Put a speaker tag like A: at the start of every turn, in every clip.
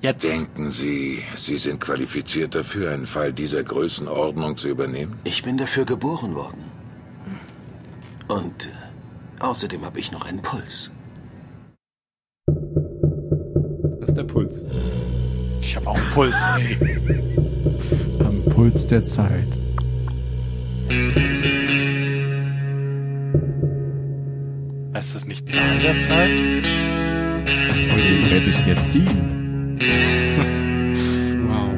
A: Jetzt.
B: Denken Sie, Sie sind qualifiziert dafür, einen Fall dieser Größenordnung zu übernehmen?
C: Ich bin dafür geboren worden. Und äh, außerdem habe ich noch einen Puls.
D: Das ist der Puls.
A: Ich habe auch einen Puls. ey.
E: Am Puls der Zeit.
A: Heißt das nicht Zahn der Zeit?
E: Und den werde ich dir ziehen.
D: Wow.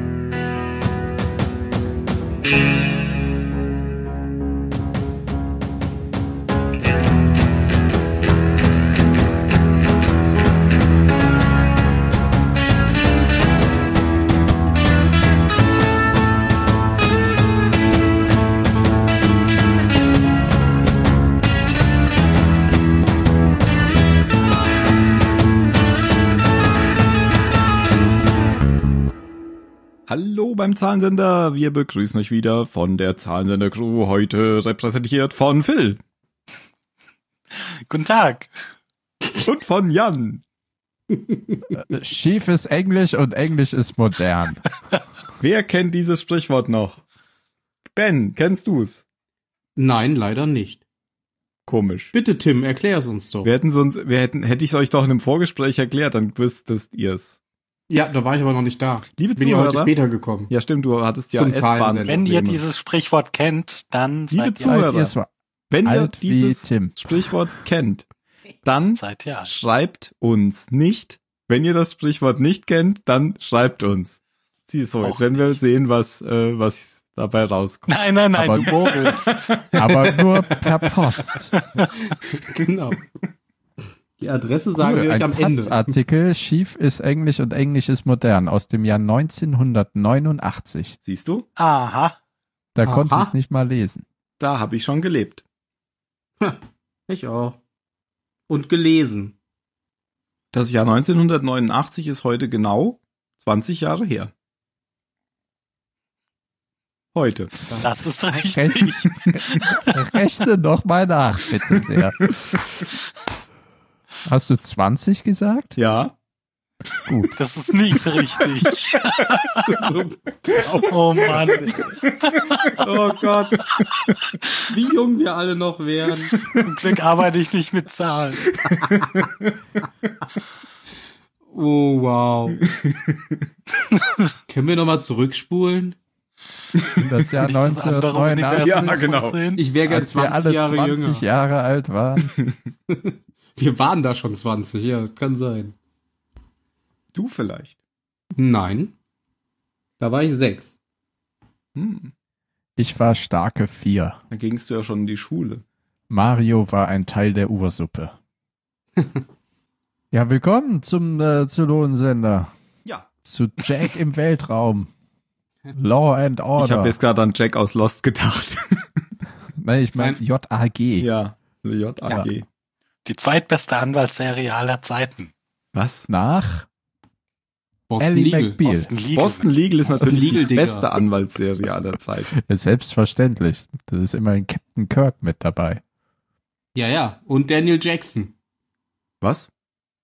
D: Hallo beim Zahlensender. Wir begrüßen euch wieder von der Zahlensender Crew. Heute repräsentiert von Phil
A: Guten Tag.
D: und von Jan.
E: Äh, Schief ist Englisch und Englisch ist modern.
D: Wer kennt dieses Sprichwort noch? Ben, kennst du's?
F: Nein, leider nicht.
D: Komisch.
F: Bitte, Tim, erklär's uns doch.
D: Wir hätten sonst, wir hätten, hätte ich euch doch in einem Vorgespräch erklärt, dann wüsstest ihr's.
F: Ja, da war ich aber noch nicht da.
D: Liebe
F: Bin ja heute
D: Zuhörer,
F: später gekommen.
D: ja stimmt, du hattest ja
F: Zum
D: S-Bahn.
F: Zahlensender.
A: Wenn ihr
D: Probleme.
A: dieses Sprichwort kennt, dann
D: Liebe
A: seid ihr,
D: Zuhörer.
E: Seid ihr so
D: wenn ihr
E: alt wie
D: dieses
E: Tim?
D: Sprichwort kennt, dann
A: seid ihr Arsch.
D: schreibt uns nicht. Wenn ihr das Sprichwort nicht kennt, dann schreibt uns. Sieh so, jetzt
A: Auch
D: werden wir
A: nicht.
D: sehen, was, äh, was dabei rauskommt.
A: Nein, nein, nein.
E: Aber
A: du gurgelst.
E: Aber nur per Post.
F: genau. Die Adresse sagen
E: Cool,
F: wir
E: ein
F: euch am Ende.
E: Taz-Artikel. Schief ist Englisch und Englisch ist modern aus dem Jahr 1989.
D: Siehst du?
A: Aha.
E: Da
F: Aha.
E: konnte ich nicht mal lesen.
D: Da habe ich schon gelebt.
F: Ich auch. Und gelesen.
D: Das Jahr 1989 ist heute genau 20 Jahre her. Heute.
A: Das ist richtig.
E: Rechne, rechne noch mal nach, bitte sehr. Hast du 20 gesagt?
D: Ja.
E: Gut.
A: Das ist nicht richtig. Oh Mann.
D: Oh Gott.
F: Wie jung wir alle noch wären.
A: Zum Glück arbeite ich nicht mit Zahlen.
F: Oh, wow. Können wir nochmal zurückspulen?
E: Das Jahr
A: Nicht das andere
E: 1989,
D: Ja,
A: Universum
D: genau.
A: vollziehen.
F: Ich wäre gern
E: als wir
F: 20
E: alle
F: Jahre
E: 20
F: jünger.
E: Jahre alt waren.
F: Wir waren da schon 20, ja, kann sein.
D: Du vielleicht.
F: Nein. Da war ich sechs.
D: Hm.
E: Ich war starke vier.
D: Da gingst du ja schon in die Schule.
E: Mario war ein Teil der Ursuppe. ja, willkommen zum äh, Zylonensender.
D: Ja.
E: Zu Jack im Weltraum. Law and Order.
D: Ich habe jetzt gerade an Jack aus Lost gedacht.
E: Nein, ich meine
F: Nein.
E: JAG.
D: ja. JAG.
A: Die zweitbeste Anwaltsserie aller Zeiten.
D: Was?
E: Nach
F: Boston
E: Ellie
F: Legal.
E: McBeal.
A: Boston Legal.
D: Boston Legal ist
F: Boston
D: natürlich
F: Legal,
D: die
F: Digga.
D: beste Anwaltsserie aller Zeiten.
E: Ja, selbstverständlich. Das ist immerhin Captain Kirk mit dabei.
F: Ja, ja. Und Daniel Jackson.
D: Was?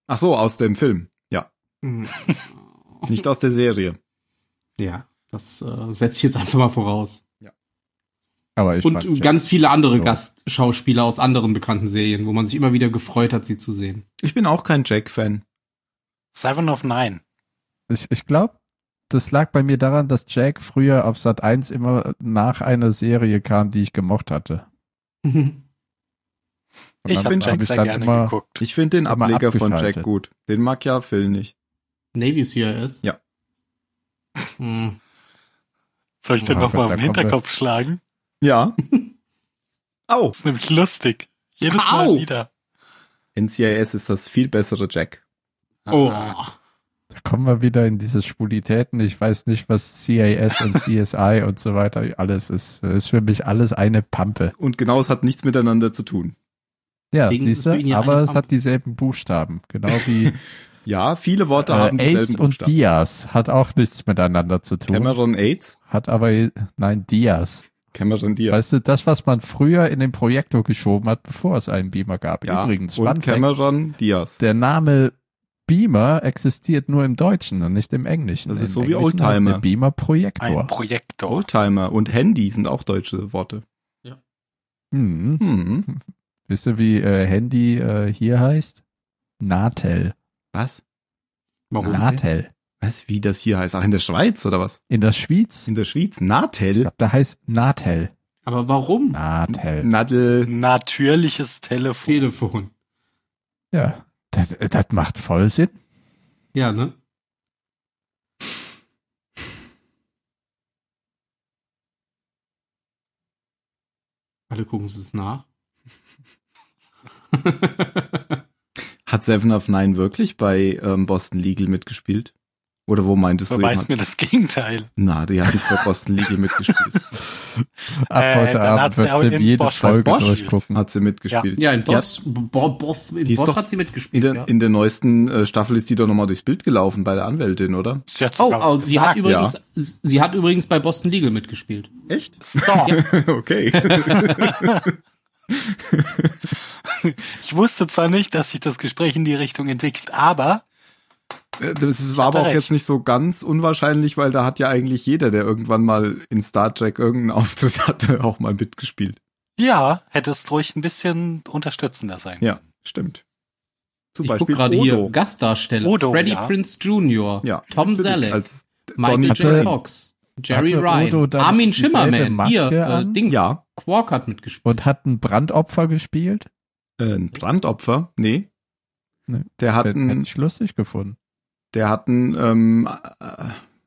D: Ach so, aus dem Film. Ja.
F: Hm.
D: Nicht aus der Serie.
F: Ja, das äh, setze ich jetzt einfach mal voraus.
E: Aber ich
F: Und
E: fand Jack-
F: ganz viele andere
E: So.
F: Gastschauspieler aus anderen bekannten Serien, wo man sich immer wieder gefreut hat, sie zu sehen.
D: Ich bin auch kein Jack-Fan.
A: Seven of Nine.
E: Ich, ich glaube, das lag bei mir daran, dass Jack früher auf Sat 1 immer nach einer Serie kam, die ich gemocht hatte. Und
A: Ich
E: dann
A: habe
E: hab
A: Jack
E: ich
A: sehr
E: dann
A: gerne
E: immer-
A: geguckt.
D: Ich finde den
E: Immer
D: Ableger von
E: abgeschaltet.
D: Jack gut. Den mag ja Phil nicht.
F: Navy CIS?
D: Ja.
F: Hm.
A: Soll ich den
E: Oh
A: noch
E: Gott,
A: nochmal
E: da
A: im
E: kommt er.
A: Hinterkopf schlagen?
D: Ja. Au.
A: Das ist nämlich lustig. Jedes Mal
F: Au.
A: wieder.
D: NCIS ist das viel bessere Jack.
F: Oh.
A: Ah.
E: Da kommen wir wieder in diese Spulitäten. Ich weiß nicht, was CAS und CSI und so weiter alles ist. Ist für mich alles eine Pampe.
D: Und genau, es hat nichts miteinander zu tun.
E: Ja,
F: Deswegen
E: siehst
F: ist es für ihn
E: du,
F: ja
E: aber
F: eine
E: es
F: Pampe.
E: hat dieselben Buchstaben. Genau wie
D: Ja, viele Worte haben
E: äh, AIDS
D: dieselben
E: und
D: Buchstaben.
E: Diaz hat auch nichts miteinander zu tun.
D: Cameron AIDS?
E: Hat aber, nein, Diaz.
D: Cameron Diaz.
E: Weißt du, das, was man früher in den Projektor geschoben hat, bevor es einen Beamer gab.
D: ja.
E: Übrigens, Fun
D: und
E: Fact,
D: Cameron Diaz.
E: der Name Beamer existiert nur im Deutschen und nicht im Englischen.
D: Das ist
E: Im
D: so wie
E: Englischen heißt
D: Oldtimer.
E: der Beamer Projektor.
A: Ein Projektor.
D: Oldtimer und Handy sind auch deutsche Worte.
E: hm.
D: Hm.
E: Wisst ihr, wie äh, Handy äh, hier heißt? Natel.
D: Was?
F: Warum?
E: Natel.
D: Was? Wie das hier heißt? Ach, in der Schweiz oder was?
E: In der Schweiz?
D: In der Schweiz?
E: Ich
D: Natel?
E: glaub, da heißt Natel.
F: Aber warum?
E: Natel.
D: Nadel.
A: Natürliches Telefon.
F: Telefon.
E: Ja, das, das macht voll Sinn.
F: Ja, ne? Alle gucken es nach.
D: Hat Seven of Nine wirklich bei ähm, Boston Legal mitgespielt? Oder wo meintest du? jemand-
A: Beweist mir das Gegenteil.
D: Na, die hat nicht bei Boston Legal mitgespielt.
E: Ab
A: Äh,
E: heute
A: dann hat
E: Abend
A: sie
E: wird
A: auch
E: Tim
A: in
E: jede
A: Bosch-
E: Folge
A: Bosch gespielt.
E: durchgucken.
D: Hat sie mitgespielt.
F: Ja, in
D: Die hat-
F: Boss, Bo Boff, in
D: Die ist
F: Boff
D: doch
F: hat sie
D: In
F: mitgespielt.
D: der,
F: ja.
D: in der neuesten äh, Staffel ist die doch nochmal durchs Bild gelaufen bei der Anwältin, oder?
A: Sie hat
F: oh,
A: sogar
F: oh
A: was
F: sie, hat
A: gesagt.
F: übrigens, sie hat übrigens bei Boston Legal mitgespielt.
D: Echt?
A: So,
D: okay.
A: ich wusste zwar nicht, dass sich das Gespräch in die Richtung entwickelt, aber
D: Äh, Das war
A: hat
D: aber
A: er
D: auch
A: recht.
D: jetzt nicht so ganz unwahrscheinlich, weil da hat ja eigentlich jeder, der irgendwann mal in Star Trek irgendeinen Auftritt hatte, auch mal mitgespielt.
A: ja, hätte es ruhig ein bisschen unterstützender sein.
D: Ja, stimmt. Zum
F: ich guck gerade hier. Gastdarsteller.
A: Odo,
F: Freddy
A: ja.
F: Prince Jr.
D: Ja,
F: Tom
D: natürlich,
F: Selleck.
D: Als
F: Michael
D: Donny
F: J.
E: Jane.
F: Fox. Jerry
E: Hatte
F: Ryan.
E: Odo dann
F: Armin
E: dieselbe
F: Schimmerman. Hier,
E: Maske
F: äh,
E: an?
F: Dings.
D: Ja.
F: Quark hat mitgespielt.
E: Und hat ein Brandopfer gespielt?
D: äh, ein Brandopfer? Nee.
E: Nee.
D: Der hat
E: Hätte
D: einen,
E: ich lustig gefunden.
D: der hat einen, ähm, äh,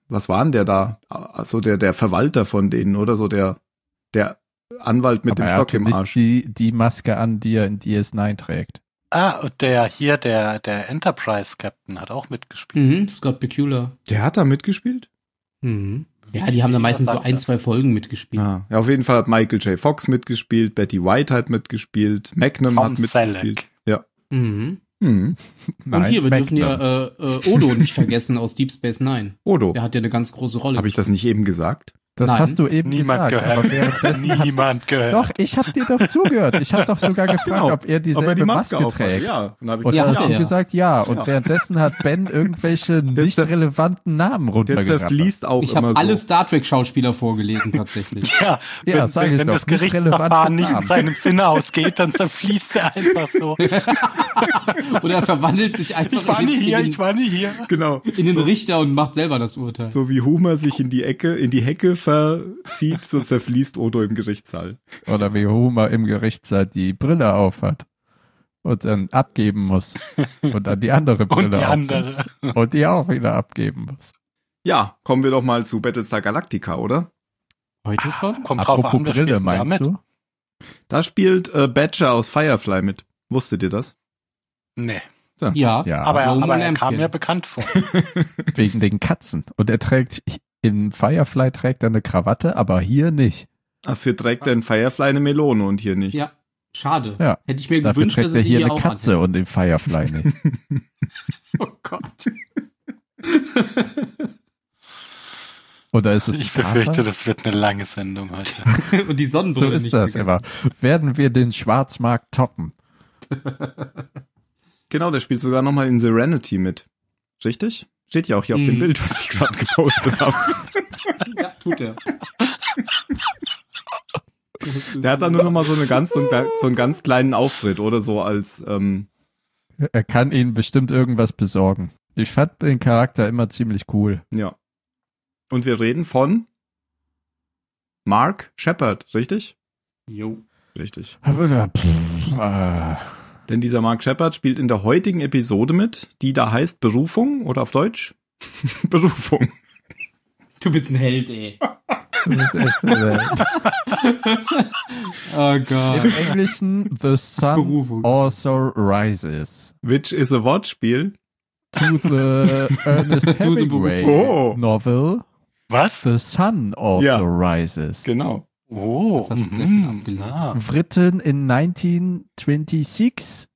D: was war denn der da? Also der, der Verwalter von denen, oder so, der, der Anwalt mit
E: Aber
D: dem
E: er
D: Stock
E: hatte
D: im
E: nicht
D: Arsch.
E: Die, die Maske an, die er in DS9 trägt.
A: Ah, und der hier, der, der Enterprise-Captain hat auch mitgespielt.
F: Mhm, Scott Bakula.
D: Der hat da mitgespielt?
F: Mhm. Ja, die haben da
A: Wie
F: meistens so
A: sagt
F: ein,
A: das?
F: zwei Folgen mitgespielt.
D: Ja. Ah, ja, auf jeden Fall hat Michael J. Fox mitgespielt, Betty White hat mitgespielt, Magnum
A: Tom
D: hat mitgespielt.
A: Selleck.
D: Ja.
F: Mhm.
D: Mhm.
F: Und hier, wir dürfen ja
E: Magnum.
F: äh, äh, Odo nicht vergessen aus Deep Space Nine.
D: Odo,
F: Der hat ja eine ganz große Rolle.
D: habe ich das nicht eben gesagt?
E: Das
F: Nein,
E: hast du eben
A: Niemand
E: gesagt.
A: gehört.
E: aber währenddessen hat-
A: Niemand gehört.
E: Doch, ich habe dir doch zugehört. Ich habe doch sogar gefragt,
D: Genau.
E: ob er dieselbe Maske,
D: aufhat,
E: trägt.
D: Ja, dann hab ich
E: Und
F: Ja,
E: ja,
D: gesagt,
E: hast
F: hat
E: du
F: er.
E: gesagt, ja. Und
D: Ja.
E: währenddessen hat Ben irgendwelche nicht
D: zer-
E: relevanten Namen
D: der
E: runtergerattert.
D: zerfließt auch
F: ich
D: immer
F: habe
D: so.
F: alle Star Trek-Schauspieler vorgelesen tatsächlich.
A: Ja,
E: Ja,
A: wenn,
E: sag
A: wenn,
E: ich
A: wenn
E: doch,
A: das
E: nicht
A: Gerichtsverfahren
E: relevante
A: nicht in
E: Namen.
A: seinem Sinne ausgeht, dann zerfließt er einfach so.
F: Oder er verwandelt sich
A: Ich
F: einfach
A: war
F: in,
A: nie
F: den-
A: hier,
F: in,
A: ich
F: den,
A: war nie hier.
D: Genau.
F: in den Richter und macht selber das Urteil.
D: So wie Homer sich in die Ecke, in die Hecke verzieht, so zerfließt Odo im Gerichtssaal.
E: Oder wie Homer im Gerichtssaal die Brille aufhat. Und dann abgeben muss. Und dann die andere Brille
A: Und die
E: aufsetzt.
A: andere.
E: Und die auch wieder abgeben muss.
D: Ja, kommen wir doch mal zu Battlestar Galactica, oder?
F: Heute schon?
A: Kommt Um drauf
E: Apropos
A: an, wer
E: Brille,
A: spielt
E: meinst
A: damit.
E: du?
D: Da spielt äh, Badger aus Firefly mit. Wusstet ihr das?
A: Nee,
F: Ja.
E: Ja.
A: aber, er-
F: Roman
A: aber er
F: Lampkin.
A: kam mir bekannt vor.
E: Wegen den Katzen. Und er trägt, in Firefly trägt er eine Krawatte, aber hier nicht.
D: Dafür trägt denn Firefly eine Melone und hier nicht.
F: Ja. Schade.
E: Ja.
F: Hätte ich mir
E: Dafür
F: gewünscht,
E: trägt
F: dass
E: er
F: er
E: hier eine
F: auch
E: Katze und in Firefly nicht.
F: Hat. Oh Gott.
E: Oder ist es
A: Ich
E: ein
A: befürchte,
E: Kater?
A: das wird eine lange Sendung heute.
F: und die Sonnenbrille
E: So ist
F: nicht
E: das
F: vergessen.
E: immer. Werden wir den Schwarzmarkt toppen?
D: Genau, der spielt sogar nochmal in Serenity mit. Richtig? Steht ja auch hier auf dem
F: Mhm.
D: Bild, was ich gerade gepostet habe.
F: Ja, tut er.
D: Der hat dann nur nochmal so, eine ganz, so, einen, so einen ganz kleinen Auftritt, oder so als, ähm,
E: Er kann ihnen bestimmt irgendwas besorgen. Ich fand den Charakter immer ziemlich cool.
D: ja. Und wir reden von Mark Shepard, richtig?
F: Jo.
D: Richtig.
E: Aber, pff, äh,
D: Denn dieser Mark Shepard spielt in der heutigen Episode mit, die da heißt Berufung oder auf Deutsch Berufung.
F: Du bist ein Held, ey.
E: das ist echt, äh,
F: Oh
E: Im
F: Gott.
E: Englischen The Sun
F: Berufung.
E: also rises
D: Which is a Wortspiel.
E: to the Ernest
F: the
E: Hemingway
D: Berufung. Oh.
E: novel
A: Was?
E: The Sun also
D: Ja.
E: rises.
D: Genau.
A: Oh,
F: Das hat sich sehr
A: mhm,
F: viel abgelesen.
A: na.
E: Written in 1926.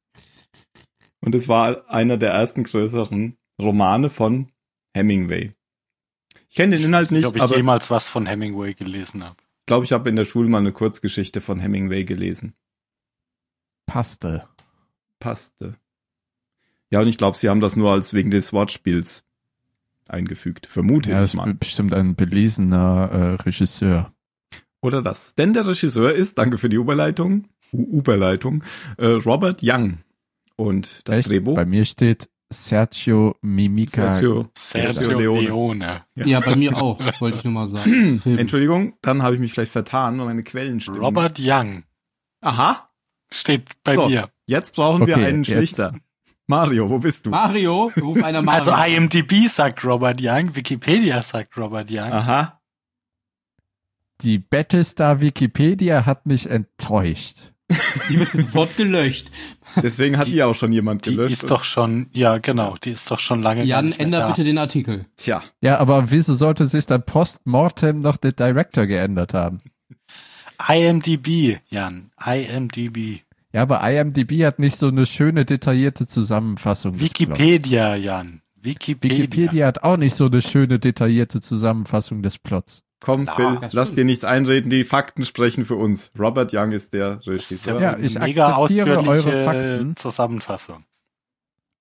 D: Und es war einer der ersten größeren Romane von Hemingway. Ich kenne den Inhalt
A: Ich
D: nicht,
A: ob ich
D: aber ich
A: jemals was von Hemingway gelesen habe.
D: glaube, ich habe in der Schule mal eine Kurzgeschichte von Hemingway gelesen.
E: Passte.
D: Passte. Ja, und ich glaube, sie haben das nur als wegen des Wortspiels eingefügt. Vermute
E: Ja,
D: ich
E: das
D: mal.
E: ist bestimmt ein belesener äh, Regisseur.
D: Oder das. Denn der Regisseur ist, danke für die Überleitung, U Überleitung, äh, Robert Young. Und das
E: Echt?
D: Drehbuch.
E: Bei mir steht Sergio Mimica.
D: Sergio.
A: Sergio
D: Leone.
A: Leone.
D: Ja.
F: Ja. bei mir auch, wollte ich nur mal sagen. Tim.
D: Hm, Entschuldigung, dann habe ich mich vielleicht vertan, weil meine Quellen stimmen.
A: Robert Young
D: Aha,
A: steht bei
D: So.
A: mir.
D: jetzt brauchen wir
E: Okay,
D: einen
E: jetzt.
D: Schlichter. Mario, wo bist du?
F: Mario, ruf einer Mario.
A: Also IMDb sagt Robert Young, Wikipedia sagt Robert Young.
D: Aha.
E: Die Battlestar Wikipedia hat mich enttäuscht.
F: die wird sofort gelöscht.
D: Deswegen hat die ja auch schon jemand
A: Die
D: gelöscht.
A: ist doch schon, ja genau, die ist doch schon lange gar
F: Jan,
A: nicht mehr
F: änder
A: da.
F: bitte den Artikel.
D: Tja,
E: Ja, aber wieso sollte sich dann postmortem noch der Director geändert haben?
A: IMDb, Jan, IMDb.
E: Ja, aber IMDb hat nicht so eine schöne, detaillierte Zusammenfassung. des Plots.
A: Wikipedia, Jan. Wikipedia.
E: Wikipedia hat auch nicht so eine schöne, detaillierte Zusammenfassung des Plots.
D: komm,
A: Na,
D: Phil,
F: das
D: lass
F: stimmt.
D: dir nichts einreden, die Fakten sprechen für uns. Robert Young ist der
A: ist
D: Regisseur.
A: ja,
E: Ja, ich
A: mega
E: akzeptiere
A: ausführliche
E: eure Fakten.
A: Zusammenfassung.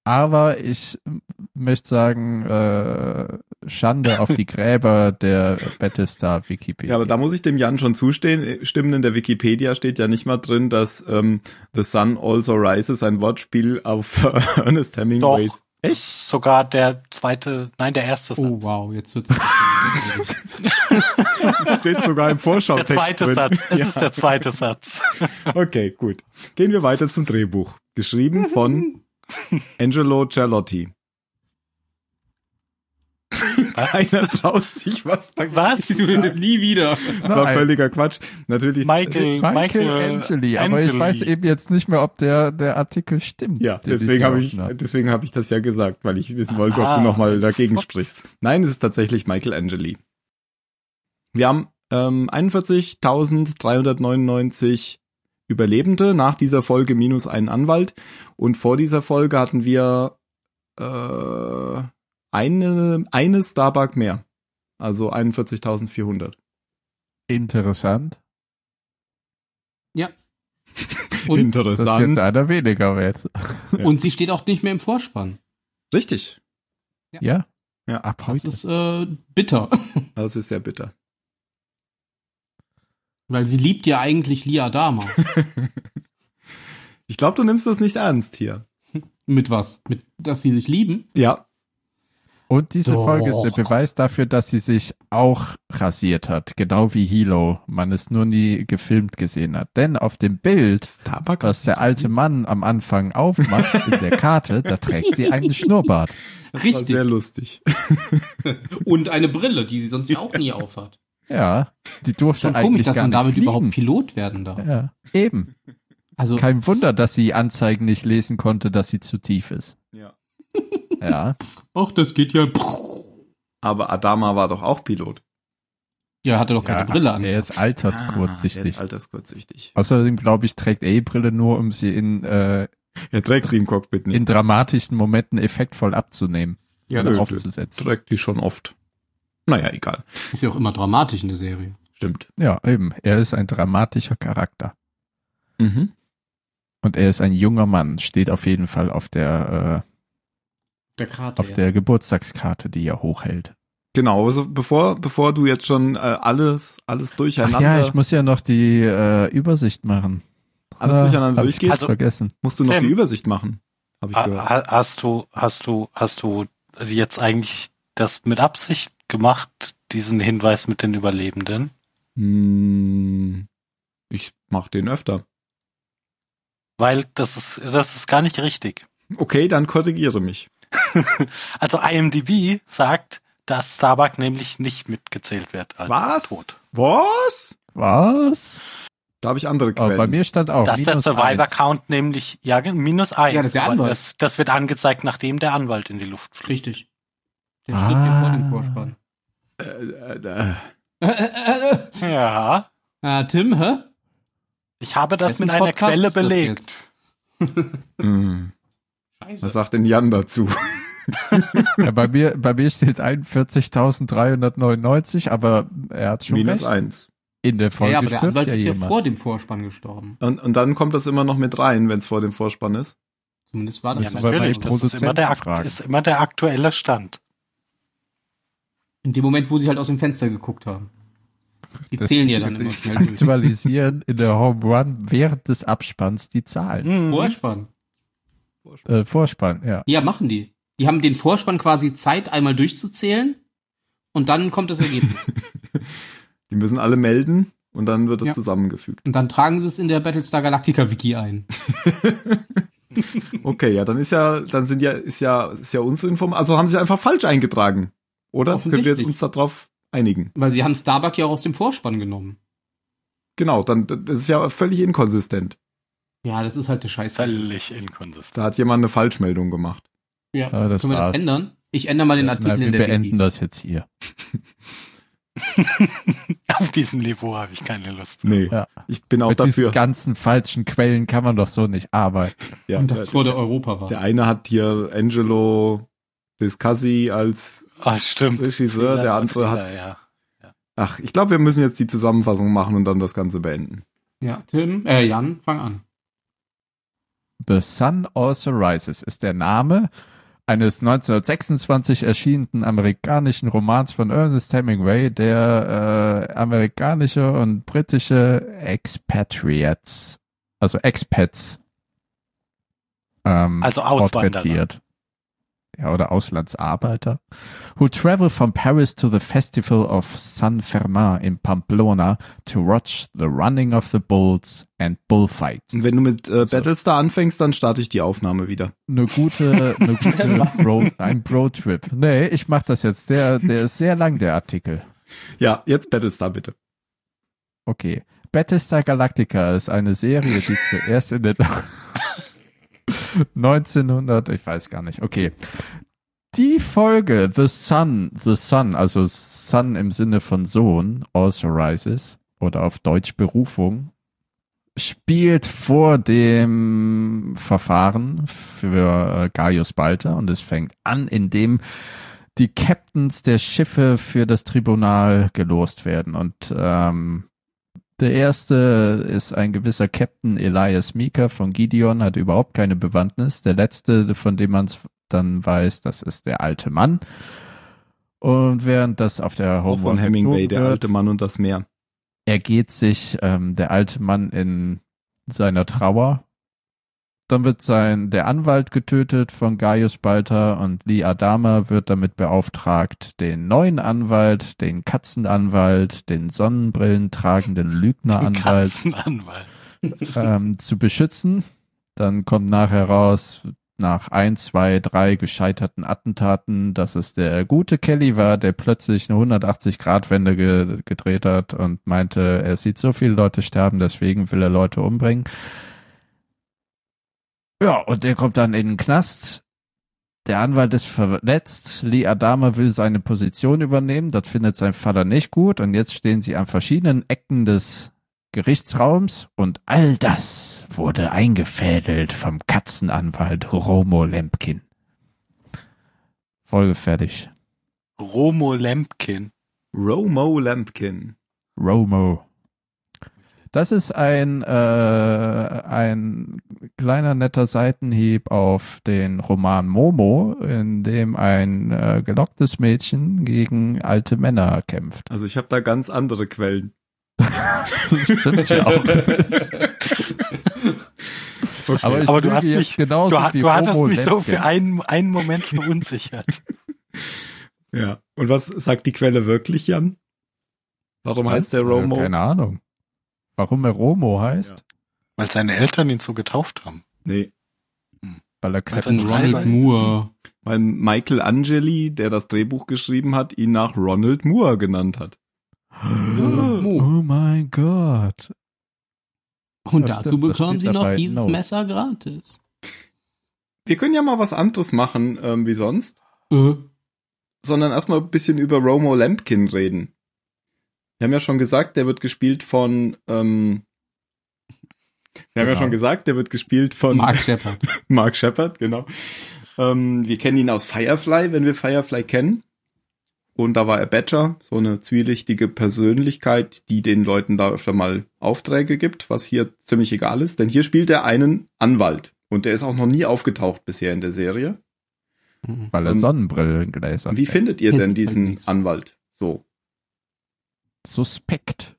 E: Aber ich m- möchte sagen, äh, Schande auf die Gräber der Battlestar Wikipedia.
D: Ja, aber da muss ich dem Jan schon zustehen. äh, Stimmen in der Wikipedia steht ja nicht mal drin, dass ähm, The Sun Also Rises ein Wortspiel auf äh, Ernest Hemingways. Echt?
A: Sogar der zweite, nein, der erste
F: Oh
A: Satz.
F: wow, jetzt wird's.
D: Das steht sogar im
A: der
D: Vorschautext
A: zweite
D: drin.
A: Satz. Es ist der zweite Satz.
D: Okay, gut. Gehen wir weiter zum Drehbuch.
A: Mhm.
D: Geschrieben von Angelo Giallotti. Keiner traut sich was da.
A: Was?
F: Nie wieder.
D: Das war völliger Quatsch. Natürlich.
A: Michael,
E: Michael
A: Michael
E: Angeli, aber ich
A: Angeli.
E: weiß eben jetzt nicht mehr, ob der, der Artikel stimmt.
D: Ja,
E: den sie
D: deswegen habe ich,
E: geworfen hat.
D: deswegen habe ich das ja gesagt, weil ich wissen wollte, ob
A: Ah.
D: du nochmal dagegen
A: Ups.
D: sprichst. Nein, es ist tatsächlich Michael Angeli. Wir haben ähm, 41.399 Überlebende nach dieser Folge minus einen Anwalt und vor dieser Folge hatten wir äh, eine, eine Starbuck mehr. Also 41.400.
E: Interessant.
F: Und,
E: Das ist jetzt einer weniger wert.
D: ja.
F: und sie steht auch nicht mehr im Vorspann.
D: Richtig.
E: Ja?
D: Ja.
E: ab
F: Das
E: heute.
F: ist äh, bitter.
D: Das ist sehr bitter.
F: Weil sie liebt ja eigentlich Lia Dama.
D: Ich glaube, du nimmst das nicht ernst hier.
F: Mit was? Mit, dass sie sich lieben?
D: Ja,
E: Und diese
A: Doch.
E: Folge ist der Beweis dafür, dass sie sich auch rasiert hat. Genau wie Hilo. Man es nur nie gefilmt gesehen hat. Denn auf dem Bild
D: Starbuck
E: was der alte Mann am Anfang aufmacht in der Karte, da trägt sie einen Schnurrbart.
D: war
F: Richtig.
D: sehr lustig.
F: Und eine Brille, die sie sonst ja auch nie aufhat.
E: Ja, die durfte
F: Schon
E: eigentlich
F: komisch, dass
E: gar
F: man
E: nicht
F: damit
E: fliegen.
F: überhaupt Pilot werden darf.
E: Ja, eben.
F: Also
E: Kein Wunder, dass sie Anzeigen nicht lesen konnte, dass sie zu tief ist.
D: Ja.
E: Ja,
F: Ach, das geht ja.
D: Aber Adama war doch auch Pilot.
F: Ja, hat er doch keine
E: ja
F: Brille an.
E: Ah, er ist alterskurzsichtig.
D: Ah, der ist alterskurzsichtig.
E: Außerdem, glaube ich, trägt A Brille nur, um sie in, äh,
D: Er trägt sie im Cockpit nicht.
E: in dramatischen Momenten effektvoll abzunehmen
D: Ja,
E: oder
D: nö,
E: aufzusetzen.
D: trägt die schon oft. Naja, egal.
F: Ist ja auch immer dramatisch in der Serie.
D: Stimmt.
E: Ja, eben. Er ist ein dramatischer Charakter.
D: Mhm.
E: Und er ist ein junger Mann, steht auf jeden Fall auf der,
F: Der
E: äh,
F: Krater.
E: auf der Geburtstagskarte, die er hochhält.
D: Genau, also bevor, bevor du jetzt schon äh, alles, alles durcheinander,
E: Ach ja, ich muss ja noch die äh, Übersicht machen.
D: alles
E: Ah,
D: durcheinander
E: hab ich
D: durchgehst,
F: Also
E: ganz vergessen.
D: musst du noch
A: Tim.
D: die Übersicht machen. Habe ich
A: Ha-
D: gehört.
A: ha- Hast du, hast du, hast du jetzt eigentlich das mit Absicht gemacht, diesen Hinweis mit den Überlebenden?
D: Hm, ich mach den öfter.
A: Weil das ist, das ist gar nicht richtig.
D: Okay, dann korrigiere mich.
A: Also IMDb sagt, dass Starbuck nämlich nicht mitgezählt wird als
D: Was?
A: tot.
D: Was?
E: Was?
D: Da habe ich andere
E: Aber
D: Quellen.
E: bei mir stand auch.
A: Dass
E: Oh, minus
A: der
E: eins.
A: Survivor-Count nämlich, ja, ge- minus eins.
F: Ja, das ist der
A: weil
F: Anwalt.
A: Das, das wird angezeigt, nachdem der Anwalt in die Luft fliegt.
F: Richtig. Der
E: Ah.
F: steht hier vor dem Vorspann.
D: äh, äh, äh,
F: Äh, äh, äh, äh.
A: Ja.
F: Ah, Tim, hä?
A: Ich habe das
F: Wessen
A: mit einer
F: Podcast
A: Quelle
F: ist das
A: belegt.
F: jetzt?
D: hm.
F: Scheiße.
D: Was sagt denn Jan dazu?
E: Ja, bei mir, bei mir steht 41.399, aber er hat schon
D: Minus
E: recht.
D: eins.
E: In der Folge
F: ja, aber der
E: stirbt
F: Anwalt
E: ja
F: ist ja
E: jemand.
F: vor dem Vorspann gestorben.
D: Und, und dann kommt das immer noch mit rein, wenn es vor dem Vorspann ist.
F: Zumindest war das
A: Ja,
E: Müssen
F: so.
E: wir mal
A: natürlich.
E: den
A: Das ist immer, der,
E: Produzenten
A: akt-
E: fragen.
A: ist immer der aktuelle Stand.
F: In dem Moment, wo sie halt aus dem Fenster geguckt haben. Die zählen ja dann immer schnell durch.
E: Aktualisieren in der Home Run während des Abspanns die Zahlen.
F: Vorspann.
E: Äh, Vorspann, ja.
F: Mhm. Ja, machen die. Die haben den Vorspann quasi Zeit, einmal durchzuzählen und dann kommt das Ergebnis.
D: Die müssen alle melden und dann wird es
F: Ja.
D: zusammengefügt.
F: und dann tragen sie es in der Battlestar Galactica Wiki ein.
D: Okay, ja, dann ist ja, dann sind ja, ist ja, ist ja unsere Inform. Also haben sie einfach falsch eingetragen. Oder? Können wir
F: Offensichtlich.
D: uns darauf einigen?
F: Weil sie haben Starbuck ja auch aus dem Vorspann genommen.
D: Genau, dann, das ist ja völlig inkonsistent.
F: Ja, das ist halt der Scheiße.
A: Hm. Völlig inkonsistent.
D: Da hat jemand eine Falschmeldung gemacht.
F: Ja,
E: Ja, das
F: können wir das
E: war's.
F: ändern? Ich ändere mal den Artikel
E: Na, wir
F: in der
E: beenden
F: Wiki.
E: das jetzt hier.
A: Auf diesem Niveau habe ich keine Lust.
D: Nee.
E: Ja.
D: Ich bin auch
E: Mit
D: dafür.
E: diesen ganzen falschen Quellen kann man doch so nicht arbeiten.
D: Ja,
F: Und das
D: der,
F: vor der Europa war.
D: der eine hat hier Angelo Discassi als,
A: Ah, stimmt.
D: Regisseur,
A: Fehler
D: der
A: und
D: andere hat-
A: Fehler, Ja.
D: ach, ich glaube, wir müssen jetzt die Zusammenfassung machen und dann das Ganze beenden.
F: Ja, Tim, äh, Jan, fang an.
E: The Sun Also Rises ist der Name eines 1926 erschienenen amerikanischen Romans von Ernest Hemingway, der äh, amerikanische und britische Expatriates, also Expats, ähm,
A: Also Auswanderer.
E: porträtiert. Ja, oder Auslandsarbeiter. Who travel from Paris to the Festival of San Fermin in Pamplona to watch the running of the bulls and bullfights.
D: Und wenn du mit äh,
E: So.
D: Battlestar anfängst, dann starte ich die Aufnahme wieder.
E: eine gute, eine gute Road, ein Roadtrip. Nee, ich mach das jetzt. Der, der ist sehr lang, der Artikel.
D: Ja, jetzt Battlestar bitte.
E: Okay. Battlestar Galactica ist eine Serie, die zuerst in den 1900, ich weiß gar nicht, okay. Die Folge The Sun, The Sun, also Sun im Sinne von Sohn, also rises, oder auf Deutsch Berufung, spielt vor dem Verfahren für äh, Gaius Balter und es fängt an, indem die Captains der Schiffe für das Tribunal gelost werden und ähm, der erste ist ein gewisser Captain Elias Mika von Gideon, hat überhaupt keine Bewandtnis. Der letzte, von dem man es dann weiß, das ist der alte Mann. Und während das auf der
D: Auch von
E: Homeworld
D: Hemingway,
E: gezogen
D: der
E: wird,
D: alte Mann und das Meer.
E: ergeht sich ähm, der alte Mann in seiner Trauer. Dann wird sein der Anwalt getötet von Gaius Balter und Lee Adama wird damit beauftragt, den neuen Anwalt, den Katzenanwalt, den Sonnenbrillen tragenden Lügneranwalt
A: Katzenanwalt.
E: ähm, zu beschützen. Dann kommt nachher raus, nach ein, zwei, drei gescheiterten Attentaten, dass es der gute Kelly war, der plötzlich eine 180-Grad-Wende ge gedreht hat und meinte, er sieht so viele Leute sterben, deswegen will er Leute umbringen. Ja, und der kommt dann in den Knast. Der Anwalt ist verletzt. Lee Adama will seine Position übernehmen. Das findet sein Vater nicht gut. Und jetzt stehen sie an verschiedenen Ecken des Gerichtsraums und all das wurde eingefädelt vom Katzenanwalt Romo Lempkin. Folge fertig.
A: Romo Lempkin.
D: Romo Lampkin.
E: Romo. Das ist ein, äh, ein kleiner netter Seitenhieb auf den Roman Momo, in dem ein äh, gelocktes Mädchen gegen alte Männer kämpft.
D: Also ich habe da ganz andere Quellen.
E: Das stimmt ja auch. Aber, ich
A: Aber du
E: fühle
A: hast
E: jetzt
A: mich,
E: genauso
A: du, ha-
E: wie
A: du hattest
E: Romo
A: mich so
E: Lempkin.
A: für einen, einen Moment verunsichert.
D: Ja. Und was sagt die Quelle wirklich, Jan? Warum heißt der
E: Äh,
D: Romo?
E: Keine Ahnung. Warum er Romo heißt?
A: Weil seine Eltern ihn so getauft haben.
D: Nee.
E: Weil er
A: Weil
E: Kleppen
A: sein
F: Ein Ronald
A: Schreiber-
F: Moore.
D: Weil Michael Angeli, der das Drehbuch geschrieben hat, ihn nach Ronald Moore genannt hat.
E: Oh mein Gott.
F: Und
E: Das
F: dazu
E: stimmt, das
F: bekamen
E: steht
F: sie noch
E: dabei.
F: dieses
E: No.
F: Messer gratis.
D: Wir können ja mal was anderes machen, ähm, wie sonst,
F: Äh,
D: sondern erstmal ein bisschen über Romo Lampkin reden. Wir haben ja schon gesagt, der wird gespielt von, ähm, wir haben ja
E: Genau.
D: schon gesagt, der wird gespielt von
F: Mark Shepard.
D: Mark Shepard, genau. Ähm, wir kennen ihn aus Firefly, wenn wir Firefly kennen. Und da war er Badger, so eine zwielichtige Persönlichkeit, die den Leuten da öfter mal Aufträge gibt, was hier ziemlich egal ist, denn hier spielt er einen Anwalt Und der ist auch noch nie aufgetaucht bisher in der Serie.
F: Mhm.
E: Weil er
D: Ähm,
E: Sonnenbrillengläser
D: Wie
E: trägt.
D: findet ihr denn
F: Jetzt
D: diesen
F: allerdings.
D: Anwalt? So.
E: Suspekt.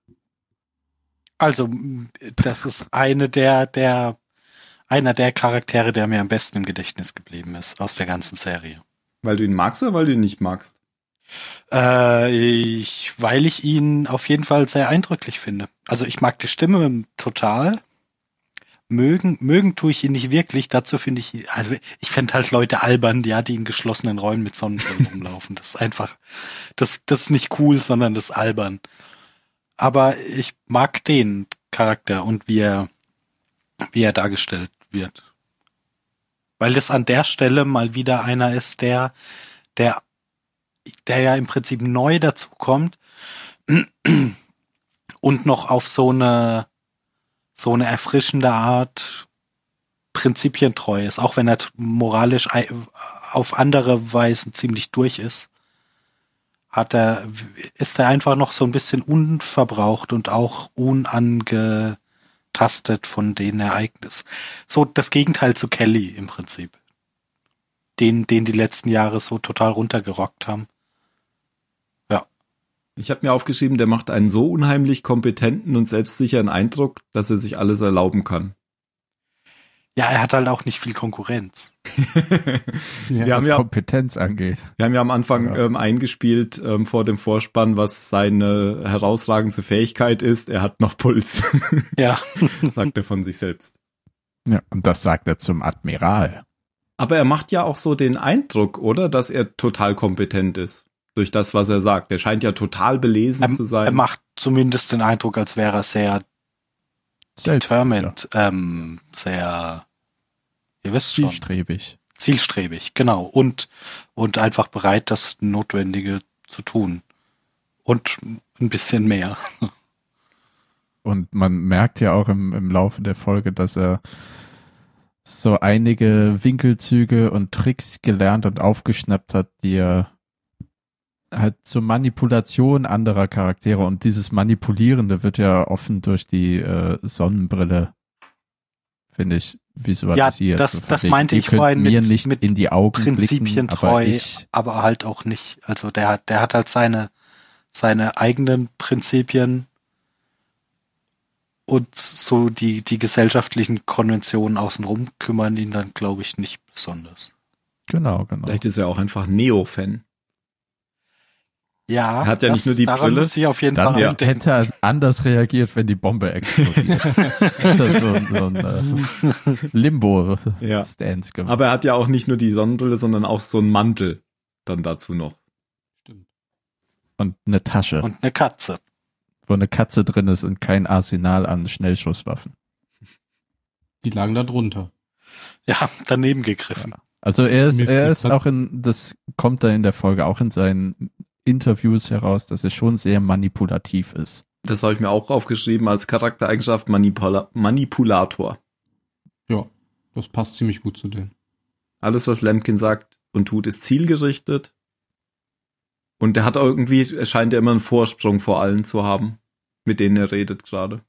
A: Also, das ist eine der, der, einer der Charaktere, der mir am besten im Gedächtnis geblieben ist aus der ganzen Serie.
D: Weil du ihn magst oder weil du ihn nicht magst?
A: Äh, ich, weil ich ihn auf jeden Fall sehr eindrücklich finde. Also ich mag die Stimme total. Mögen, mögen tue ich ihn nicht wirklich. Dazu finde ich, also ich fände halt Leute albern, ja, die in geschlossenen Räumen mit Sonnenbrillen rumlaufen. Das ist einfach, das, das ist nicht cool, sondern das ist albern. Aber ich mag den Charakter und wie er, wie er dargestellt wird. Weil das an der Stelle mal wieder einer ist, der, der der ja im Prinzip neu dazukommt und noch auf so eine so eine erfrischende Art prinzipientreu ist, auch wenn er t- moralisch ei- auf andere Weisen ziemlich durch ist, hat er ist er einfach noch so ein bisschen unverbraucht und auch unangetastet von den Ereignissen. So das Gegenteil zu Kelly im Prinzip. Den, den die letzten Jahre so total runtergerockt haben.
D: Ich habe mir aufgeschrieben, der macht einen so unheimlich kompetenten und selbstsicheren Eindruck, dass er sich alles erlauben kann.
A: Ja, er hat halt auch nicht viel Konkurrenz.
D: wir,
F: Ja,
E: Was
D: haben ja,
E: Kompetenz angeht.
D: wir haben ja am Anfang
E: Ja.
D: ähm, eingespielt ähm, vor dem Vorspann, was seine herausragendste Fähigkeit ist. Er hat noch Puls,
A: Ja.
D: sagt er von sich selbst.
E: Ja, und das sagt er zum Admiral.
D: Aber er macht ja auch so den Eindruck, oder, dass er total kompetent ist. Durch das, was er sagt. Er scheint ja total belesen
A: Er,
D: zu sein.
A: er macht zumindest den Eindruck, als wäre er sehr determined, ähm, sehr, ihr wisst schon,
E: Zielstrebig.
A: zielstrebig, genau, und, und einfach bereit, das Notwendige zu tun. Und ein bisschen mehr.
E: Und man merkt ja auch im, im Laufe der Folge, dass er so einige Winkelzüge und Tricks gelernt und aufgeschnappt hat, die er halt zur Manipulation anderer Charaktere und dieses Manipulierende wird ja offen durch die äh, Sonnenbrille, finde ich, visualisiert.
A: das-
E: So von
A: das
E: wegen,
A: meinte
E: ihr
A: ich
E: könnt
A: vorhin
E: mir
A: mit-
E: nicht
A: mit
E: in die Augen blicken, aber
A: Prinzipientreu,
E: ich,
A: aber halt auch nicht. Also der hat, der hat halt seine, seine eigenen Prinzipien und so die, die gesellschaftlichen Konventionen außenrum kümmern ihn dann, glaube ich, nicht besonders.
E: genau, genau.
D: Vielleicht ist er auch einfach Neo-Fan.
A: Ja,
D: Er hat ja nicht nur die
A: daran
D: Brille.
A: muss ich auf jeden
E: Dann
A: Fall
D: ja.
A: auch denken.
E: hätte er anders reagiert, wenn die Bombe explodiert. Hätte er so, ein- so ein äh,
D: Ja.
E: Limbo-Stance gemacht.
D: Aber er hat ja auch nicht nur die Sonnenbrille, sondern auch so einen Mantel dann dazu noch.
F: stimmt.
E: und eine Tasche,
A: Und eine Katze.
E: wo eine Katze drin ist und kein Arsenal an Schnellschusswaffen.
F: Die lagen da drunter.
A: Ja, daneben gegriffen.
E: Also er ist,
F: Mist,
E: er
F: die
E: ist
F: Katze.
E: auch in, das kommt da in der Folge auch in seinen Interviews heraus, dass er schon sehr manipulativ ist.
D: Das habe ich mir auch aufgeschrieben als Charaktereigenschaft Manipula Manipulator.
F: Ja, das passt ziemlich gut zu denen.
D: Alles, was Lemkin sagt und tut, ist zielgerichtet. Und der hat auch irgendwie, er scheint ja immer einen Vorsprung vor allen zu haben, mit denen er redet gerade.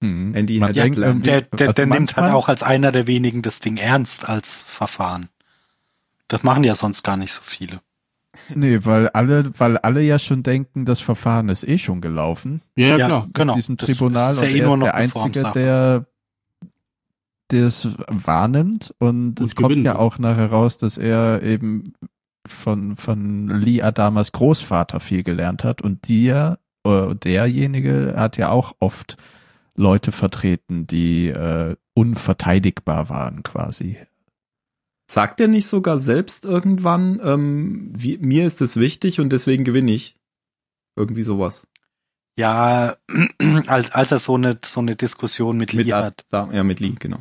E: Hm.
D: Andy
E: Man
D: hat ja
E: denkt
D: Plan.
E: irgendwie-
A: Der, der,
E: also
A: der nimmt halt
E: manchmal-
A: auch als einer der wenigen das Ding ernst als Verfahren. Das machen ja sonst gar nicht so viele.
E: Nee, weil alle, weil alle ja schon denken, das Verfahren ist eh schon gelaufen.
F: Ja, ja, klar.
A: genau.
E: diesem
A: Das
E: Tribunal
A: ist ja
E: und
A: eh
E: er
A: nur
E: ist
A: noch
E: der
A: eine
E: Einzige,
A: Formsache.
E: der das wahrnimmt und
F: Und
E: es kommt
F: gewinnt,
E: ja
F: ne?
E: auch nachher raus, dass er eben von, von Lee Adamas Großvater viel gelernt hat und der, äh, derjenige hat ja auch oft Leute vertreten, die äh, unverteidigbar waren quasi.
D: Sagt er nicht sogar selbst irgendwann, ähm, wie, mir ist es wichtig und deswegen gewinne ich? Irgendwie sowas.
A: Ja, als, als er so eine, so eine Diskussion mit, Lee hat.
D: Da, ja, mit Lee, genau.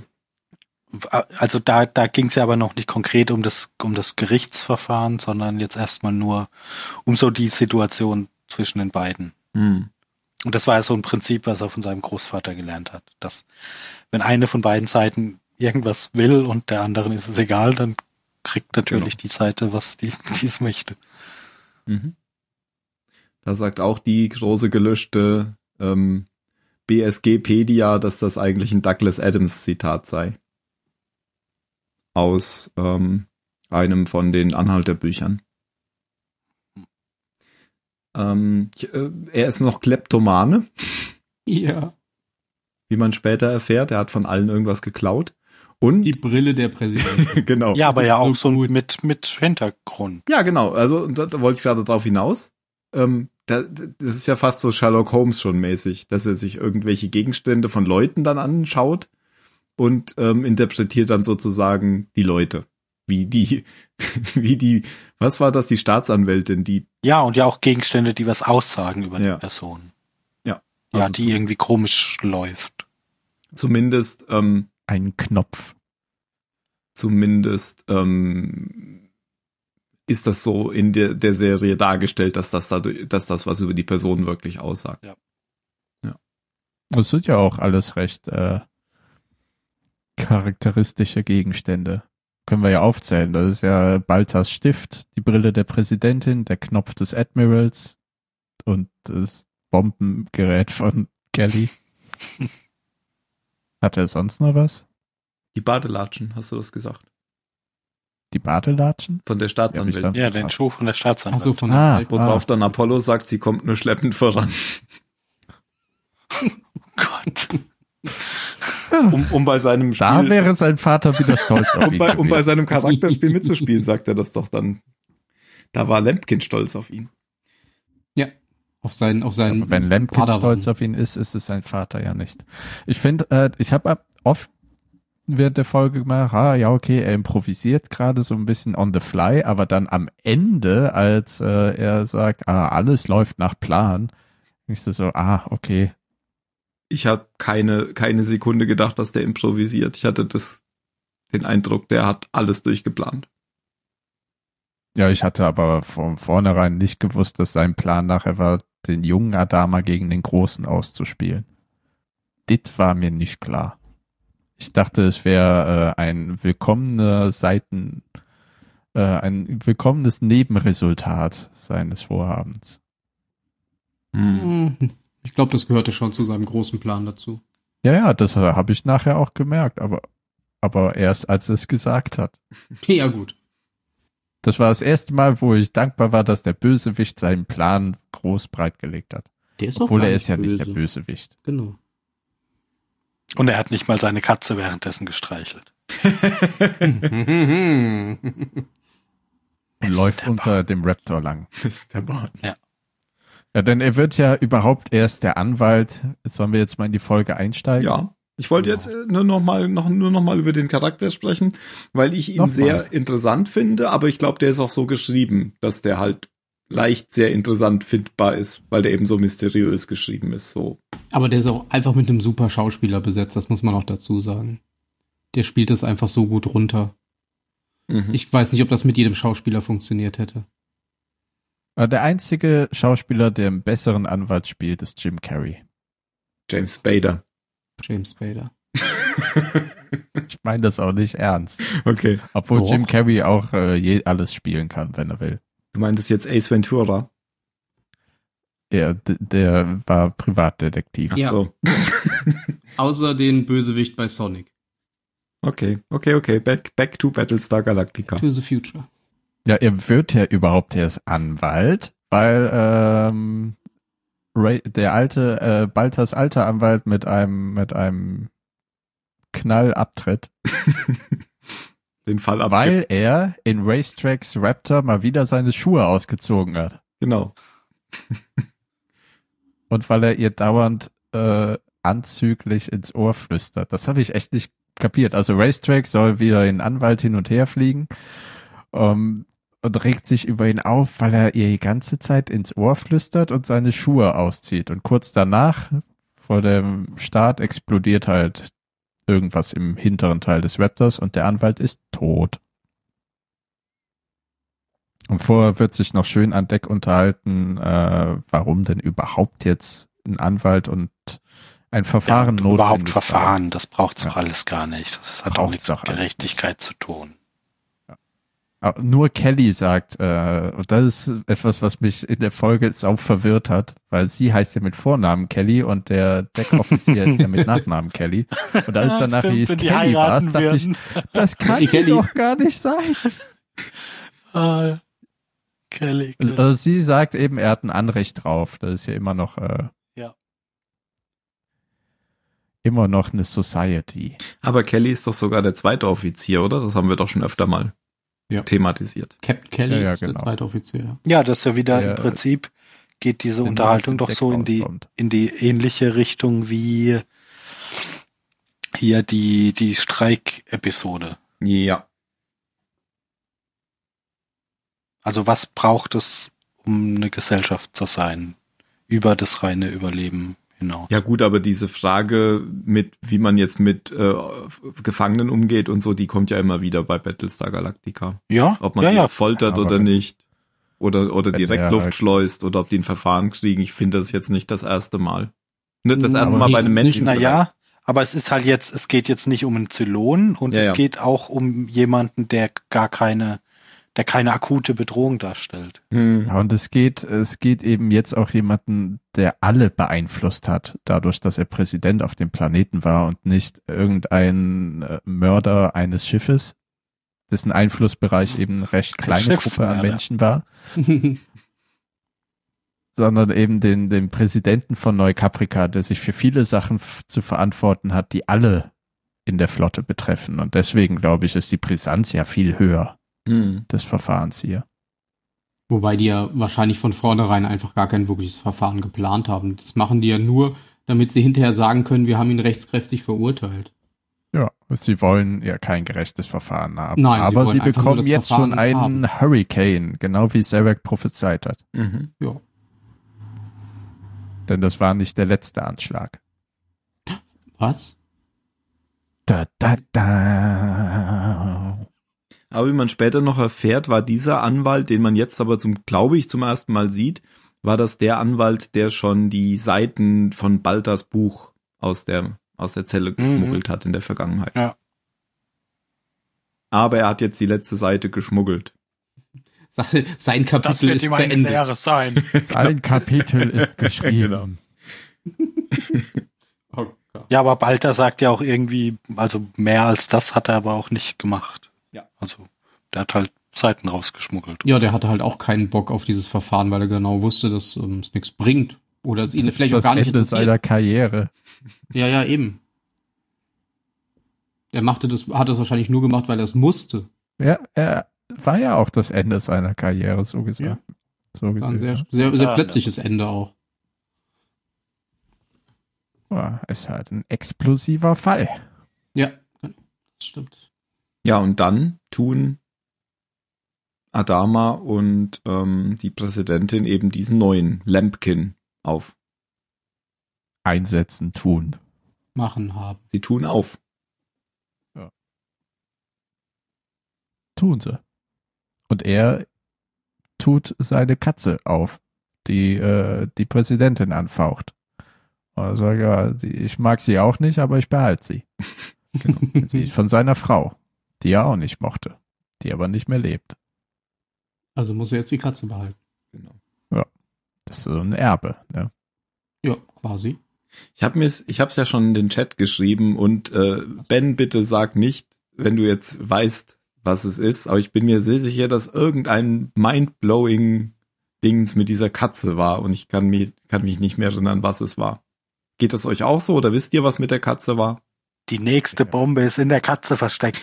A: Also da, da ging es ja aber noch nicht konkret um das, um das Gerichtsverfahren, sondern jetzt erstmal nur um so die Situation zwischen den beiden.
D: Hm.
A: Und das war ja so ein Prinzip, was er von seinem Großvater gelernt hat, dass wenn eine von beiden Seiten irgendwas will und der anderen ist es egal, dann kriegt natürlich die Seite, was die die es möchte.
D: Mhm. Da sagt auch die große gelöschte ähm, BSG-Pedia, dass das eigentlich ein Douglas Adams-Zitat sei. aus ähm, einem von den Anhalterbüchern. Ähm, ich, äh, er ist noch Kleptomane,
F: Ja.
D: wie man später erfährt. Er hat von allen irgendwas geklaut. Und
F: Die Brille der Präsidentin.
D: genau.
A: Ja, aber ja
F: so
A: auch so
F: gut.
A: mit, mit Hintergrund.
D: Ja, genau. Also und da, da wollte ich gerade drauf hinaus. Ähm, da, das ist ja fast so Sherlock Holmes schon mäßig, dass er sich irgendwelche Gegenstände von Leuten dann anschaut und ähm, interpretiert dann sozusagen die Leute. Wie die, wie die, was war das, die Staatsanwältin, die,
A: Ja, und ja auch Gegenstände, die was aussagen über
D: Ja.
A: die Person.
D: Ja.
A: Ja,
D: Also
A: die
D: zu-
A: irgendwie komisch läuft.
D: zumindest, ähm,
E: Ein Knopf.
D: zumindest ähm, ist das so in der, der Serie dargestellt, dass das dadurch, dass das was über die Person wirklich aussagt.
E: Das sind ja auch alles recht äh, charakteristische Gegenstände. Können wir ja aufzählen. Das ist ja Balthas Stift, die Brille der Präsidentin, der Knopf des Admirals und das Bombengerät von Kelly. Hat er sonst noch was?
D: Die Badelatschen, hast du das gesagt?
E: Die Badelatschen?
D: Von der
E: Ja, hab
D: Staatsanwältin.
E: ich
A: Ja, den
E: Krass.
A: Schuh von der Staatsanwalt.
F: Achso, von
E: Ah.
F: der
D: Worauf dann Apollo sagt, sie kommt nur schleppend voran.
A: Oh Gott.
D: Um, um bei seinem
E: Ah. Da wäre sein Vater wieder stolz auf
D: um,
E: ihn
D: bei, um bei
E: gewesen.
D: seinem Charakterspiel mitzuspielen, sagt er das doch dann. Da war Lempkin stolz auf ihn.
F: Auf seinen, auf seinen.
E: Aber wenn Lemkin
F: Padawan.
E: stolz auf ihn ist, ist es sein Vater ja nicht. Ich finde, äh, ich habe oft während der Folge gemacht, ah, ja, okay, er improvisiert gerade so ein bisschen on the fly, aber dann am Ende, als äh, er sagt, ah, alles läuft nach Plan, ist das so, ah, okay.
D: Ich habe keine, keine Sekunde gedacht, dass der improvisiert. Ich hatte das, den Eindruck, der hat alles durchgeplant.
E: Ja, ich hatte aber von vornherein nicht gewusst, dass sein Plan nachher war, den jungen Adama gegen den großen auszuspielen. Dit war mir nicht klar. Ich dachte, es wäre äh, ein willkommener Seiten, äh, ein willkommenes Nebenresultat seines Vorhabens.
F: Hm. Ich glaube, das gehörte schon zu seinem großen Plan dazu.
E: Ja, ja, das äh, habe ich nachher auch gemerkt, aber, aber erst als er es gesagt hat.
F: Ja, gut.
E: Das war das erste Mal, wo ich dankbar war, dass der Bösewicht seinen Plan groß breitgelegt hat.
F: Der ist
E: Obwohl er ist ja nicht der Bösewicht.
F: Genau.
A: Und er hat nicht mal seine Katze währenddessen gestreichelt.
E: Genau. und
A: Ist
E: läuft
A: der
E: unter dem Raptor lang.
D: Ist der Bahn.
E: Ja, denn er wird ja überhaupt erst der Anwalt. Jetzt sollen wir jetzt mal in die Folge einsteigen.
D: Ja. Ich wollte jetzt äh, nur noch mal, noch, nur noch mal über den Charakter sprechen, weil ich ihn
E: Nochmal.
D: sehr interessant finde, aber ich glaube, der ist auch so geschrieben, dass der halt leicht sehr interessant findbar ist, weil der eben so mysteriös geschrieben ist. So.
F: Aber der ist auch einfach mit einem super Schauspieler besetzt, das muss man auch dazu sagen. Der spielt das einfach so gut runter.
D: Mhm.
E: Hm.
F: Ich weiß nicht, ob das mit jedem Schauspieler funktioniert hätte.
E: Aber Äh, Der einzige Schauspieler, der einen besseren Anwalt spielt, ist Jim Carrey.
D: James Spader.
F: James Spader.
E: Ich meine das auch nicht ernst.
D: Okay.
E: Obwohl
F: Doch.
E: Jim Carrey auch äh, je, alles spielen kann, wenn er will.
D: Du meintest jetzt Ace Ventura.
E: Er, d- der war Privatdetektiv.
F: Ja.
D: So.
F: Außer den Bösewicht bei Sonic.
D: Okay, okay, okay. Back, back to Battlestar Galactica.
F: To the Future.
E: Ja, er wird ja überhaupt erst Anwalt, weil ähm, Ray, der alte, äh, Balthas alter Anwalt mit einem, mit einem Knall abtritt.
D: Den Fall ab.
E: Weil er in Racetracks Raptor mal wieder seine Schuhe ausgezogen hat.
D: Genau.
E: Und weil er ihr dauernd äh, anzüglich ins Ohr flüstert. Das habe ich echt nicht kapiert. Also Racetrack soll wieder den Anwalt hin und her fliegen ähm, und regt sich über ihn auf, weil er ihr die ganze Zeit ins Ohr flüstert und seine Schuhe auszieht. Und kurz danach, vor dem Start, explodiert halt irgendwas im hinteren Teil des Raptors und der Anwalt ist tot. Und vorher wird sich noch schön an Deck unterhalten, äh, warum denn überhaupt jetzt ein Anwalt und ein Verfahren
A: Ja,
E: notwendig
A: überhaupt
E: sei.
A: Verfahren, das braucht's
E: Ja.
A: doch alles gar nicht. Das hat auch
E: Braucht's
A: nichts
E: doch
A: mit
E: alles
A: Gerechtigkeit zu tun.
E: Ah, Nur Kelly sagt, äh, und das ist etwas, was mich in der Folge sau verwirrt hat, weil sie heißt ja mit Vornamen Kelly und der Deckoffizier ist ja mit Nachnamen Kelly. Und als danach
A: Stimmt,
E: hieß
A: wenn die
E: Kelly was,
A: heiraten
E: dachte ich,
A: würden.
E: das kann
F: Sie Kelly?
E: doch gar nicht sein.
A: Ah, Kelly. Kelly.
E: Also sie sagt eben, er hat ein Anrecht drauf. Das ist ja immer noch, äh,
A: Ja.
E: immer noch eine Society.
D: Aber Kelly ist doch sogar der zweite Offizier, oder? Das haben wir doch schon öfter mal
F: Ja.
D: thematisiert.
F: Captain Kelly
E: Ja, ja,
F: ist der
E: genau.
F: zweite Offizier.
A: Ja, das ist ja wieder
E: Der-
A: im Prinzip geht diese
E: Wenn
A: Unterhaltung
E: er aus
A: doch
E: dem
A: so
E: Deck
A: in die
E: rauskommt.
A: in die ähnliche Richtung wie hier die die Streik-Episode.
D: Ja.
A: Also was braucht es, um eine Gesellschaft zu sein über das reine Überleben hinaus?
D: Ja gut, aber diese Frage mit, wie man jetzt mit äh, Gefangenen umgeht und so, die kommt ja immer wieder bei Battlestar Galactica.
A: Ja,
D: Ob man
A: ja,
D: die
A: ja.
D: jetzt foltert
E: Ja, aber
D: oder
E: wenn-
D: nicht. Oder, oder
E: wenn
D: direkt
E: der
D: Luft
E: halt-
D: schleust oder ob die ein Verfahren kriegen. Ich finde das jetzt nicht das erste Mal. Nicht das erste
A: Aber
D: Mal bei
F: die
D: einem
F: ist nicht-
D: Menschen.
A: Naja, aber es ist halt jetzt, es geht jetzt nicht um einen Zylon und
D: Ja,
A: es
D: ja.
A: geht auch um jemanden, der gar keine, der keine akute Bedrohung darstellt.
D: Hm.
E: Ja, und es geht, es geht eben jetzt auch jemanden, der alle beeinflusst hat, dadurch, dass er Präsident auf dem Planeten war und nicht irgendein äh, Mörder eines Schiffes, dessen Einflussbereich eben eine recht
A: Kein
E: kleine Gruppe an
A: Schiffsmörder.
E: Menschen war, sondern eben den, den Präsidenten von Neukaprika, der sich für viele Sachen f- zu verantworten hat, die alle in der Flotte betreffen. Und deswegen, glaube ich, ist die Brisanz ja viel höher
D: Hm.
E: des Verfahrens hier.
F: Wobei die ja wahrscheinlich von vornherein einfach gar kein wirkliches Verfahren geplant haben. Das machen die ja nur, damit sie hinterher sagen können, wir haben ihn rechtskräftig verurteilt.
E: Ja, sie wollen ja kein gerechtes Verfahren haben.
F: Nein, sie
E: aber
F: wollen
E: sie,
F: einfach nur
E: bekommen
F: das
E: jetzt
F: Verfahren
E: schon einen Hurricane, genau wie Zarek prophezeit hat.
D: Mhm.
F: Ja.
E: Denn das war nicht der letzte Anschlag.
F: Was?
E: Da, da, da.
D: Aber wie man später noch erfährt, war dieser Anwalt, den man jetzt aber zum, glaube ich, zum ersten Mal sieht, war das der Anwalt, der schon die Seiten von Balthas Buch aus der, aus der Zelle geschmuggelt hat in der Vergangenheit.
A: Ja.
D: Aber er hat jetzt die letzte Seite geschmuggelt.
F: Sein Kapitel ist beendet.
A: sein.
E: Ein Kapitel ist geschrieben.
D: Genau.
F: Oh Gott.
A: Ja, aber Balter sagt ja auch irgendwie, also mehr als das hat er aber auch nicht gemacht.
D: Ja.
A: Also, der hat halt Seiten rausgeschmuggelt.
F: Ja, der hatte halt auch keinen Bock auf dieses Verfahren, weil er genau wusste, dass ähm, es nichts bringt. Oder es ihn
E: Das
F: vielleicht
E: ist
F: auch
E: das
F: gar nicht
E: Ende
F: interessiert.
E: seiner Karriere.
F: Ja, ja, eben. Er machte das, hat das wahrscheinlich nur gemacht, weil er es musste.
E: Ja, er war ja auch das Ende seiner Karriere, so gesagt.
F: Ja.
E: So
F: Das war ein
E: gesehen,
F: sehr, sehr, sehr
A: Ah,
F: plötzliches Ende auch.
E: ja. Ist halt ein explosiver Fall.
F: Ja, das stimmt.
D: Ja, und dann tun Adama und ähm, die Präsidentin eben diesen neuen Lampkin auf.
E: Einsetzen, tun.
F: Machen haben.
D: Sie tun auf.
E: tun sie. Und er tut seine Katze auf, die äh, die Präsidentin anfaucht. Und er sagt, ja, die, ich mag sie auch nicht, aber ich behalte sie. Genau. Und sie ist von seiner Frau, die er auch nicht mochte, die aber nicht mehr lebt.
F: also muss er jetzt die Katze behalten.
D: Genau.
E: Das ist so ein Erbe. Ne?
F: Ja, quasi.
D: Ich habe mir's, ich hab's ja schon in den Chat geschrieben und äh, Ben, bitte sag nicht, wenn du jetzt weißt, was es ist, aber ich bin mir sehr sicher, dass irgendein mindblowing Dings mit dieser Katze war und ich kann mich, kann mich nicht mehr erinnern, was es war. Geht das euch auch so oder wisst ihr, was mit der Katze war?
A: Die nächste
E: Ja.
A: Bombe ist in der Katze versteckt.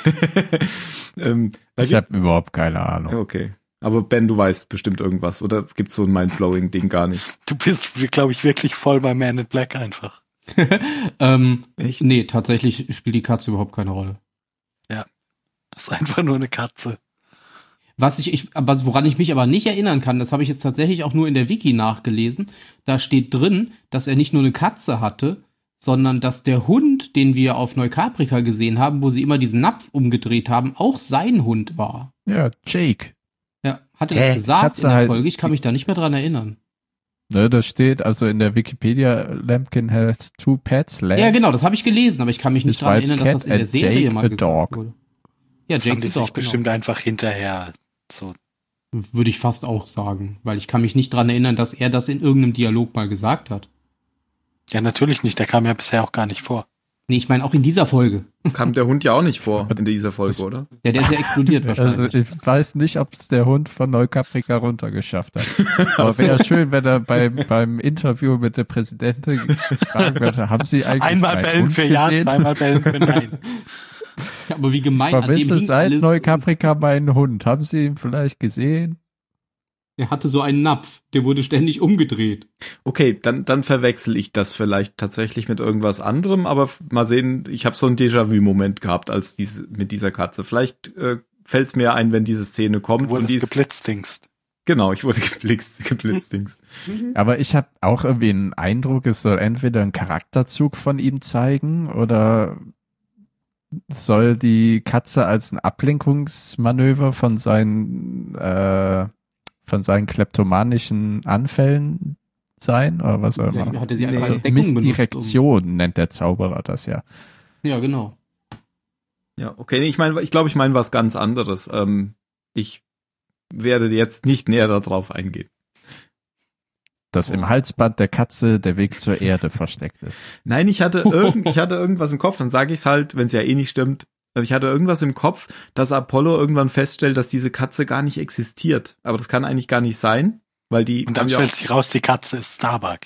D: ähm,
E: Ich habe überhaupt keine Ahnung.
D: okay. Aber Ben, du weißt bestimmt irgendwas oder gibt's so ein mindblowing Ding gar nicht?
A: Du bist, glaube ich, wirklich voll bei Man in Black einfach.
F: Ähm,
D: Echt?
F: nee, tatsächlich spielt die Katze überhaupt keine Rolle.
A: Das ist einfach nur eine Katze.
F: Was ich, ich was, woran ich mich aber nicht erinnern kann, das habe ich jetzt tatsächlich auch nur in der Wiki nachgelesen. Da steht drin, dass er nicht nur eine Katze hatte, sondern dass der Hund, den wir auf Neukaprika gesehen haben, wo sie immer diesen Napf umgedreht haben, auch sein Hund war.
E: Ja, Jake.
F: Ja, hat er
E: Hä?
F: das gesagt
E: Katze
F: in der
E: halt-
F: Folge? Ich kann mich da nicht mehr dran erinnern.
E: Ne, das steht also in der Wikipedia, Lampkin has two pets, Lamp.
F: Ja, genau, das habe ich gelesen, aber ich kann mich nicht
E: His
F: dran
E: wife's
F: erinnern, dass das
E: cat
F: in der
E: and
F: Serie
E: Jake
F: mal
E: a
F: gesagt
E: dog.
F: wurde. Ja,
A: Haben
F: Jake
A: die
F: ist
A: sich
F: auch genau.
A: bestimmt einfach hinterher So.
F: Würde ich fast auch sagen, weil ich kann mich nicht dran erinnern, dass er das in irgendeinem Dialog mal gesagt hat.
A: Ja, natürlich nicht. Der kam ja bisher auch gar nicht vor.
F: Nee, ich meine auch in dieser Folge.
D: Kam der Hund ja auch nicht vor in dieser Folge, oder?
F: Ja, der ist ja explodiert wahrscheinlich.
E: Also ich weiß nicht, ob es der Hund von Neukaprika runtergeschafft hat. Aber
A: Also
E: wäre schön, wenn er beim, beim Interview mit der Präsidentin fragen würde, haben Sie eigentlich
A: Einmal
E: meinen
A: bellen
E: Hund
A: für Ja,
E: gesehen?
A: zweimal bellen für Nein.
F: Aber wie gemein, an dem
E: Vermisse
F: hing
E: seit
F: alles,
E: Neukaprika meinen Hund. Haben Sie ihn vielleicht gesehen?
F: er hatte so einen Napf, der wurde ständig umgedreht.
D: Okay, dann, dann verwechsel ich das vielleicht tatsächlich mit irgendwas anderem, aber f- mal sehen, ich habe so einen Déjà-vu-Moment gehabt als diese, mit dieser Katze. Vielleicht äh, fällt es mir ein, wenn diese Szene kommt.
A: Du wurdest
D: die ist-
A: geblitzdingst.
D: genau, ich wurde geblixt, geblitzdings.
E: Aber ich habe auch irgendwie einen Eindruck, es soll entweder ein Charakterzug von ihm zeigen oder soll die Katze als ein Ablenkungsmanöver von seinen äh, von seinen kleptomanischen Anfällen sein oder was auch
F: Vielleicht
E: immer.
F: hatte sie einfach
E: Also
F: als Deckung benutzt.
E: Missdirektion nennt der Zauberer das ja.
F: Um, ja, genau.
D: Ja, okay, nee, ich meine, ich glaube, ich meine was ganz anderes. Ähm, ich werde jetzt nicht näher darauf eingehen.
E: Dass
F: Oh.
E: im Halsband der Katze der Weg zur Erde versteckt ist.
D: Nein, ich hatte, irgend, ich hatte irgendwas im Kopf, dann sage ich es halt, wenn es ja eh nicht stimmt. Aber Ich hatte irgendwas im Kopf, dass Apollo irgendwann feststellt, dass diese Katze gar nicht existiert. Aber das kann eigentlich gar nicht sein, weil die
A: Und dann
D: haben ja
A: stellt sich raus, die Katze ist Starbuck.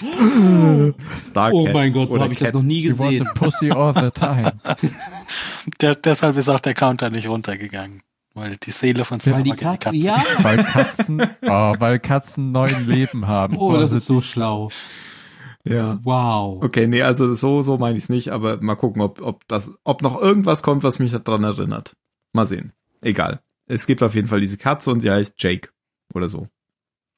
D: auch Star
F: Oh mein Gott, so
D: oder
F: habe ich das
D: Cat.
F: noch nie
E: You was
F: gesehen.
E: a pussy all the time.
A: Der, deshalb ist auch der Counter nicht runtergegangen. Weil die Seele von
F: Weil
A: Starbuck
F: die
A: in die
F: Katze,
A: Katze.
F: ja.
E: Weil Katzen, oh, weil Katzen neuen Leben haben.
F: Oh, das ist so schlau.
D: Ja.
F: Wow.
D: Okay, nee, also so, so meine ich es nicht, aber mal gucken, ob, ob das, ob noch irgendwas kommt, was mich daran erinnert. Mal sehen. Egal. Es gibt auf jeden Fall diese Katze und sie heißt Jake. Oder so.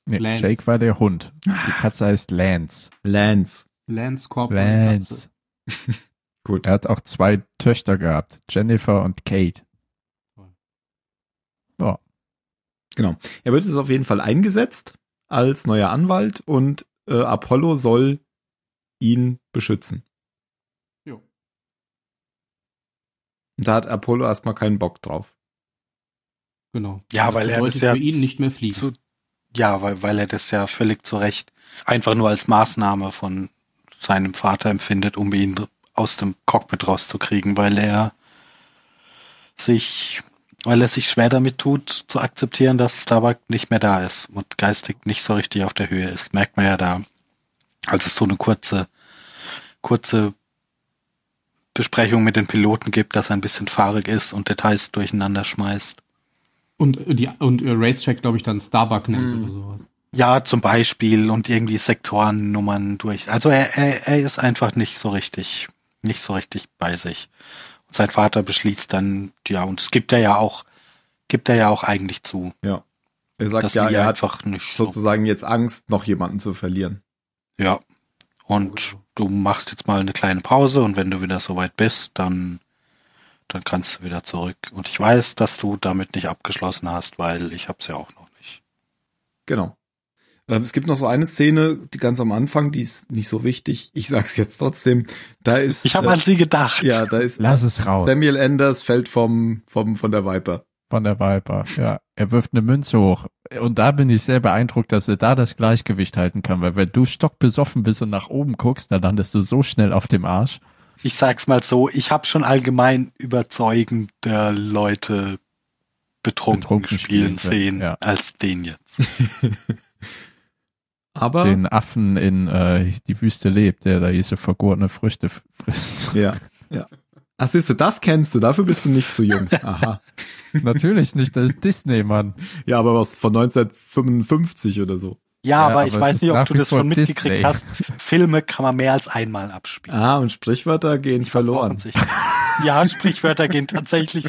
E: nee,
F: Lance. Ah.
E: Jake war der Hund. Die Katze heißt Lance.
D: Lance.
F: Lance Corporal. Katze.
E: Lance.
D: Gut.
E: Er hat auch zwei Töchter gehabt, Jennifer und Kate. Ja,
D: Er wird jetzt auf jeden Fall eingesetzt als neuer Anwalt und äh, Apollo soll ihn beschützen.
F: Jo.
D: Und da hat Apollo erstmal keinen Bock drauf.
F: Genau.
A: Ja, weil er
F: bedeutet
A: das ja
F: für ihn nicht mehr fliegen.
A: Zu, ja, weil, weil er das ja völlig zu Recht einfach nur als Maßnahme von seinem Vater empfindet, um ihn dr- aus dem Cockpit rauszukriegen, weil er sich, weil er sich schwer damit tut, zu akzeptieren, dass Starbuck nicht mehr da ist und geistig nicht so richtig auf der Höhe ist. Merkt man ja da, als es so eine kurze, kurze Besprechung mit den Piloten gibt, dass er ein bisschen fahrig ist und Details durcheinander schmeißt.
F: Und, äh, die, und äh, Racetrack, glaube ich, dann Starbuck nennt
A: Hm.
F: oder sowas.
A: Ja, zum Beispiel und irgendwie Sektorennummern durch. Also er, er, er ist einfach nicht so richtig, nicht so richtig bei sich. Und sein Vater beschließt dann, ja, und es gibt er ja auch, gibt er ja auch eigentlich zu,
D: Er sagt
A: dass
D: ja,
A: die
D: er hat
A: einfach nicht so,
D: sozusagen jetzt Angst, noch jemanden zu verlieren.
A: ja. Und du machst jetzt mal eine kleine Pause und wenn du wieder soweit bist, dann, dann kannst du wieder zurück. Und ich weiß, dass du damit nicht abgeschlossen hast, weil ich hab's ja auch noch nicht.
D: Genau. Ähm, es gibt noch so eine Szene, die ganz am Anfang, die ist nicht so wichtig. Ich sag's jetzt trotzdem. Da ist
A: Ich habe
D: äh,
A: an sie gedacht.
D: ja, da ist
E: lass es raus.
D: Samuel Anders fällt vom vom von der Viper.
E: Von der Viper, ja. Er wirft eine Münze hoch. Und da bin ich sehr beeindruckt, dass er da das Gleichgewicht halten kann, weil wenn du stockbesoffen bist und nach oben guckst, dann landest du so schnell auf dem Arsch.
A: ich sag's mal so, ich habe schon allgemein überzeugende Leute betrunken,
E: Betrunken spielen
A: spielen sehen
E: sehen, ja.
A: als den jetzt.
D: Aber
E: Den Affen in äh, die Wüste lebt, der da diese vergorene Früchte f- frisst.
D: Ja, ja. Ach, siehst du, das kennst du, dafür bist du nicht zu jung. Aha.
E: Natürlich nicht, das ist Disney, Mann.
D: Ja, aber was von 1955 oder so.
A: Ja,
E: Ja,
A: aber,
E: aber
A: ich
E: es
A: weiß
E: ist
A: nicht, ob
E: nach
A: du
E: wie
A: das
E: vor
A: schon mitgekriegt
E: Disney. Äh,
A: hast. Filme kann man mehr als einmal abspielen.
D: Ah, und Sprichwörter gehen verloren.
A: Sich. Ja, Sprichwörter gehen tatsächlich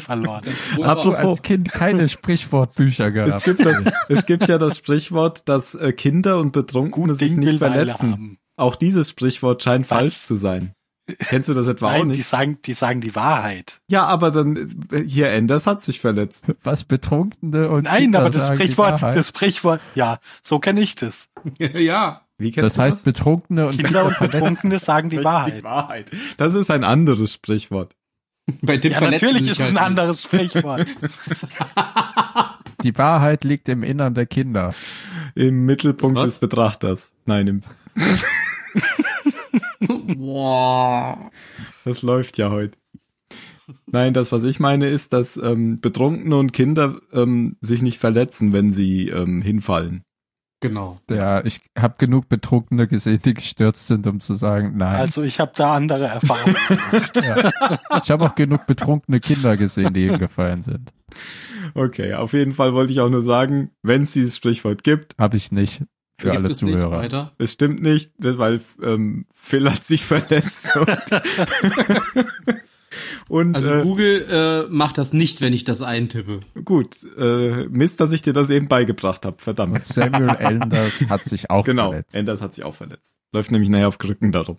A: verloren.
E: Hast du als Kind keine Sprichwortbücher
D: Es
E: gehabt?
D: gibt, das, es gibt ja das Sprichwort, dass äh, Kinder und Betrunkene sich
A: Ding
D: nicht
A: will Weile
D: verletzen.
A: haben.
D: Auch dieses Sprichwort scheint
A: Was?
D: falsch zu sein. Kennst du das etwa auch
A: Nein, die
D: nicht?
A: sagen, die sagen die Wahrheit.
D: Ja, aber dann äh, hier Anders hat sich verletzt.
E: Was Betrunkene und
A: Nein,
E: Kinder
A: aber das
E: sagen die
A: Sprichwort,
E: Wahrheit?
A: das Sprichwort, ja, so kenne ich das.
F: ja.
D: Wie kennst
E: Das
D: du
E: heißt
D: das?
E: Betrunkene und
A: Kinder und
E: verletzen.
A: Betrunkene sagen die Wahrheit.
D: Die Wahrheit. Das ist ein anderes Sprichwort.
F: Bei dem
A: Ja,
F: verletzen
E: halt
A: natürlich
F: sich
A: ist es
F: halt
A: ein
F: nicht.
A: anderes Sprichwort.
E: Die Wahrheit liegt im Innern der Kinder.
D: Im Mittelpunkt
F: Was?
D: des Betrachters. Nein, im,
F: Boah.
D: das läuft ja heute. Nein, das, was ich meine, ist, dass ähm, Betrunkene und Kinder ähm, sich nicht verletzen, wenn sie ähm, hinfallen.
F: Genau.
E: Ja, ich habe genug Betrunkene gesehen, die gestürzt sind, um zu sagen, nein.
A: Also ich habe da andere Erfahrungen.
E: Ich habe auch genug betrunkene Kinder gesehen, die hingefallen sind.
D: Okay, auf jeden Fall wollte ich auch nur sagen, wenn es dieses Sprichwort gibt,
E: Habe ich nicht für
F: Gibt
E: alle
F: es nicht
E: Zuhörer.
F: weiter?
D: es stimmt nicht, weil ähm, Phil hat sich verletzt. Und, und
F: Also
D: äh,
F: Google äh, macht das nicht, wenn ich das eintippe.
D: Gut, äh, Mist, dass ich dir das eben beigebracht habe.
E: Und
D: Verdammt.
E: Samuel Enders hat sich auch
D: genau,
E: verletzt.
D: Enders hat sich auch verletzt. Läuft nämlich nachher auf Krücken darum.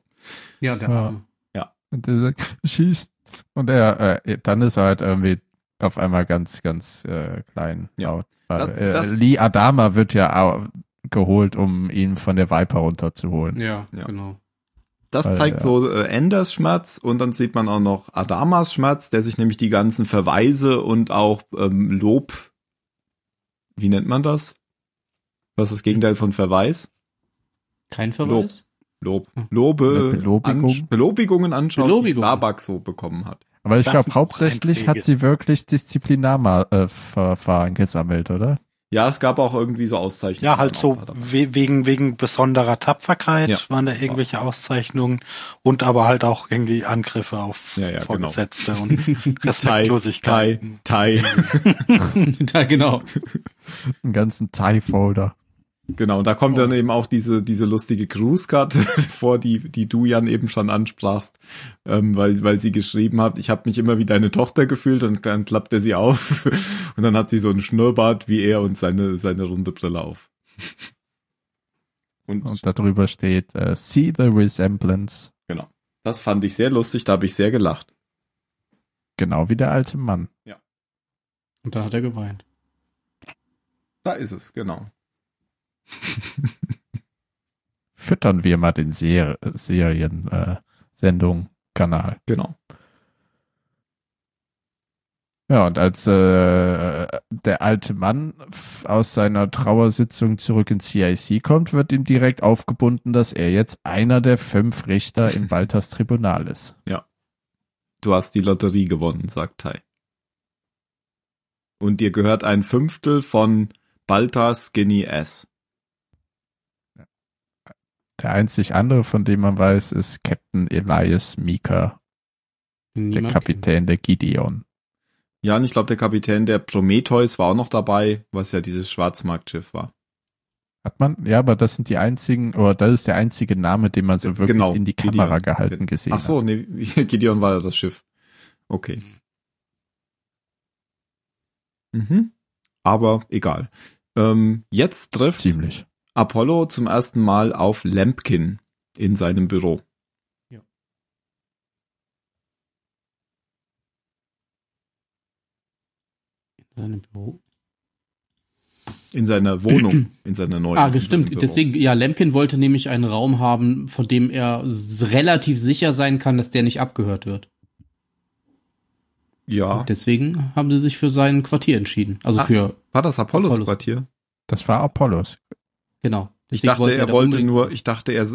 F: Ja, der
E: Ja.
F: Arme.
E: Und er sagt, schießt. Und er, äh, dann ist er halt irgendwie auf einmal ganz, ganz äh, klein.
D: Ja.
E: laut.
D: Das-
E: Weil,
D: das-
E: äh, Lee Adama wird ja au- geholt, um ihn von der Viper runterzuholen.
F: Ja,
D: Ja.
F: genau.
D: Das
E: Weil,
D: zeigt
E: ja.
D: so äh, Enders Schmerz und dann sieht man auch noch Adamas Schmerz, der sich nämlich die ganzen Verweise und auch ähm, Lob, wie nennt man das? Was ist das Gegenteil von Verweis?
F: Kein Verweis?
D: Lob.
F: Hm.
D: Lobe,
E: Eine Belobigung.
D: ansch- Belobigungen anschauen, die
F: Belobigung.
D: Starbucks so bekommen hat.
E: Aber ich
A: Das
E: glaube,
A: sind
E: hauptsächlich
A: Einträge.
E: hat sie wirklich Disziplinarverfahren äh, Verfahren gesammelt, oder?
D: Ja, es gab auch irgendwie so Auszeichnungen. Genau,
A: Ja, halt
E: Genau,
A: so
D: Auch dabei.
A: we wegen, wegen besonderer Tapferkeit
D: Ja.
A: waren da irgendwelche Auszeichnungen und aber halt auch irgendwie Angriffe auf
D: Ja, ja, genau.
A: Vorgesetzte und
D: Tai, Tai,
A: Respektlosigkeit.
D: Tai.
F: da, genau.
E: Einen ganzen TIE-Folder.
D: Genau, und da kommt
F: Oh.
D: dann eben auch diese, diese lustige Grußkarte vor, die, die du Jan eben schon ansprachst, ähm, weil, weil sie geschrieben hat, ich habe mich immer wie deine Tochter gefühlt und dann klappt er sie auf und dann hat sie so einen Schnurrbart wie er und seine, seine runde Brille auf. Und
E: Und darüber steht, äh, see the resemblance.
D: das fand ich sehr lustig, da habe ich sehr gelacht.
E: Genau wie der alte Mann.
F: Und dann hat er geweint.
D: Da ist es, genau.
E: Füttern wir mal den Ser Serien, äh, Sendung, Kanal.
D: Genau.
E: Ja, und als äh, der alte Mann f- aus seiner Trauersitzung zurück ins CIC kommt, wird ihm direkt aufgebunden, dass er jetzt einer der fünf Richter im Balthas Tribunal ist.
D: Du hast die Lotterie gewonnen, sagt Tai. Und dir gehört ein Fünftel von Balta Skinny S.
E: Der einzig andere, von dem man weiß, ist Captain Elias Mika, der
F: Niemand
E: Kapitän der Gideon.
D: Ja, und ich glaube, der Kapitän der Prometheus war auch noch dabei, was ja dieses Schwarzmarktschiff war.
E: Hat man? Ja, aber das sind die einzigen, oder das ist der einzige Name, den man so wirklich
D: Genau,
E: in die
D: Gideon.
E: Kamera gehalten gesehen
D: Ach so,
E: hat.
D: nee, Gideon war das Schiff. Okay. Mhm. Aber egal. Ähm, jetzt trifft
E: Ziemlich.
D: Apollo zum ersten Mal auf Lampkin in seinem Büro.
F: Ja. in seinem Büro.
D: In seiner Wohnung, in seiner neuen
F: Ah,
D: in seinem
F: stimmt.
D: Büro.
F: Deswegen, ja, Lemkin wollte nämlich einen Raum haben, von dem er s- relativ sicher sein kann, dass der nicht abgehört wird.
D: Ja.
F: Und deswegen haben sie sich für sein Quartier entschieden. Also
D: Ah.
F: für,
D: War das Apollos,
F: Apollos.
D: Quartier?
E: Das war Apollos.
F: genau.
D: Ich
F: Deswegen
D: dachte, er
F: da
D: wollte
F: unbedingt-
D: nur, ich dachte, er,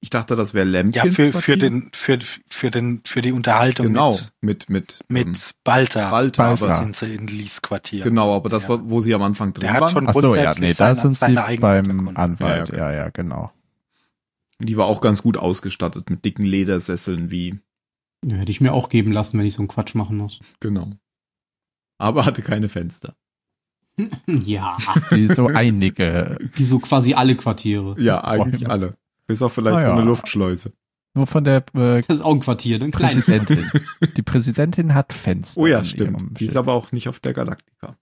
D: ich dachte, das wäre Lampkins
A: Ja, für, für
D: Quartier.
A: den, für, für den, für die Unterhaltung
D: Genau,
A: mit,
D: mit, mit,
A: mit
D: ähm,
A: Balta,
D: Balta,
E: Mhm. Balta.
D: aber
E: Ja.
A: sind sie in Lees Quartier.
D: Genau, aber das
A: Ja.
D: war, wo sie am Anfang drin
A: Der hat
D: waren.
A: schon
E: Ach so, ja,
A: grundsätzlich
E: nee, da
A: seine-
E: sind sie
A: seine eigene
E: beim
A: Unterkunft.
E: Anwalt.
D: Ja,
E: Ja, ja, genau.
D: Die war auch ganz gut ausgestattet mit dicken Ledersesseln wie.
F: Ja, hätte ich mir auch geben lassen, wenn ich so einen Quatsch machen muss.
D: Genau. Aber hatte keine Fenster.
F: ja,
E: Wie so einige.
F: wie so quasi alle Quartiere.
D: Ja, eigentlich
E: Bäume.
D: alle. Bis auf vielleicht
E: Ah,
D: so eine
E: ja.
D: Luftschleuse.
E: Nur von der äh,
F: Das ist auch ein Quartier, ne? ein kleines.
E: Präsidentin. Die Präsidentin hat Fenster.
D: Oh ja,
E: in
A: eh
E: ihrem
D: stimmt. Die ist
E: Schiff.
D: aber auch nicht auf der Galaktika.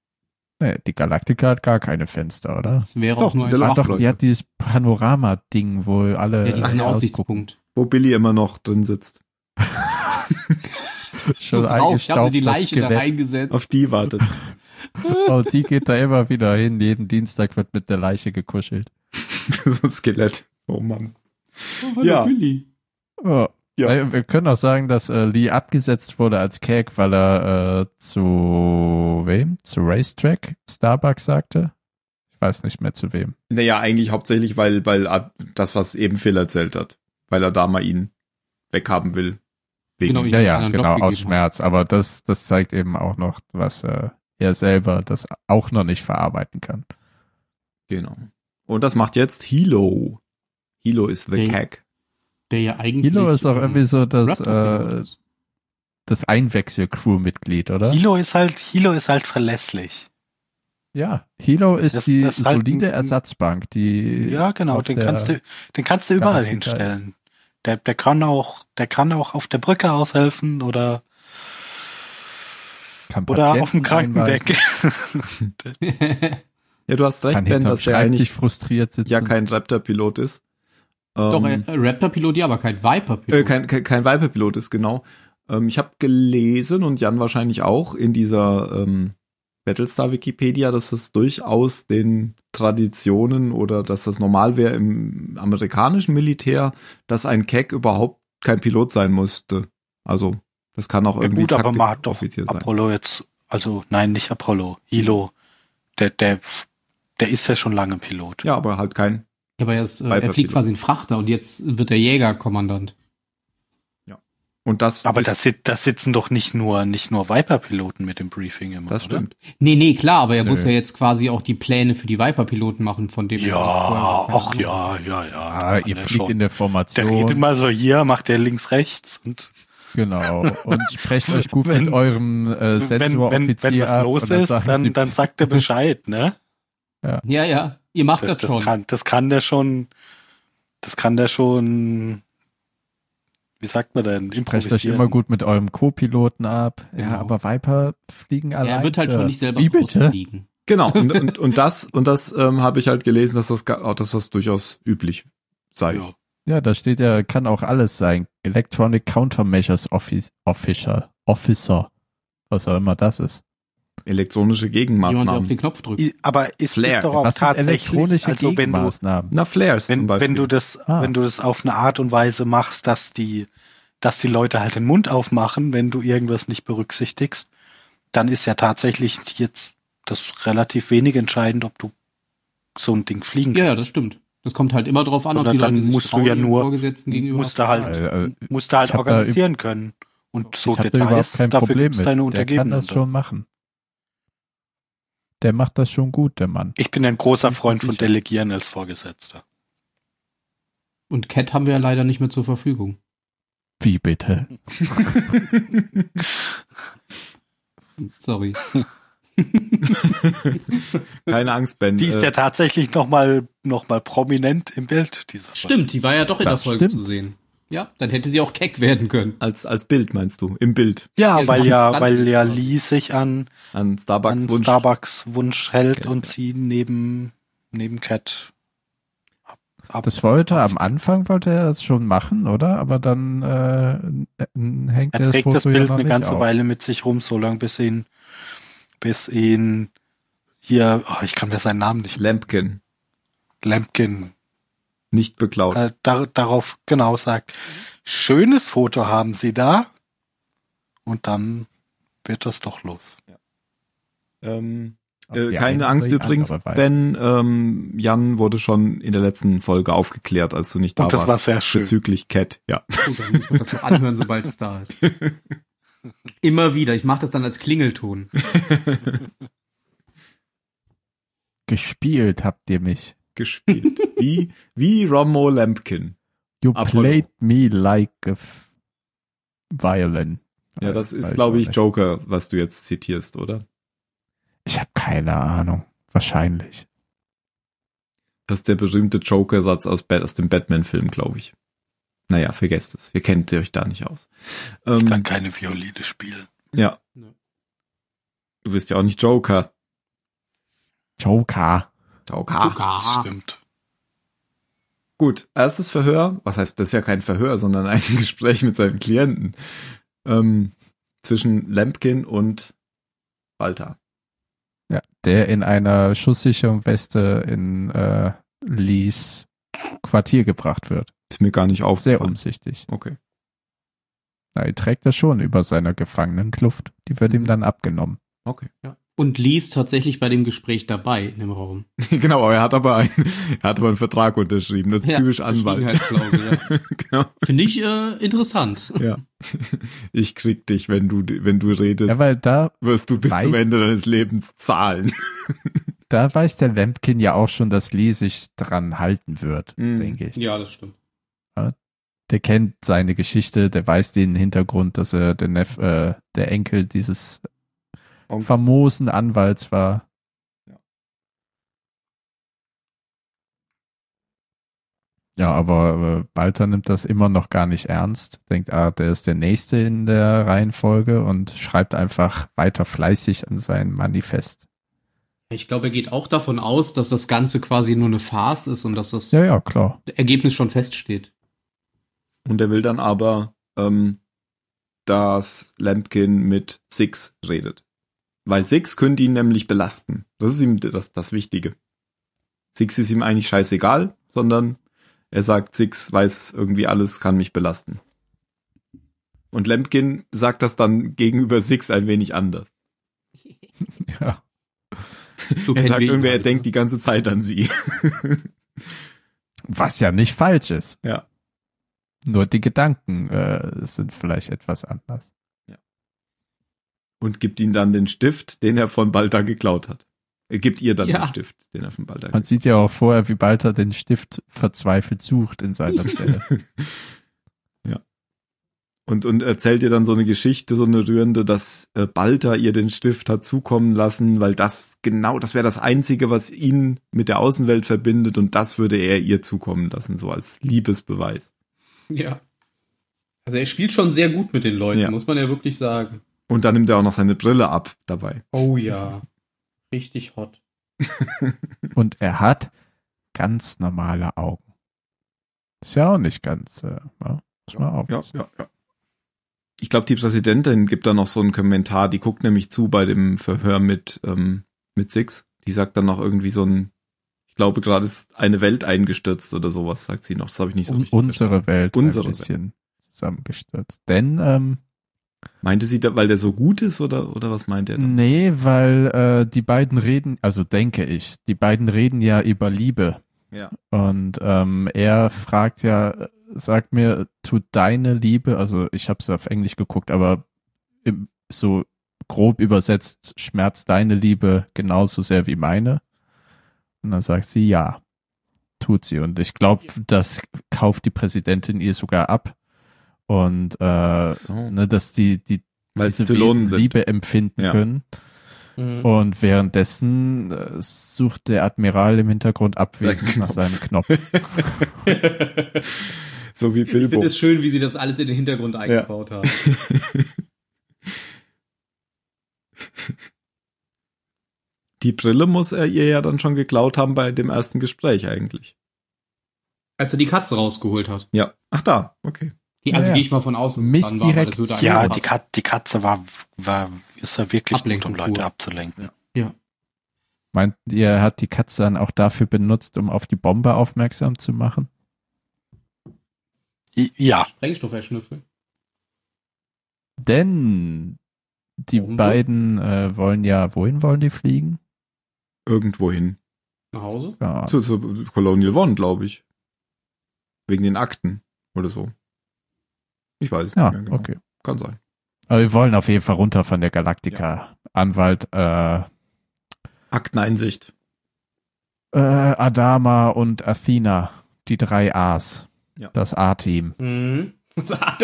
E: Nee, die Galaktika hat gar keine Fenster, oder?
F: Das wäre
D: Doch,
F: auch nur
D: eine
F: ein
D: Lach-
E: Hat
D: acht
E: doch,
D: Leute.
E: die hat dieses Panorama-Ding, wo alle.
F: ja, diesen
E: alle
F: Aussichtspunkt.
D: Wo Billy immer noch drin sitzt.
E: ausgucken. Schon
F: ich habe die
E: eingestaubtes
F: Leiche da
E: Skelett.
F: reingesetzt.
D: Auf die wartet.
E: Und die geht da immer wieder hin. Jeden Dienstag wird mit der Leiche gekuschelt.
D: so ein Skelett. Oh Mann.
F: Oh, hallo
D: Ja.
F: Billy.
E: Ja.
D: Ja.
E: Oh. Weil Wir können auch sagen, dass äh, Lee abgesetzt wurde als Cake, weil er äh, zu wem? Zu Racetrack Starbucks sagte. Ich weiß nicht mehr zu wem.
D: Naja, eigentlich hauptsächlich, weil, weil er das, was eben Phil erzählt hat, weil er da mal ihn weghaben will. Wegen,
F: Genau, ich-
E: ja,
F: hab
E: ja,
F: einen Job
E: genau,
F: gegeben.
E: aus Schmerz. Aber das, das zeigt eben auch noch, was äh, er selber das auch noch nicht verarbeiten kann.
D: genau. Und das macht jetzt Hilo. Hilo ist the
F: Den-
D: Cack.
F: Der ja eigentlich.
E: Hilo ist auch irgendwie so das,
F: Raptor-Hero
A: genau.
E: äh,
F: ist.
E: das Einwechsel-Crew-Mitglied, oder?
A: Hilo ist halt, Hilo ist halt verlässlich.
E: ja, Hilo ist
A: Das-
E: die
A: das ist halt
E: solide
A: ein- ein-
E: Ersatzbank, die
A: Ja, genau,
E: Äh, auf
A: den
E: der-
A: kannst du, den kannst du überall
E: Afrika ist.
A: hinstellen. Der, der kann auch, der kann auch auf der Brücke aushelfen oder,
E: kann
A: oder auf dem
E: Patienten
A: Krankendeck.
D: Ja, du hast recht,
E: kann
D: Ben,
E: hinterm
D: dass der eigentlich
E: Schreibtisch frustriert sitzen.
D: ja kein Raptor-Pilot ist. Ähm,
F: Doch, äh, Raptor-Pilot, ja, aber kein Viper-Pilot.
D: Äh, kein, kein, kein Viper-Pilot ist, genau. Ähm, ich habe gelesen und Jan wahrscheinlich auch in dieser ähm, Battlestar-Wikipedia, dass das durchaus den Traditionen oder dass das normal wäre im amerikanischen Militär, dass ein Keck überhaupt kein Pilot sein musste. Also, das kann auch
A: Ja,
D: irgendwie
A: gut, aber man hat doch
D: Taktikoffizier sein.
A: Apollo jetzt, also nein, nicht Apollo, Hilo, der, der, der ist ja schon lange Pilot.
D: Ja, aber halt kein.
F: Ja, aber er, ist, äh, er
D: Viper-Pilot.
F: fliegt quasi ein Frachter und jetzt wird er Jägerkommandant.
D: Und das,
A: Aber das, sit- das sitzen doch nicht nur, nicht nur Viper-Piloten mit dem Briefing immer.
D: das
A: oder?
D: stimmt.
F: Nee, nee, klar, aber er
E: Nö.
F: muss ja jetzt quasi auch die Pläne für die Viper-Piloten machen, von dem er
A: Ja,
F: vorher-
A: ach ja, ja, ja.
E: Ah, ihr
A: Ja,
E: fliegt
A: schon.
E: in der
A: der redet
E: Formation.
A: mal so hier, macht der links, rechts und
E: Genau. Und sprecht euch gut
A: Wenn-
E: mit eurem äh,
A: wenn, wenn, wenn
E: Sensoroffizier
A: was
E: ab.
A: los
E: und dann
A: ist,
E: sagen
A: dann,
E: sie,
A: dann sagt er Bescheid, ne?
F: Ja, ja, ihr macht das,
A: das,
F: schon.
A: kann, das kann der schon, das kann der schon, wie sagt man denn,
E: sprecht euch immer gut mit eurem Co-Piloten ab. Ja,
F: Genau.
E: aber Viper fliegen allein.
F: er wird halt schon nicht selber
E: Wie
F: groß
E: bitte?
F: fliegen.
D: Genau. Und, und, und das, und das ähm, habe ich halt gelesen, dass das, ga- dass das durchaus üblich sei.
A: Ja.
E: Ja, da steht ja, kann auch alles sein. Electronic Countermeasures Office, Officer, Officer. Was auch immer das ist.
D: Elektronische
F: Jemand, der auf
D: Gegenmaßnahmen.
F: den Knopf drückt.
A: I- Aber ist
D: Flair.
A: es doch auch
E: das sind
A: tatsächlich,
E: elektronische
A: also wenn du,
E: Gegenmaßnahmen.
D: Na, Flares zum
A: wenn,
D: Beispiel.
A: wenn du das,
E: Ah.
A: wenn du das auf eine Art und Weise machst, dass die, dass die Leute halt den Mund aufmachen, wenn du irgendwas nicht berücksichtigst, dann ist ja tatsächlich jetzt das relativ wenig entscheidend, ob du so ein Ding fliegen
F: Ja,
A: kannst.
F: ja, das stimmt. Das kommt halt immer drauf an, ob
A: Oder
F: die Leute
A: dann
F: sich
A: musst du
F: trauen,
A: ja
F: ihren
A: nur-
F: Vorgesetzten gegenüber.
A: musst du halt-
E: Äh, äh,
A: Musst du halt
E: Ich hab da
A: organisieren können. Und so
E: ich habe da überhaupt
A: Details,
E: kein
A: dafür
E: Problem
A: gibt's
E: mit. der
A: deine
E: kann
A: Untergebenen. ne?
E: das schon machen. Der macht das schon gut, der Mann.
A: Ich bin ein großer
E: Ich bin
A: Freund von
E: sicher.
A: Delegieren als Vorgesetzter.
F: Und Cat haben wir ja leider nicht mehr zur Verfügung.
E: Wie bitte?
F: Sorry.
D: Keine Angst, Ben.
A: Die ist ja
D: äh,
A: tatsächlich nochmal noch mal prominent im Bild, diese Folge.
F: Stimmt, die war ja doch in
E: Das
F: der Folge
E: stimmt.
F: zu sehen. Ja, dann hätte sie auch keck werden können.
D: als, als Bild meinst du, im Bild
A: Ja,
F: Ja,
A: weil
F: die
A: ja,
F: machen
A: weil
F: Brand-
A: ja Lee sich an,
D: an Starbucks
A: an
D: Wunsch.
A: Starbucks Wunsch hält
D: Ja,
A: und
D: ja.
A: sie neben, neben Cat ab, ab.
E: Das wollte er am Anfang, wollte er das schon machen, oder? Aber dann äh, n- hängt
A: er
E: das
A: trägt
E: Foto
A: das
E: ja
A: Bild
E: noch
A: eine
E: nicht
A: ganze
E: auf.
A: Weile mit sich rum, so lange bis ihn, bis ihn hier, oh, ich kann mir seinen Namen nicht,
D: Lampkin,
A: Lampkin,
D: nicht beklaut.
A: äh, dar, darauf genau sagt, schönes Foto haben sie da und dann wird das doch los.
D: ähm,
E: Auf
D: äh,
E: die
D: keine
E: eine
D: Angst
E: oder die
D: übrigens,
E: andere Weise.
D: Ben, ähm, Jan wurde schon in der letzten Folge aufgeklärt, als du nicht da
A: Und das war
D: warst.
A: sehr schön.
D: bezüglich Cat, ja.
F: Gut, dann muss man das noch anhören, sobald es da ist. Immer wieder. Ich mache das dann als Klingelton.
E: Gespielt habt ihr mich.
D: Gespielt. Wie, wie Romo Lampkin.
E: You
D: Apollo.
E: played me like a f- violin.
D: Ja, das ist,
E: Weiß
D: glaube
E: auch
D: ich,
E: nicht.
D: Joker, was du jetzt zitierst, oder?
E: Ich habe keine Ahnung. Wahrscheinlich.
D: Das ist der berühmte Joker-Satz aus, Bat- aus dem Batman-Film, glaube ich. Naja, vergesst es. Ihr kennt euch da nicht aus.
A: Ich
D: Ähm,
A: kann keine Violine spielen.
D: Ja.
F: Ja.
D: Du bist ja auch nicht Joker.
E: Joker.
D: Joker.
F: Ah,
A: Das stimmt.
D: Gut, erstes Verhör. Was heißt, das ist ja kein Verhör, sondern ein Gespräch mit seinem Klienten. Ähm, zwischen Lampkin und Walter.
E: Ja, der in einer schusssicheren Weste in äh, Lees Quartier gebracht wird.
D: Ist mir gar nicht
E: Sehr
D: aufgefallen.
E: umsichtig.
D: Okay.
E: Na, er trägt das schon über seiner gefangenen Kluft. Die wird
D: Mhm.
E: ihm dann abgenommen.
D: Okay.
F: Ja. Und Lee ist tatsächlich bei dem Gespräch dabei in dem Raum.
D: genau, aber er hat aber einen, er hat aber einen Vertrag unterschrieben. Das ist typisch
E: halt.
D: Anwalt.
F: Verschwiegenheitsklausel, ja.
D: genau.
F: Finde ich äh, interessant.
D: Ja. Ich krieg dich, wenn du, wenn du redest,
E: Ja, weil da,
D: wirst du bis
E: weiß-
D: zum Ende deines Lebens zahlen.
E: da weiß der Lampkin ja auch schon, dass Lee sich dran halten wird,
D: Mhm.
E: denke ich.
F: Ja, das stimmt.
E: Der kennt seine Geschichte, der weiß den Hintergrund, dass er der Neff, äh, der Enkel dieses
D: Onkel.
E: famosen Anwalts war.
D: Ja.
E: Ja, aber äh, Balter nimmt das immer noch gar nicht ernst. Denkt, ah, der ist der Nächste in der Reihenfolge und schreibt einfach weiter fleißig an sein Manifest.
F: Ich glaube, er geht auch davon aus, dass das Ganze quasi nur eine Farce ist und dass das
E: Ja, ja, klar.
F: Ergebnis schon feststeht.
D: Und er will dann aber, ähm, dass Lampkin mit Six redet. Weil Six könnte ihn nämlich belasten. Das ist ihm das, das Wichtige. Six ist ihm eigentlich scheißegal, sondern er sagt, Six weiß irgendwie alles, kann mich belasten. Und Lampkin sagt das dann gegenüber Six ein wenig anders.
E: Ja.
F: So
D: Er
F: kennen
D: sagt
F: wir ihn
D: irgendwie, er
F: halt.
D: denkt die ganze Zeit an sie.
E: Was ja nicht falsch ist.
D: Ja.
E: Nur die Gedanken äh, sind vielleicht etwas anders.
D: Und gibt ihm dann den Stift, den er von Balta geklaut hat. Er gibt ihr dann
F: Ja.
D: den Stift, den er von Balta
E: Man
D: geklaut
E: sieht ja auch vorher, wie Balter den Stift verzweifelt sucht in seiner Stelle.
D: hat. und, und erzählt ihr dann so eine Geschichte, so eine rührende, dass äh, Balta ihr den Stift hat zukommen lassen, weil das genau, das wäre das Einzige, was ihn mit der Außenwelt verbindet und das würde er ihr zukommen lassen, so als Liebesbeweis.
F: Ja. Also er spielt schon sehr gut mit den Leuten,
D: Ja.
F: muss man ja wirklich sagen.
D: Und dann nimmt er auch noch seine Brille ab dabei.
F: Oh ja. Richtig hot.
E: Und er hat ganz normale Augen. Ist ja auch nicht ganz, äh, ja, muss man auch. wissen.
D: ja. Ich glaube, die Präsidentin gibt da noch so einen Kommentar, die guckt nämlich zu bei dem Verhör mit, ähm, mit Six. Die sagt dann noch irgendwie so ein, ich glaube, gerade ist eine Welt eingestürzt oder sowas, sagt sie noch. Das habe ich nicht so
E: Un
D: richtig verstanden.
E: unsere Welt
D: Unsere
E: ein bisschen zusammengestürzt. Denn, ähm,
D: Meinte sie, da, weil der so gut ist oder, oder was meint er? da?
E: nee, weil äh, die beiden reden, also denke ich, die beiden reden ja über Liebe.
D: Ja.
E: Und ähm, er fragt ja, äh, sag mir, tut deine Liebe, also ich habe es auf Englisch geguckt, aber im, so grob übersetzt, schmerzt deine Liebe genauso sehr wie meine? Und dann sagt sie ja, tut sie. Und ich glaube, das kauft die Präsidentin ihr sogar ab. Und äh,
D: So.
E: ne, dass die, die
D: Weil es
E: diese
D: Zylonen
E: Wesen
D: sind.
E: Liebe empfinden
D: Ja.
E: können.
F: Mhm.
E: Und währenddessen äh, sucht der Admiral im Hintergrund abwesend
D: Seinen
E: nach seinem Knopf.
D: so wie
F: Ich
D: Bilbo.
F: finde es schön, wie sie das alles in den Hintergrund eingebaut haben.
D: Die Brille muss er ihr ja dann schon geklaut haben bei dem ersten Gespräch eigentlich.
F: Als er die Katze rausgeholt hat.
D: Ja. Ach da, okay.
F: Die- Also
E: Ja, ja.
F: gehe ich mal von außen.
E: Mist direkt.
A: Ja, die, Kat die Katze war, war, ist ja wirklich gut, um
F: Ablenkung
A: Leute
F: pur.
A: abzulenken.
E: Meint ihr, er hat die Katze dann auch dafür benutzt, um auf die Bombe aufmerksam zu machen?
A: I- Ja,
F: Sprengstofferschnüffel.
E: Denn die
F: Bombe?
E: beiden äh, wollen ja, wohin wollen die fliegen?
D: Irgendwohin.
F: Nach Hause?
E: Ja.
D: Zu, zu Colonial One, glaube ich. Wegen den Akten oder so. Ich weiß es
E: ja,
D: nicht mehr genau.
E: okay.
D: Kann sein.
E: Aber wir wollen auf jeden Fall runter von der Galaktika. Anwalt äh,
D: Akteneinsicht.
E: äh, Adama und Athena, die drei A's.
D: Ja.
E: Das A-Team.
F: Mhm.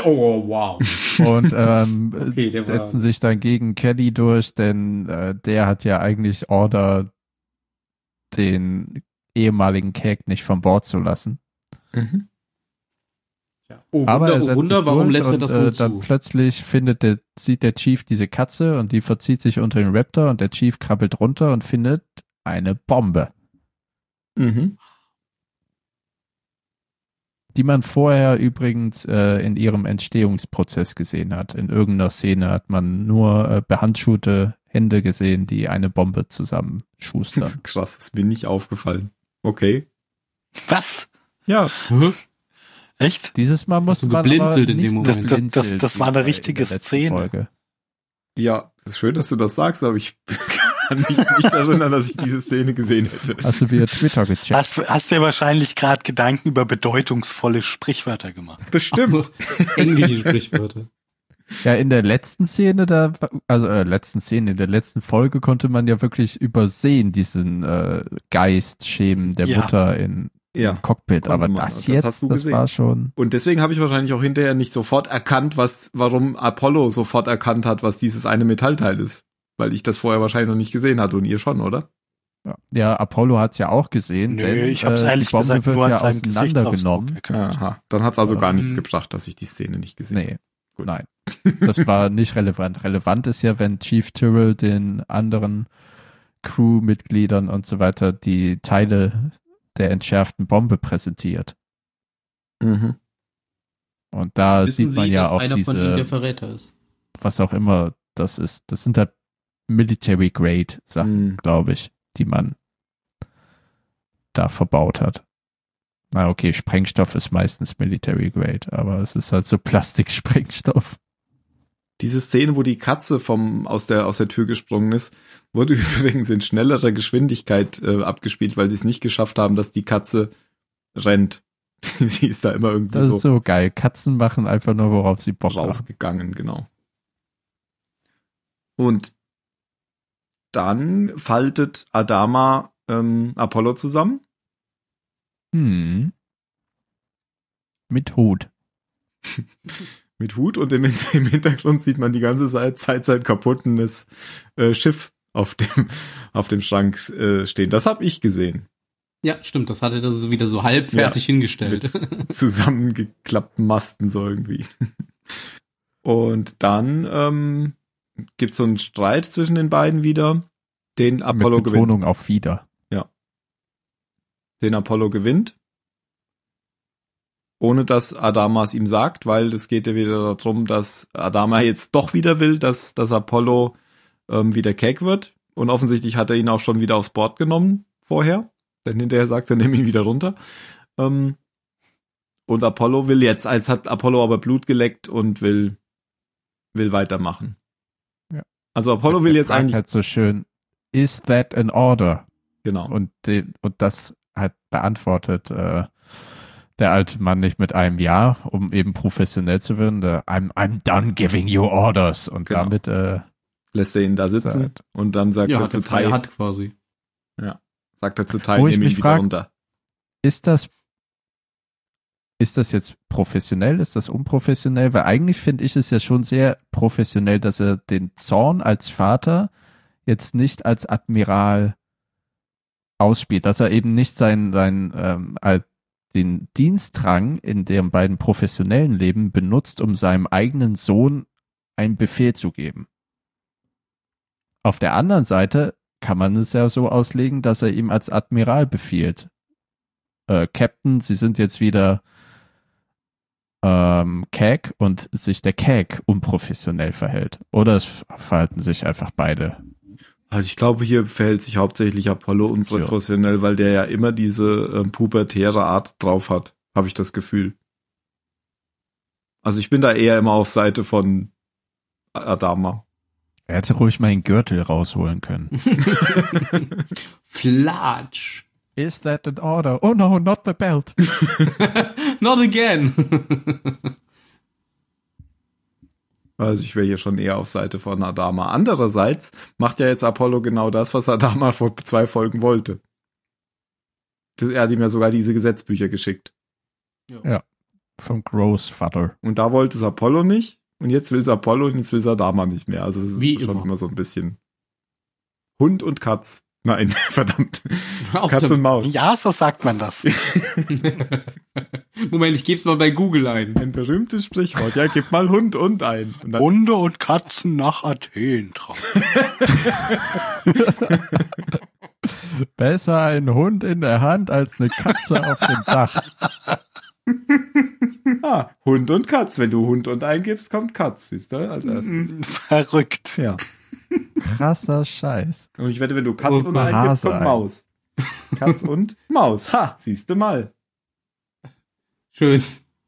F: Oh, wow.
E: und ähm,
F: Okay, der war-
E: setzen sich dann gegen Kelly durch, denn äh, der hat ja eigentlich Order, den ehemaligen Cake nicht von Bord zu lassen.
D: Mhm.
F: Ja. Oh, Wunder,
E: Aber er setzt
F: oh, Wunder
E: sich
F: warum
E: durch
F: lässt er
E: und,
F: das
E: äh,
F: wohl
E: dann
F: zu?
E: plötzlich findet der, sieht der Chief diese Katze und die verzieht sich unter den Raptor und der Chief krabbelt runter und findet eine Bombe,
D: Mhm.
E: die man vorher übrigens äh, in ihrem Entstehungsprozess gesehen hat. In irgendeiner Szene hat man nur äh, behandschuhte Hände gesehen, die eine Bombe zusammenschustern.
D: Krass, ist mir nicht aufgefallen. Okay.
A: was?
D: Ja.
A: Echt?
E: Dieses Mal muss
F: du
E: man aber
F: geblinzelt in
E: nicht
F: dem Moment?
E: geblinzelt
A: Das- das- das war eine
E: wie bei
A: richtige
E: der letzten
A: Szene.
E: Folge.
D: Ja, ist schön, dass du das sagst, aber ich kann mich nicht erinnern, dass ich diese Szene gesehen hätte.
E: Hast du wieder Twitter gecheckt?
A: Hast, hast dir wahrscheinlich gerade Gedanken über bedeutungsvolle Sprichwörter gemacht.
D: Bestimmt.
F: Englische Sprichwörter.
E: Ja, in der letzten Szene, da, also äh, letzten Szene, in der letzten Folge konnte man ja wirklich übersehen, diesen äh, Geistschemen der
A: Ja.
E: Mutter in,
D: Ja.
E: im Cockpit.
D: Konnte
E: Aber
D: man.
E: das
D: Das
E: jetzt, das,
D: hast du gesehen.
E: war schon.
D: Und deswegen habe ich wahrscheinlich auch hinterher nicht sofort erkannt, was, warum Apollo sofort erkannt hat, was dieses eine Metallteil ist. Weil ich das vorher wahrscheinlich noch nicht gesehen hatte und ihr schon, oder?
E: Ja, Ja, Apollo hat's ja auch gesehen.
A: Nö,
E: denn,
A: ich hab's
E: äh, die
A: ehrlich
E: Bombe
A: gesagt
E: wird
A: nur an
E: ja
A: seinem Gesichtsausdruck
E: auseinandergenommen.
A: erkannt.
D: Dann hat's also gar nichts
A: Ähm.
D: gebracht, dass ich die Szene nicht gesehen habe.
E: Nee,
D: Gut.
E: nein. Das war nicht relevant. Relevant ist ja, wenn Chief Tyrrell den anderen Crewmitgliedern und so weiter die Teile der entschärften Bombe präsentiert.
D: Mhm.
E: Und da
F: Wissen
E: sieht man
F: Sie,
E: ja
F: dass
E: auch
F: einer von ihnen der
E: diese,
F: Verräter ist?
E: was auch immer das ist. Das sind halt Military Grade Sachen,
D: Mhm.
E: glaube ich, die man da verbaut hat. Na okay, Sprengstoff ist meistens Military Grade, aber es ist halt so Plastiksprengstoff.
D: Diese Szene, wo die Katze vom, aus, der, aus der Tür gesprungen ist, wurde übrigens in schnellerer Geschwindigkeit äh, abgespielt, weil sie es nicht geschafft haben, dass die Katze rennt. sie ist da immer irgendwie
E: Das
D: so,
E: ist so geil. Katzen machen einfach nur, worauf sie Bock haben.
D: rausgegangen, genau. Und dann faltet Adama ähm, Apollo zusammen.
E: Hm. Mit Hut.
D: mit Hut und im, Hin- im Hintergrund sieht man die ganze Zeit, Zeit sein kaputtenes äh, Schiff auf dem, auf dem Schrank äh, stehen. Das habe ich gesehen.
F: Ja, stimmt, das hatte er so wieder so halbfertig hingestellt.
D: Zusammengeklappten Masten so irgendwie. Und dann ähm, gibt es so einen Streit zwischen den beiden wieder, den Apollo
E: mit
D: gewinnt.
E: Betonung auf wieder.
D: Den Apollo gewinnt. Ohne dass Adama es ihm sagt, weil es geht ja wieder darum, dass Adama jetzt doch wieder will, dass, dass Apollo ähm, wieder keck wird. Und offensichtlich hat er ihn auch schon wieder aufs Board genommen vorher. Denn hinterher sagt er, nimm ihn wieder runter. Ähm, und Apollo will jetzt, als hat Apollo aber Blut geleckt und will, will weitermachen.
E: Ja.
D: Also Apollo will
E: Der
D: jetzt
E: fragt
D: eigentlich,
E: halt so schön, is that an order?
D: genau.
E: Und, den, und das hat beantwortet äh, der alte Mann nicht mit einem Ja, um eben professionell zu werden. Der, I'm, I'm done giving you orders. Und
D: Genau.
E: damit äh,
D: Lässt er ihn da sitzen
E: Zeit.
D: und dann sagt
F: ja,
D: er
F: hat
D: zu
F: er frei
D: Teil.
F: hat quasi.
D: sagt er zu Teil,
E: Wo ich
D: nehme ihn
E: mich
D: wieder
E: frag-
D: runter.
E: ist das ist das jetzt professionell, ist das unprofessionell? Weil eigentlich finde ich es ja schon sehr professionell, dass er den Zorn als Vater jetzt nicht als Admiral ausspielt, dass er eben nicht sein, sein ähm, al- den Dienstrang in deren beiden professionellen Leben benutzt, um seinem eigenen Sohn einen Befehl zu geben. Auf der anderen Seite kann man es ja so auslegen, dass er ihm als Admiral befiehlt. Äh, Captain, sie sind jetzt wieder ähm, Keg und sich der Keg unprofessionell verhält. Oder es verhalten sich einfach beide
D: Also ich glaube, hier verhält sich hauptsächlich Apollo unprofessionell, weil der ja immer diese ähm, pubertäre Art drauf hat, habe ich das Gefühl. Also ich bin da eher immer auf Seite von Adama.
E: Er hätte ruhig meinen Gürtel rausholen können.
F: Flatsch.
E: Is that an order? Oh no, not the belt.
F: Not again.
D: Also ich wäre hier schon eher auf Seite von Adama. Andererseits macht ja jetzt Apollo genau das, was Adama vor zwei Folgen wollte. Das- Er hat ihm ja sogar diese Gesetzbücher geschickt.
E: Vom Großvater.
D: Und da wollte es Apollo nicht. Und jetzt will es Apollo und jetzt will es Adama nicht mehr. Also es ist
F: Wie
D: schon
F: immer.
D: immer. so ein bisschen Hund und Katz. Nein, verdammt.
F: Auf
D: Katz und Maus.
A: Ja, so sagt man das.
F: der- Moment, ich geb's mal bei Google ein.
D: Ein berühmtes Sprichwort. Ja, gib mal Hund und ein. Und dann,
A: Hunde und Katzen nach Athen tragen.
E: Besser ein Hund in der Hand als eine Katze auf dem Dach.
D: ah, Hund und Katz. Wenn du Hund und ein gibst, kommt Katz. Siehst du? Als erstes.
A: Verrückt.
D: Ja.
E: Krasser Scheiß.
D: Und ich wette, wenn du Katz
F: Und
D: und, ein gibst,
E: Hase
D: kommt
E: ein.
D: Maus. Katz und Maus. Ha, siehst du mal.
F: Schön.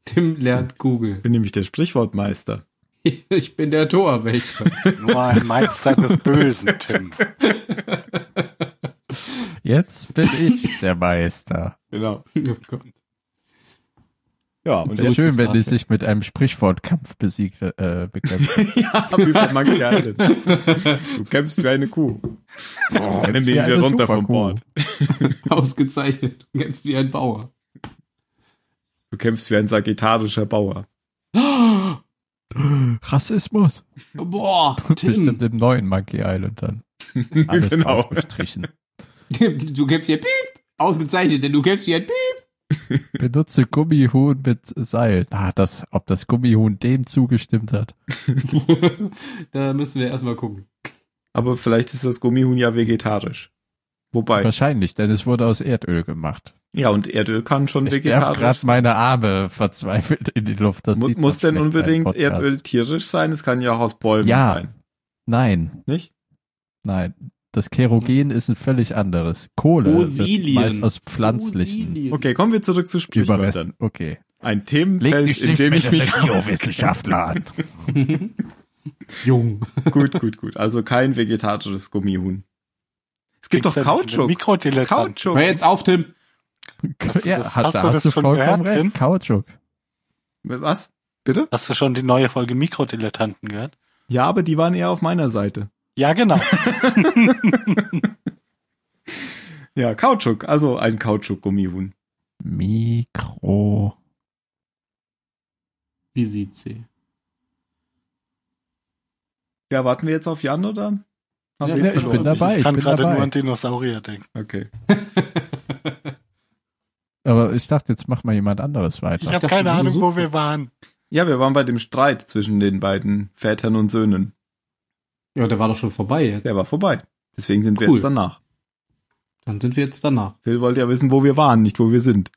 F: Tim lernt Google.
D: bin nämlich der Sprichwortmeister.
F: Ich bin der Torwächter.
A: Nur ein Meister des Bösen, Tim.
E: Jetzt bin ich der Meister.
D: Genau.
F: oh Gott.
D: Ja, und
E: Sehr
D: jetzt
E: schön,
D: ist-
E: wenn die sich mit einem Sprichwortkampf besiegt, äh, bekämpfen.
D: ja, wie bei Monkey Island. Du kämpfst wie eine Kuh. Dann
E: kämpfst wie
D: gehen wir
E: eine
D: runter vom
E: Superkuh.
D: Bord.
F: Ausgezeichnet. Du kämpfst wie ein Bauer.
D: Du kämpfst wie ein sagittarischer Bauer.
E: Rassismus.
F: Boah, Tim.
E: Bestimmt im neuen Monkey Island dann. Alles
D: Genau.
E: draufgestrichen.
F: Du kämpfst wie ein Piep. Ausgezeichnet, denn du kämpfst wie ein Piep.
E: Benutze Gummihuhn mit Seil. Ah, das, ob das Gummihuhn dem zugestimmt hat.
F: da müssen wir erstmal gucken.
D: Aber vielleicht ist das Gummihuhn ja vegetarisch. Wobei,
E: Wahrscheinlich, denn es wurde aus Erdöl gemacht.
D: ja, und Erdöl kann schon
E: Ich werf
D: vegetarisch
E: gerade meine Arme verzweifelt in die Luft. Das
D: Mu-
E: sieht man
D: muss denn
E: schlecht beim
D: unbedingt
E: Podcast.
D: Erdöl tierisch sein? Es kann ja auch aus Bäumen
E: Ja.
D: sein,
E: Nein,
D: nicht?
E: nein. Das Kerogen ist ein völlig anderes. Kohle
F: Fossilien.
E: wird meist aus pflanzlichen
D: Okay, kommen wir zurück zu Sprichwörtern.
E: Überresten. Okay.
D: Ein Themenfeld, in dem ich mich
E: Biowissenschaftler an.
F: Jung.
D: Gut, gut, gut. Also kein vegetarisches Gummihuhn. Es gibt doch
A: Klingt so wie so ein
D: Kautschuk.
A: Mikrodilettant.
D: Kautschuk.
F: Hör jetzt auf, Tim.
A: Hast du
E: ja,
A: das-
E: hat,
A: hast
E: da
A: du
E: hast
A: das
E: du
A: schon
E: vollkommen
A: gehört,
E: recht.
A: Tim?
E: Kautschuk.
D: Was? Bitte?
A: Hast du schon die neue Folge Mikrodilettanten gehört?
D: Ja, aber die waren eher auf meiner Seite.
A: Ja, genau.
D: Ja, Kautschuk. Also ein Kautschuk-Gummihuhn.
E: Mikro.
F: Wie sieht sie?
D: Ja, warten wir jetzt auf Jan oder? Haben
F: Ja,
D: wir ihn
F: ja,
A: Ich
F: ich
E: Ich
D: verloren?
E: bin dabei,
A: Ich
E: ich
A: kann
E: bin
A: gerade
E: dabei.
A: nur an Dinosaurier denken.
D: Okay.
E: Aber ich dachte, jetzt macht mal jemand anderes
A: Ich
E: weiter.
A: habe
F: dachte,
A: keine
F: du
A: Ahnung, wo
F: suchst.
A: wir waren.
D: Ja, wir waren bei dem Streit zwischen den beiden Vätern und Söhnen.
F: Ja, der war doch schon vorbei jetzt.
D: Der war vorbei. Deswegen sind wir
F: Cool.
D: jetzt danach.
F: Dann sind wir jetzt danach.
D: Phil wollte ja wissen, wo wir waren, nicht wo wir sind.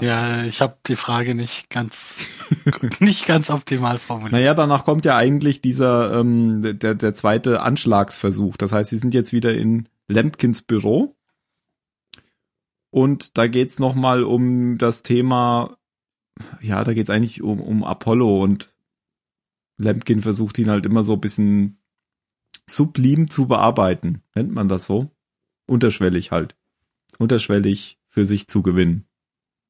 A: Ja, ich habe die Frage nicht ganz, nicht ganz optimal formuliert.
D: Naja, danach kommt ja eigentlich dieser ähm, der, der zweite Anschlagsversuch. Das heißt, sie sind jetzt wieder in Lempkins Büro. Und da geht's noch nochmal um das Thema, ja, da geht's eigentlich um, um Apollo und Lempkin versucht ihn halt immer so ein bisschen sublim zu bearbeiten. Nennt man das so? Unterschwellig halt. Unterschwellig für sich zu gewinnen.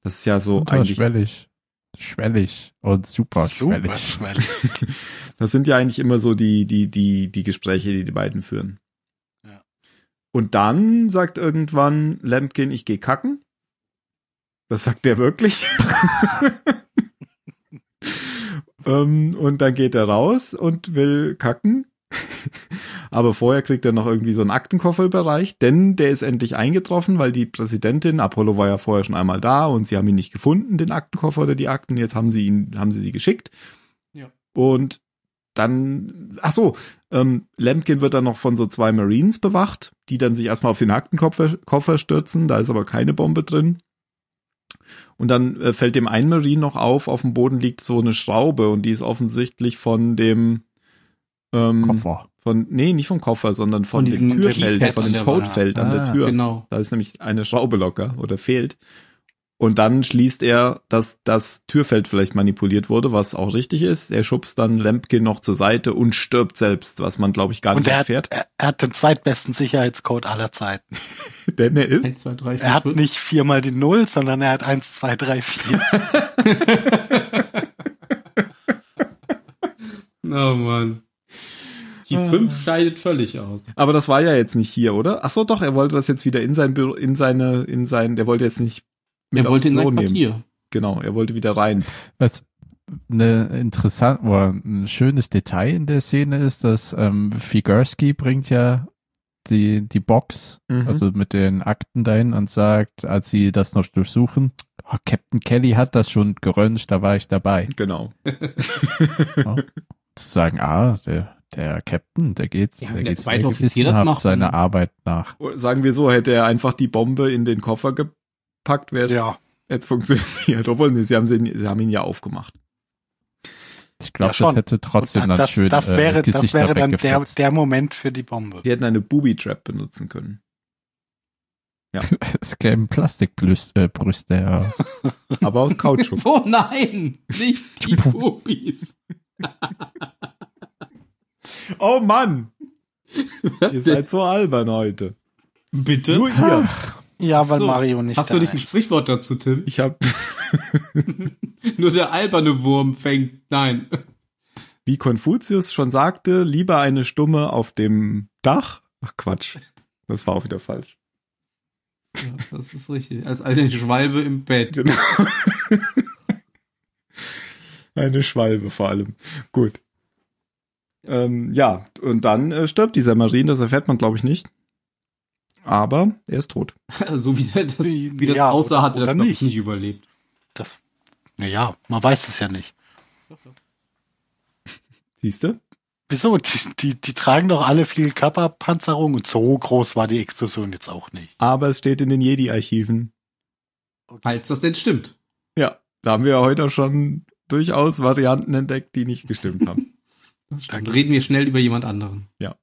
D: Das ist ja so eigentlich
E: Unterschwellig. Schwellig und super
A: Super
E: schwellig.
A: schwellig.
D: Das sind ja eigentlich immer so die, die, die, die Gespräche, die die beiden führen.
A: Ja.
D: Und dann sagt irgendwann Lampkin, ich gehe kacken. Das sagt der wirklich. ähm, und dann geht er raus und will kacken. Aber vorher kriegt er noch irgendwie so einen Aktenkoffer überreicht, denn der ist endlich eingetroffen, weil die Präsidentin, Apollo war ja vorher schon einmal da und sie haben ihn nicht gefunden, den Aktenkoffer oder die Akten. Jetzt haben sie ihn, haben sie sie geschickt.
F: Ja.
D: Und dann, ach so, ähm, Lampkin wird dann noch von so zwei Marines bewacht, die dann sich erstmal auf den Aktenkoffer Koffer stürzen, da ist aber keine Bombe drin. Und dann äh, fällt dem einen Marine noch auf, auf dem Boden liegt so eine Schraube und die ist offensichtlich von dem ähm,
E: Koffer.
D: Von, nee, nicht vom Koffer, sondern von, dem
F: Von diesem
D: Türfeld,
F: Keypad
D: von
F: an
D: dem
F: der Wand.
D: Codefeld an der
E: Ah,
D: Tür.
F: Genau.
D: Da ist nämlich eine Schraube locker oder fehlt. Und dann schließt er, dass das Türfeld vielleicht manipuliert wurde, was auch richtig ist. Er schubst dann Lampkin noch zur Seite und stirbt selbst, was man, glaube ich, gar
A: Und
D: nicht
A: er hat,
D: erfährt.
A: er, er hat den zweitbesten Sicherheitscode aller Zeiten.
D: Denn er ist.
F: 1, 2, 3, 4,
A: Er hat
F: 5.
A: nicht viermal die Null, sondern er hat eins, zwei, drei, vier.
F: Oh Mann. Die 5 scheidet völlig aus.
D: Aber das war ja jetzt nicht hier, oder? Ach so, doch, er wollte das jetzt wieder in sein Büro, in seine, in sein, der wollte jetzt nicht mit
F: Er
D: aufs
F: wollte in
D: Büro
F: sein
D: nehmen.
F: Quartier.
D: Genau, er wollte wieder rein.
E: Was eine interessant oder ein schönes Detail in der Szene ist, dass ähm, Figurski bringt ja die, die Box,
D: Mhm.
E: also mit den Akten dahin und sagt, als sie das noch durchsuchen, "Ah, Captain Kelly hat das schon geröntgt, da war ich dabei.
D: Genau.
E: Zu sagen, ah, der, der Captain, der geht,
F: Ja,
E: der
F: wenn der
E: geht sehr
F: zweite Offizier das
E: gewissenhaft
F: macht,
E: seiner
F: dann-
E: Arbeit nach.
D: Sagen wir so, hätte er einfach die Bombe in den Koffer gepackt, wäre es
A: Ja,
D: jetzt funktioniert. Obwohl, nee, sie haben, sie, sie haben ihn ja aufgemacht.
E: Ich glaube,
A: Ja, schon.
E: das hätte trotzdem
A: Und
E: dann
A: das,
E: schön
A: das
E: äh,
A: wäre, das
E: Gesichter
A: wäre dann der,
E: weggefetzt.
A: der Moment für die Bombe.
D: Sie hätten eine Booby Trap benutzen können.
E: Es kämen Plastikbrüste äh, Brüste heraus.
D: aber aus Kautschuk.
F: Oh nein, nicht die Pupis.
D: oh Mann, ihr
F: Was denn?
D: seid so albern heute.
F: Bitte?
D: Nur ihr.
A: Ja, weil
F: So,
A: Mario nicht
F: Hast
A: da
F: du nicht ein
A: ist.
F: Sprichwort dazu, Tim?
D: Ich habe
F: Nur der alberne Wurm fängt. Nein.
D: wie Konfuzius schon sagte, lieber eine Stumme auf dem Dach. Ach Quatsch, das war auch wieder falsch.
F: Ja, das ist richtig. Als eine Schwalbe im Bett.
D: Genau. eine Schwalbe vor allem. Gut. Ähm, ja, und dann äh, stirbt dieser Marine, das erfährt man glaube ich nicht. Aber er ist tot.
F: So wie er das, wie das
A: Ja,
F: aussah,
A: oder-
F: hatte er
A: oder
F: das glaub ich,
A: nicht.
F: nicht überlebt.
A: Das, naja, man weiß es ja nicht.
D: Siehst du?
A: Wieso? Die, die, die tragen doch alle viel Körperpanzerung und so groß war die Explosion jetzt auch nicht.
D: Aber es steht in den Jedi-Archiven.
F: Falls das denn stimmt.
D: Ja, da haben wir ja heute auch schon durchaus Varianten entdeckt, die nicht gestimmt haben.
F: Dann reden wir schnell über jemand anderen.
D: Ja.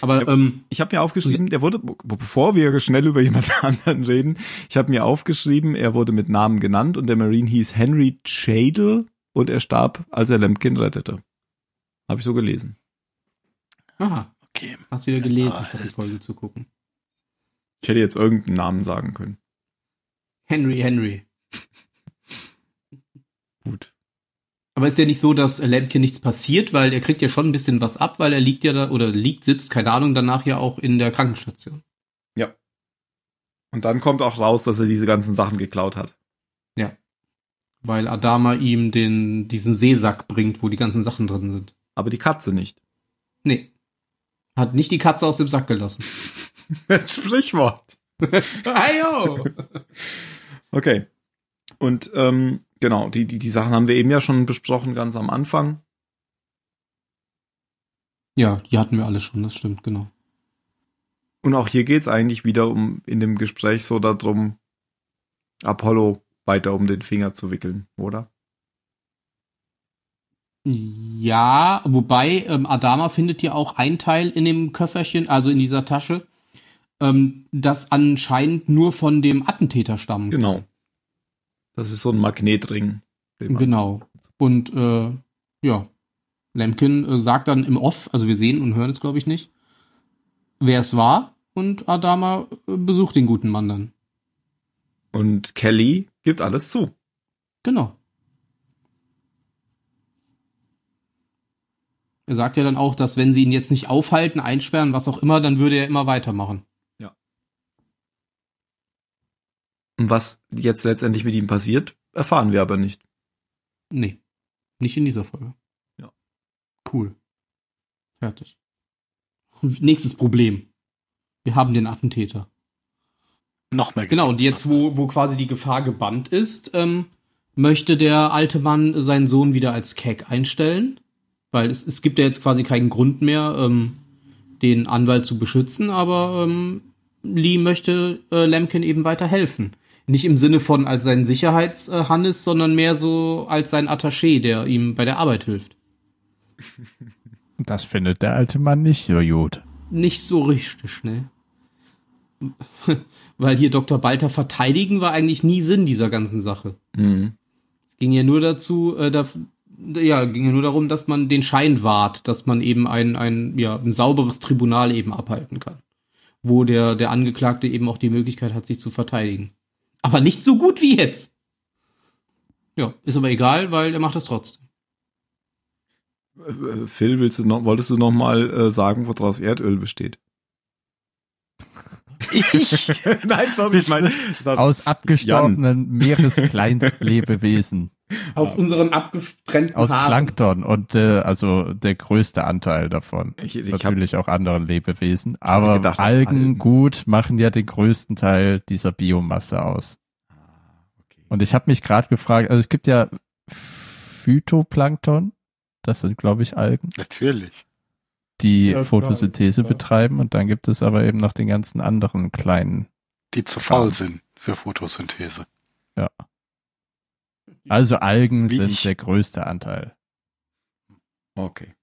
F: Aber
D: Ja.
F: ähm,
D: Ich habe mir aufgeschrieben, der wurde, bevor wir schnell über jemand anderen reden, ich habe mir aufgeschrieben, er wurde mit Namen genannt und der Marine hieß Henry Chadle und er starb, als er Lemkin rettete. Habe ich so gelesen.
F: aha,
A: Okay.
F: hast wieder gelesen,
A: Alter.
F: um die Folge zu gucken.
D: Ich hätte jetzt irgendeinen Namen sagen können.
F: Henry, Henry.
D: Gut.
F: Aber ist ja nicht so, dass Lampkin nichts passiert, weil er kriegt ja schon ein bisschen was ab, weil er liegt ja da, oder liegt, sitzt, keine Ahnung, danach ja auch in der Krankenstation.
D: Und dann kommt auch raus, dass er diese ganzen Sachen geklaut hat.
F: Weil Adama ihm den, diesen Seesack bringt, wo die ganzen Sachen drin sind.
D: Aber die Katze nicht.
F: Nee. Hat nicht die Katze aus dem Sack gelassen.
D: Sprichwort.
F: Ayo!
D: Okay. Und ähm, genau, die, die, die Sachen haben wir eben ja schon besprochen, ganz am Anfang.
F: ja, die hatten wir alle schon, das stimmt, genau.
D: Und auch hier geht's eigentlich wieder um in dem Gespräch so darum, Apollo weiter um den Finger zu wickeln, oder?
F: Ja, wobei ähm, Adama findet ja auch ein Teil in dem Köfferchen, also in dieser Tasche, ähm, das anscheinend nur von dem Attentäter stammt.
D: Genau. Das ist so ein Magnetring. den man-
F: Genau. Und äh, ja, Lemkin äh, sagt dann im Off, also wir sehen und hören es, glaube ich, nicht, wer es war. Und Adama äh, besucht den guten Mann dann.
D: Und Kelly gibt alles zu.
F: Genau. Er sagt ja dann auch, dass wenn sie ihn jetzt nicht aufhalten, einsperren, was auch immer, dann würde er immer weitermachen.
D: Und was jetzt letztendlich mit ihm passiert, erfahren wir aber nicht.
F: Nee. Nicht in dieser Folge.
D: Ja.
F: Cool. Fertig. Nächstes Problem. Wir haben den Attentäter.
A: Noch mehr
F: Genau, und jetzt, wo, wo quasi die Gefahr gebannt ist, ähm, möchte der alte Mann seinen Sohn wieder als Keck einstellen. Weil es, es gibt ja jetzt quasi keinen Grund mehr, ähm, den Anwalt zu beschützen, aber ähm, Lee möchte äh, Lemkin eben weiter helfen. Nicht im Sinne von als seinen Sicherheitshannes, sondern mehr so als sein Attaché, der ihm bei der Arbeit hilft.
E: Das findet der alte Mann nicht so gut.
F: Nicht so richtig, ne? Weil hier Dr. Balter verteidigen war eigentlich nie Sinn dieser ganzen Sache.
D: Mhm.
F: ging ja nur dazu, äh, da, ja, ging ja nur darum, dass man den Schein wahrt, dass man eben ein, ein, ja, ein sauberes Tribunal eben abhalten kann. Wo der, der Angeklagte eben auch die Möglichkeit hat, sich zu verteidigen. Aber nicht so gut wie jetzt. Ja, ist aber egal, weil er macht es trotzdem.
D: Äh, Phil, willst du noch, wolltest du noch mal äh, sagen, woraus Erdöl besteht?
A: Ich?
D: Nein, sorry, ich meine, sorry.
E: Aus abgestorbenen Meereskleinstlebewesen.
F: Aus unseren abgetrennten
E: Aus Plankton und äh, also der größte Anteil davon.
D: ich,
A: Also
D: ich habe
E: Natürlich auch anderen Lebewesen, aber
D: gedacht, aus Algen.
E: Algen gut machen ja den größten Teil dieser Biomasse aus.
D: Ah,
E: Und ich habe mich gerade gefragt, also es gibt ja Phytoplankton, das sind glaube ich Algen,
A: Natürlich.
E: die
G: Ja, klar,
E: Photosynthese
G: ja.
E: betreiben und dann gibt es aber eben noch den ganzen anderen kleinen.
A: Die zu faul sind für Photosynthese.
E: Also Algen
A: Wie
E: sind
A: ich.
E: der größte Anteil.
D: Okay.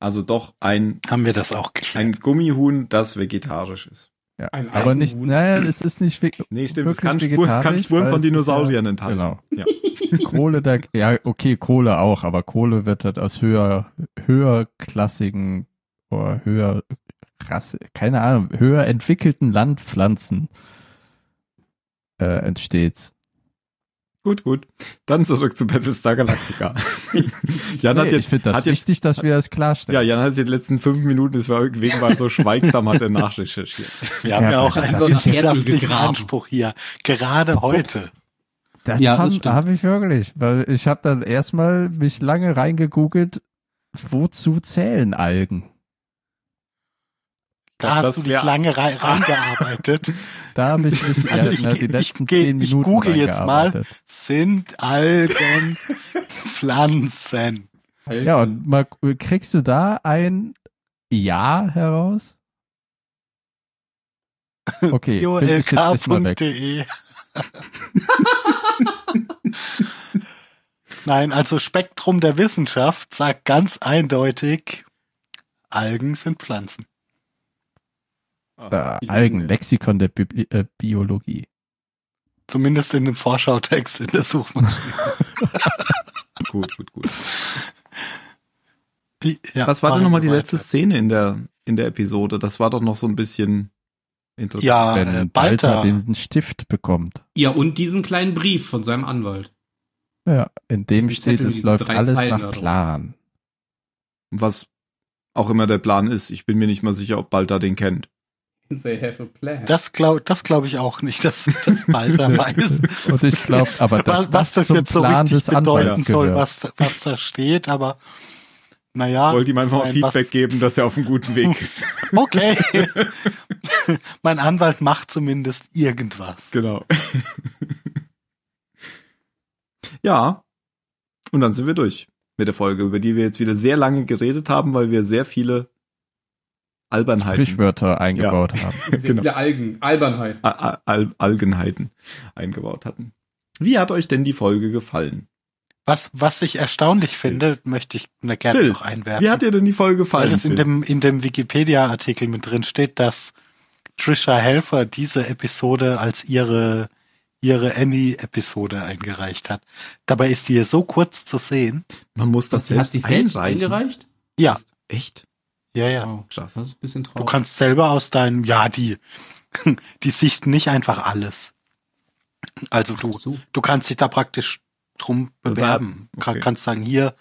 D: Also doch ein Also
A: Haben wir das auch geklärt?
D: Ein Gummihuhn, das vegetarisch ist.
E: Ja.
F: Ein
E: Aber nicht,
F: Algenhuhn.
E: naja, es ist nicht we-
D: Nee, stimmt.
E: wirklich
D: Es kann, Spur, es kann
E: vegetarisch,
D: Spuren
E: weil
D: von
E: es ist
D: Dinosauriern
E: ja-
A: Ah,
D: enthalten.
E: Genau.
D: Ja.
E: Kohle, da, ja, okay, Kohle auch, aber Kohle wird halt aus höher, höherklassigen oder höher Rasse, keine Ahnung, höher entwickelten Landpflanzen äh, entsteht's.
D: Gut, gut. Dann zurück zu Battlestar Galactica. Jan hat
E: Nee, ich
D: jetzt,
E: finde das
D: hat jetzt,
E: wichtig, dass wir das klarstellen.
D: ja, Jan hat jetzt die letzten fünf Minuten, das war wegen war so schweigsam, hat er nachrecherchiert.
A: Wir haben ja,
E: Ja,
A: auch
E: das
A: einen
E: hat
F: sich
A: wissenschaftlichen
F: gegraben.
A: Anspruch hier. Gerade heute.
E: Das
F: Ja, das
E: habe
F: stimmt.
E: hab ich wirklich, weil ich habe dann erstmal mich lange reingegoogelt, wozu zählen Algen?
D: glaub,
A: Da
D: das
A: hast du dich
D: wär-
A: lange rei- reingearbeitet.
E: Da habe ich mich
A: Also
E: ja,
A: ich-
E: ne, die
A: ich
E: letzten
A: geh-
E: zehn
A: ich
E: Minuten
A: google jetzt mal.
E: reingearbeitet.
A: Sind Algen Pflanzen?
E: Ja, und mal, äh, kriegst du da ein Ja heraus? Okay, bin
A: äh,
E: ich jetzt erstmal weg.
A: jolk.de Nein, also Spektrum der Wissenschaft sagt ganz eindeutig, Algen sind Pflanzen.
D: Ah,
E: Äh, Algen, Lexikon der Bibli äh, Biologie.
A: Zumindest in dem Vorschautext in der Suchmaschine.
D: Gut, gut, gut.
A: Die- ja,
D: Was war
A: machen
D: denn nochmal die
A: wir
D: letzte
A: weiter.
D: Szene in der, in der Episode? Das war doch noch so ein bisschen interessant.
A: Ja, äh,
E: Wenn Balta
A: Balta.
E: den Stift bekommt.
F: Ja, und diesen kleinen Brief von seinem Anwalt.
E: Ja, in dem steht,
F: Diesen Zettel mit
E: es
F: diesen
E: läuft
F: drei
E: alles
F: Zeilen da
E: nach
F: drauf.
E: Plan.
D: Was auch immer der Plan ist. Ich bin mir nicht mal sicher, ob Balta den kennt.
F: They have a plan.
A: Das glaube das glaub ich auch nicht, dass das Balta weiß,
E: Und ich glaube, aber das,
A: was, was das
E: zum
A: jetzt so
E: Plan
A: richtig
E: des Anwalts
A: bedeuten soll,
E: gehört.
A: was, da- was da steht, aber naja.
D: Wollte ihm einfach mal
A: Ah, nein, was-
D: Feedback geben, dass er auf einem guten Weg ist.
A: Okay. mein Anwalt macht zumindest irgendwas.
D: genau. ja. Und dann sind wir durch mit der Folge, über die wir jetzt wieder sehr lange geredet haben, weil wir sehr viele Albernheiten.
E: Sprichwörter eingebaut haben.
D: genau.
F: Wieder Algen, Albernheit.
D: Al Al Algenheiten eingebaut hatten. Wie hat euch denn die Folge gefallen?
A: Was, was ich erstaunlich finde, möchte ich na, gerne
D: Phil,
A: noch einwerfen.
D: Wie hat dir denn die Folge
A: weil
D: gefallen?
A: es in
D: Phil?
A: dem, in dem Wikipedia-Artikel mit drin steht, dass Trisha Helfer diese Episode als ihre, ihre Emmy-Episode eingereicht hat. Dabei ist die hier so kurz zu sehen.
D: Man muss das
F: Hat
D: selbst
F: sich selbst
D: einreichen.
F: eingereicht?
A: Ja,
D: Echt?
A: ja, ja.
F: Wow,
D: Krass.
F: das ist ein bisschen
A: Du
F: traurig.
A: kannst selber aus deinem, ja, die, die sichten nicht einfach alles. Also du,
F: so.
A: du kannst dich da praktisch drum bewerben.
D: Bewerben, okay.
A: Kann, kannst sagen, hier,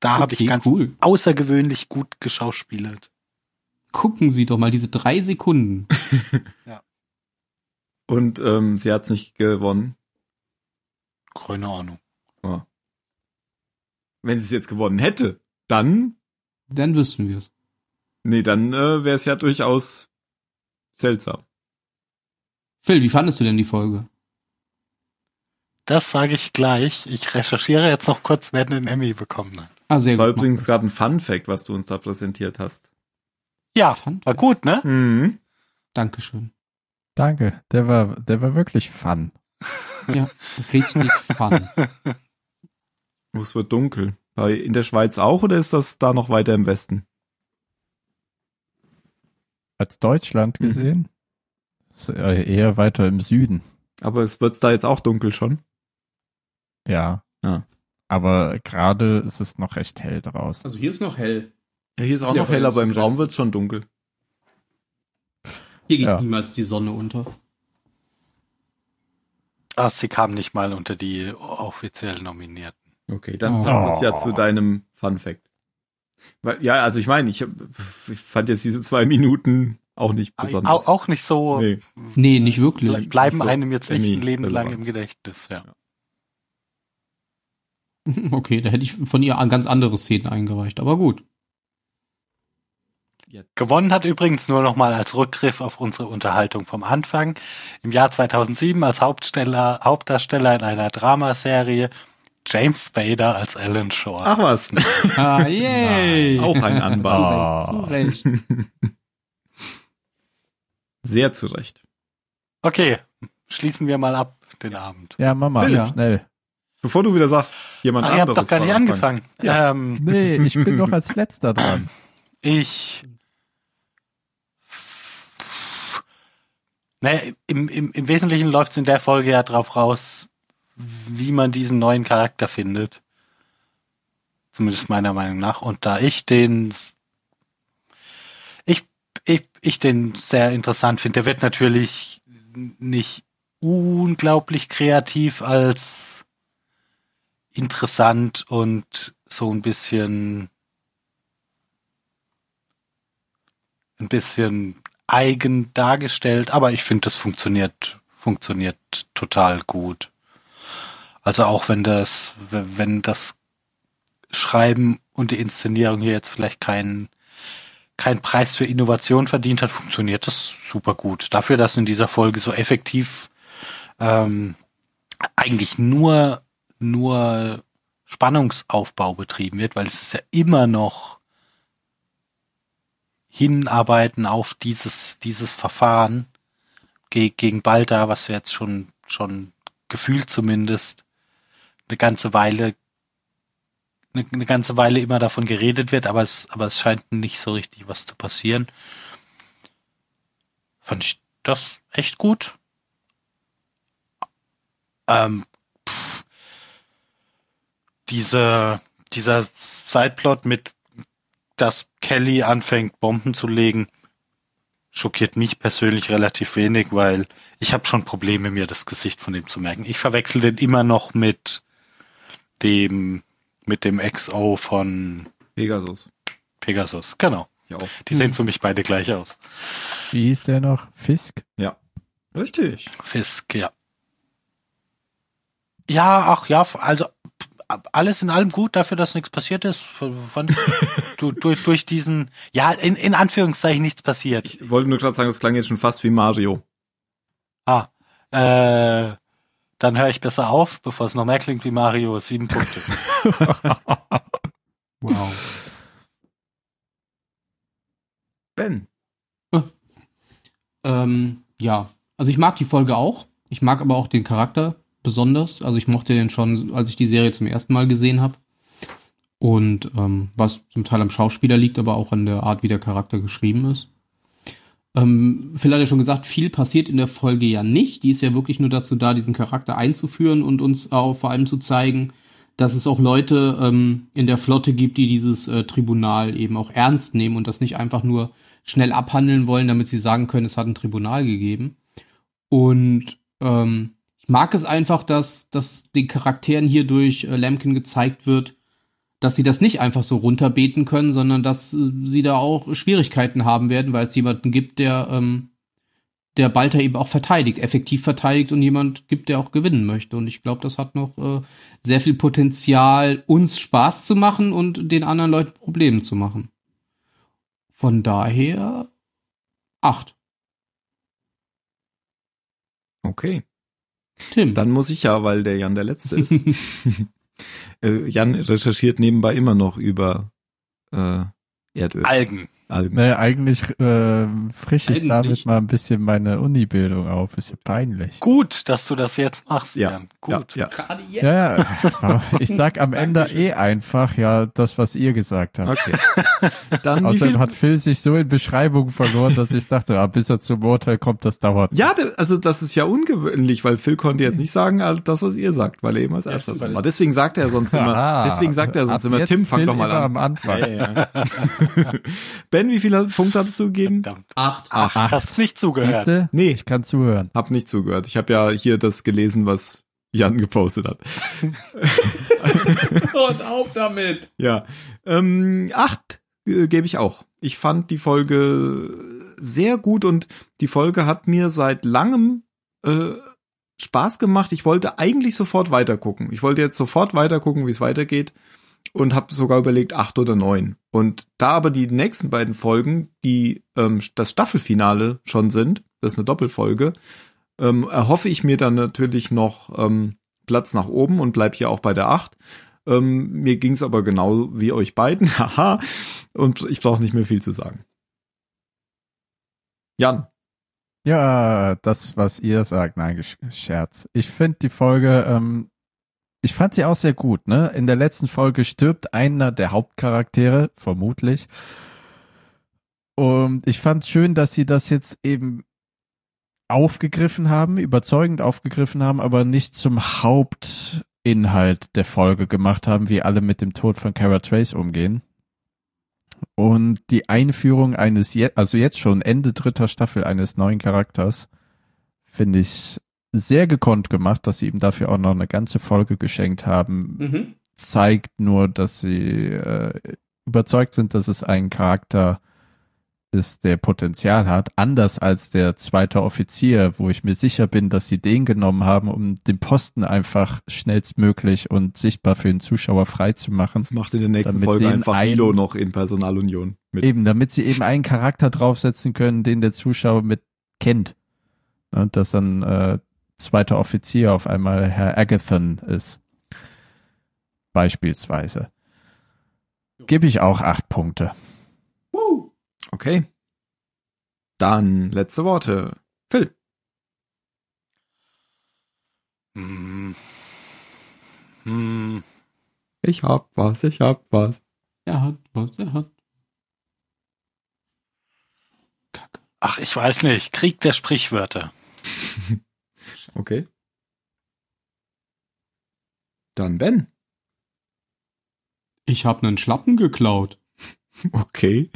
A: da habe ich
F: Okay,
A: ganz
F: cool.
A: außergewöhnlich gut geschauspielert.
F: Gucken Sie doch mal diese drei Sekunden.
D: Und ähm, sie hat's nicht gewonnen.
A: Keine Ahnung.
D: Wenn sie es jetzt gewonnen hätte, dann,
F: Dann wüssten wir es.
D: nee, dann äh, wäre es ja durchaus seltsam.
F: Phil, wie fandest du denn die Folge?
A: Das sage ich gleich. Ich recherchiere jetzt noch kurz, wer denn den Emmy bekommen ne? hat.
F: Ah, sehr
D: War
F: gut.
D: übrigens gerade ein Fun Fact, was du uns da präsentiert hast.
A: Ja,
F: Fand-
A: war gut, ne?
D: Mhm.
F: Dankeschön.
E: Danke, der war, der war wirklich fun.
F: Ja, richtig fun.
D: Oh, Es wird dunkel. Bei, in der Schweiz auch oder ist das da noch weiter im Westen?
E: Als Deutschland
D: Mhm.
E: gesehen, ist äh, eher weiter im Süden.
D: Aber es wird's da jetzt auch dunkel schon.
E: Ja.
D: Ah.
E: Aber gerade ist es noch recht hell draußen.
F: Also hier ist noch hell.
D: Ja, hier ist auch
F: Ja,
D: noch hell, aber im
F: grenzt.
D: Raum wird's schon dunkel.
F: Hier geht
E: Ja.
F: niemals die Sonne unter.
A: Ah, sie kam nicht mal unter die offiziell Nominierten.
D: Okay, dann
F: Oh.
D: passt das ja zu deinem Fun Fact. Weil- Ja, also ich meine, ich, hab- ich fand jetzt diese zwei Minuten auch nicht besonders.
A: Auch, auch nicht so,
D: Nee.
F: Nee, nicht
A: ble-
F: wirklich.
A: bleiben
D: nicht so
A: einem jetzt nicht ein Leben lang
D: Emmy-relevant.
A: im Gedächtnis, ja.
F: Okay, da hätte ich von ihr an ganz andere Szenen eingereicht, aber gut.
A: Gewonnen hat übrigens nur nochmal als Rückgriff auf unsere Unterhaltung vom Anfang. Im Jahr 2007 als Hauptsteller, Hauptdarsteller in einer Dramaserie James Spader als Alan Shore.
D: Ach was.
F: Ah,
E: yay.
D: Auch ein Anbau.
E: Ah.
F: Zurecht.
D: Sehr zu Recht.
A: Okay, schließen wir mal ab den Abend.
E: Ja, Mama,
D: Phil.
E: schnell.
D: Bevor du wieder sagst, jemand
A: Ach, ihr
D: anderes.
A: habt doch gar
D: war
A: nicht
D: am Anfang.
A: angefangen. Ähm,
E: Nee, ich bin noch als letzter dran.
A: ich Naja, im, im, im Wesentlichen läuft es in der Folge ja drauf raus, wie man diesen neuen Charakter findet. Zumindest meiner Meinung nach. Und da ich den s- ich, ich, ich den sehr interessant finde, der wird natürlich nicht unglaublich kreativ als interessant und so ein bisschen ein bisschen eigen dargestellt, aber ich finde, das funktioniert, funktioniert total gut. Also auch wenn das, w- wenn das Schreiben und die Inszenierung hier jetzt vielleicht keinen keinen Preis für Innovation verdient hat, funktioniert das super gut. Dafür, dass in dieser Folge so effektiv ähm, eigentlich nur nur Spannungsaufbau betrieben wird, weil es ist ja immer noch hinarbeiten auf dieses, dieses Verfahren ge gegen Balda, was wir jetzt schon, schon gefühlt zumindest eine ganze Weile, eine, eine ganze Weile immer davon geredet wird, aber es, aber es scheint nicht so richtig was zu passieren. Fand ich das echt gut. Ähm, pff, diese, dieser Sideplot mit dass Kelly anfängt, Bomben zu legen, schockiert mich persönlich relativ wenig, weil ich habe schon Probleme, mir das Gesicht von dem zu merken. Ich verwechsel den immer noch mit dem, mit dem XO von
D: Pegasus.
A: Pegasus. Genau.
D: Ja auch.
A: Die sehen für mich beide gleich aus.
E: Wie hieß der noch? Fisk?
D: Richtig.
A: Fisk, ja. Ja, ach ja, also p- alles in allem gut dafür, dass nichts passiert ist. Fand ich, du, durch, durch diesen, ja, in, in Anführungszeichen nichts passiert.
D: Ich wollte nur gerade sagen, das klang jetzt schon fast wie Mario.
A: Ah, äh, dann höre ich besser auf, bevor es noch mehr klingt wie Mario. Sieben Punkte.
F: Wow.
D: Ben.
F: Ähm, ja, also ich mag die Folge auch. Ich mag aber auch den Charakter besonders. Also ich mochte den schon, als ich die Serie zum ersten Mal gesehen habe. Und ähm, was zum Teil am Schauspieler liegt, aber auch an der Art, wie der Charakter geschrieben ist. Ähm, Phil hat ja schon gesagt, viel passiert in der Folge ja nicht. Die ist ja wirklich nur dazu da, diesen Charakter einzuführen und uns äh, auch vor allem zu zeigen, dass es auch Leute ähm, in der Flotte gibt, die dieses äh, Tribunal eben auch ernst nehmen und das nicht einfach nur schnell abhandeln wollen, damit sie sagen können, es hat ein Tribunal gegeben. Und ähm, ich mag es einfach, dass, dass den Charakteren hier durch äh, Lemkin gezeigt wird, dass sie das nicht einfach so runterbeten können, sondern dass äh, sie da auch Schwierigkeiten haben werden, weil es jemanden gibt, der, ähm, der Balter eben auch verteidigt, effektiv verteidigt und jemand gibt, der auch gewinnen möchte. Und ich glaube, das hat noch äh, sehr viel Potenzial, uns Spaß zu machen und den anderen Leuten Probleme zu machen. Von daher acht.
D: Okay.
F: Tim.
D: Dann muss ich ja, weil der Jan der Letzte ist. äh, Jan recherchiert nebenbei immer noch über äh, Erdöl.
A: Algen.
D: Algen.
E: Nee, eigentlich äh, frische ich
F: Eigentlich.
E: damit mal ein bisschen meine Uni-Bildung auf. Ist ja peinlich.
A: Gut, dass du das jetzt machst,
D: Ja,
A: Jan. Gut.
D: Ja,
F: Gerade jetzt.
E: Ja, ja. ich sag am Ende eh einfach ja das, was ihr gesagt
D: ja.
E: habt.
D: Okay. Dann wie
E: Außerdem
D: viel?
E: hat Phil sich so in Beschreibungen verloren, dass ich dachte, ah, bis er zum Urteil kommt, das dauert.
D: Ja, da- also das ist ja ungewöhnlich, weil Phil konnte jetzt nicht sagen, also das, was ihr sagt, weil er eben als erster
F: stimmt,
D: dran
F: weil-
D: war. Deswegen sagt er sonst immer,
E: Ah,
D: deswegen sagt er
E: ab
D: sonst immer,
E: jetzt
D: Tim, fang
E: Phil
D: doch mal
E: immer
D: an.
E: am Anfang.
D: ben, wie viele Punkte hattest du gegeben?
A: Verdammt.
F: Acht.
A: Ach,
E: Acht.
A: hast nicht zugehört.
E: Siehste?
D: Nee,
E: Ich kann zuhören.
D: Hab nicht zugehört. Ich habe ja hier das gelesen, was Jan gepostet hat.
F: Und auf damit.
D: Ja. Ähm, acht äh, gebe ich auch. Ich fand die Folge sehr gut und die Folge hat mir seit langem äh, Spaß gemacht. Ich wollte eigentlich sofort weitergucken. Ich wollte jetzt sofort weitergucken, wie es weitergeht und habe sogar überlegt acht oder neun. Und da aber die nächsten beiden Folgen, die ähm, das Staffelfinale schon sind, das ist eine Doppelfolge, ähm, erhoffe ich mir dann natürlich noch ähm, Platz nach oben und bleib hier auch bei der acht. Ähm, mir ging's aber genau wie euch beiden. Haha. Und ich brauche nicht mehr viel zu sagen. Jan,
E: Ja, das, was ihr sagt. Nein, Gesch- Scherz. Ich finde die Folge, ähm, ich fand sie auch sehr gut, ne? In der letzten Folge stirbt einer der Hauptcharaktere, vermutlich. Und ich fand schön, dass sie das jetzt eben aufgegriffen haben, überzeugend aufgegriffen haben, aber nicht zum Hauptinhalt der Folge gemacht haben, wie alle mit dem Tod von Kara Trace umgehen. Und die Einführung eines, je also jetzt schon Ende dritter Staffel eines neuen Charakters, finde ich sehr gekonnt gemacht, dass sie ihm dafür auch noch eine ganze Folge geschenkt haben.
F: Mhm.
E: Zeigt nur, dass sie äh, überzeugt sind, dass es einen Charakter ist, der Potenzial hat, anders als der zweite Offizier, wo ich mir sicher bin, dass sie den genommen haben, um den Posten einfach schnellstmöglich und sichtbar für den Zuschauer frei zu machen.
D: Das macht in der nächsten
E: Damit
D: Folge
E: den
D: einfach
E: einen-
D: Milo noch in Personalunion mit.
E: Eben, damit sie eben einen Charakter draufsetzen können, den der Zuschauer mit kennt. Ne, dass dann äh, zweiter Offizier auf einmal Herr Agathon ist. Beispielsweise. Gebe ich auch acht Punkte.
D: Okay. Dann letzte Worte. Phil.
A: Hm. Hm.
D: Ich hab was, ich hab was.
F: Er hat was, er hat. Kacke.
A: Ach, ich weiß nicht. Krieg der Sprichwörter.
D: Okay. Dann Ben.
F: Ich habe einen Schlappen geklaut.
D: Okay.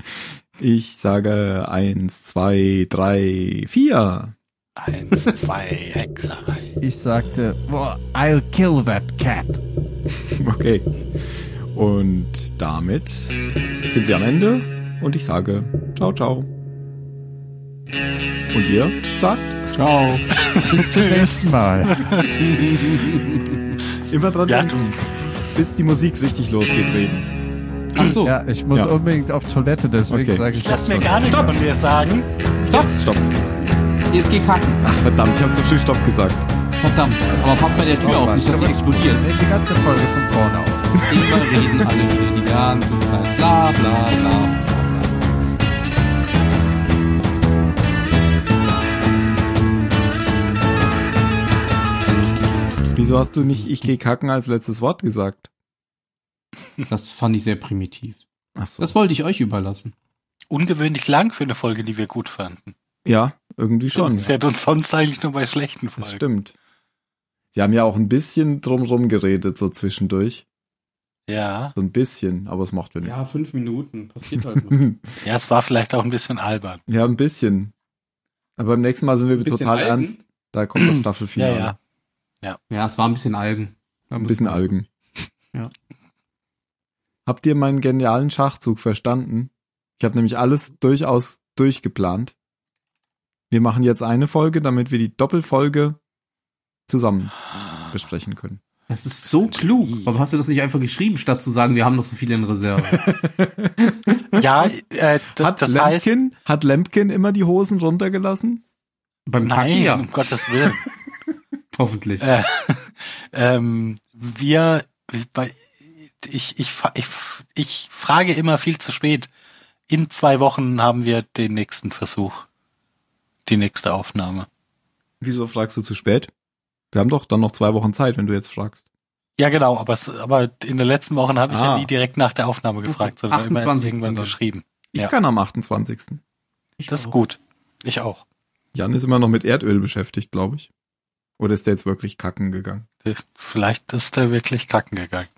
D: Ich sage eins, zwei, drei, vier.
A: Eins, zwei, Hexerei.
E: Ich sagte, boah, I'll kill that cat.
D: Okay. Und damit sind wir am Ende und ich sage ciao, ciao. Und ihr sagt
F: Ciao.
E: Bis zum nächsten Mal.
D: immer dran
A: Ja,
D: denken,
A: du.
D: bis die Musik richtig losgeht reden.
F: Ach so.
E: Ja, ich muss
D: Ja.
E: unbedingt auf Toilette, deswegen
D: Okay.
E: sage ich
A: Ich lass
E: das
A: mir
E: schon.
A: gar nichts von dir sagen.
D: Jetzt stopp.
F: ESG kacken.
D: Ach verdammt, ich habe zu früh stopp gesagt.
F: Verdammt. Aber passt bei der Tür auf, nicht, dass sie explodiert.
E: Nimm Oh die ganze Folge von vorne auf.
F: Immer reden alle wieder die ganze Zeit. Bla bla bla.
D: Wieso hast du nicht ich geh kacken als letztes Wort gesagt?
F: Das fand ich sehr primitiv.
D: Ach so.
F: Das wollte ich euch überlassen.
A: Ungewöhnlich lang für eine Folge, die wir gut fänden.
D: Ja, irgendwie schon.
A: Sie hat uns sonst eigentlich nur bei schlechten
D: Das
A: Folgen.
D: stimmt. Wir haben ja auch ein bisschen drumrum geredet, so zwischendurch.
A: Ja.
D: So ein bisschen, aber es macht wir nicht.
F: fünf Minuten. Passiert halt
A: Ja, es war vielleicht auch ein bisschen albern.
D: ja, ein bisschen. Aber beim nächsten Mal sind wir
F: bisschen
D: total
F: Algen.
D: ernst. Da kommt das
A: Ja,
D: Staffelfinale.
A: ja.
F: Ja, es war ein bisschen Algen.
D: Ein bisschen Algen.
F: Ja.
D: Habt ihr meinen genialen Schachzug verstanden? Ich habe nämlich alles durchaus durchgeplant. Wir machen jetzt eine Folge, damit wir die Doppelfolge zusammen besprechen können.
F: Das ist so klug. Warum hast du das nicht einfach geschrieben, statt zu sagen, wir haben noch so viele in Reserve?
A: Ja, äh, d-
D: Hat
A: das heißt.
D: Lempkin, hat Lempkin immer die Hosen runtergelassen?
F: Beim Kacken
A: Nein,
F: ja.
A: um Gottes Willen.
F: Hoffentlich.
A: Äh, ähm, wir, bei- ich, ich, fa- ich, ich frage immer viel zu spät. In zwei Wochen haben wir den nächsten Versuch. Die nächste Aufnahme.
D: Wieso fragst du zu spät? Wir haben doch dann noch zwei Wochen Zeit, wenn du jetzt fragst.
A: Ja, genau, aber, es, aber in den letzten Wochen habe ich ja
D: Ah.
A: nie direkt nach der Aufnahme gefragt, sondern immer erst
F: 28.
A: irgendwann
F: dann.
A: geschrieben.
D: Ich
A: Ja.
D: kann am 28.
A: Das ist gut. Ich auch.
D: Jan ist immer noch mit Erdöl beschäftigt, glaube ich. Oder ist der jetzt wirklich kacken gegangen?
A: Das- Vielleicht ist er wirklich kacken gegangen.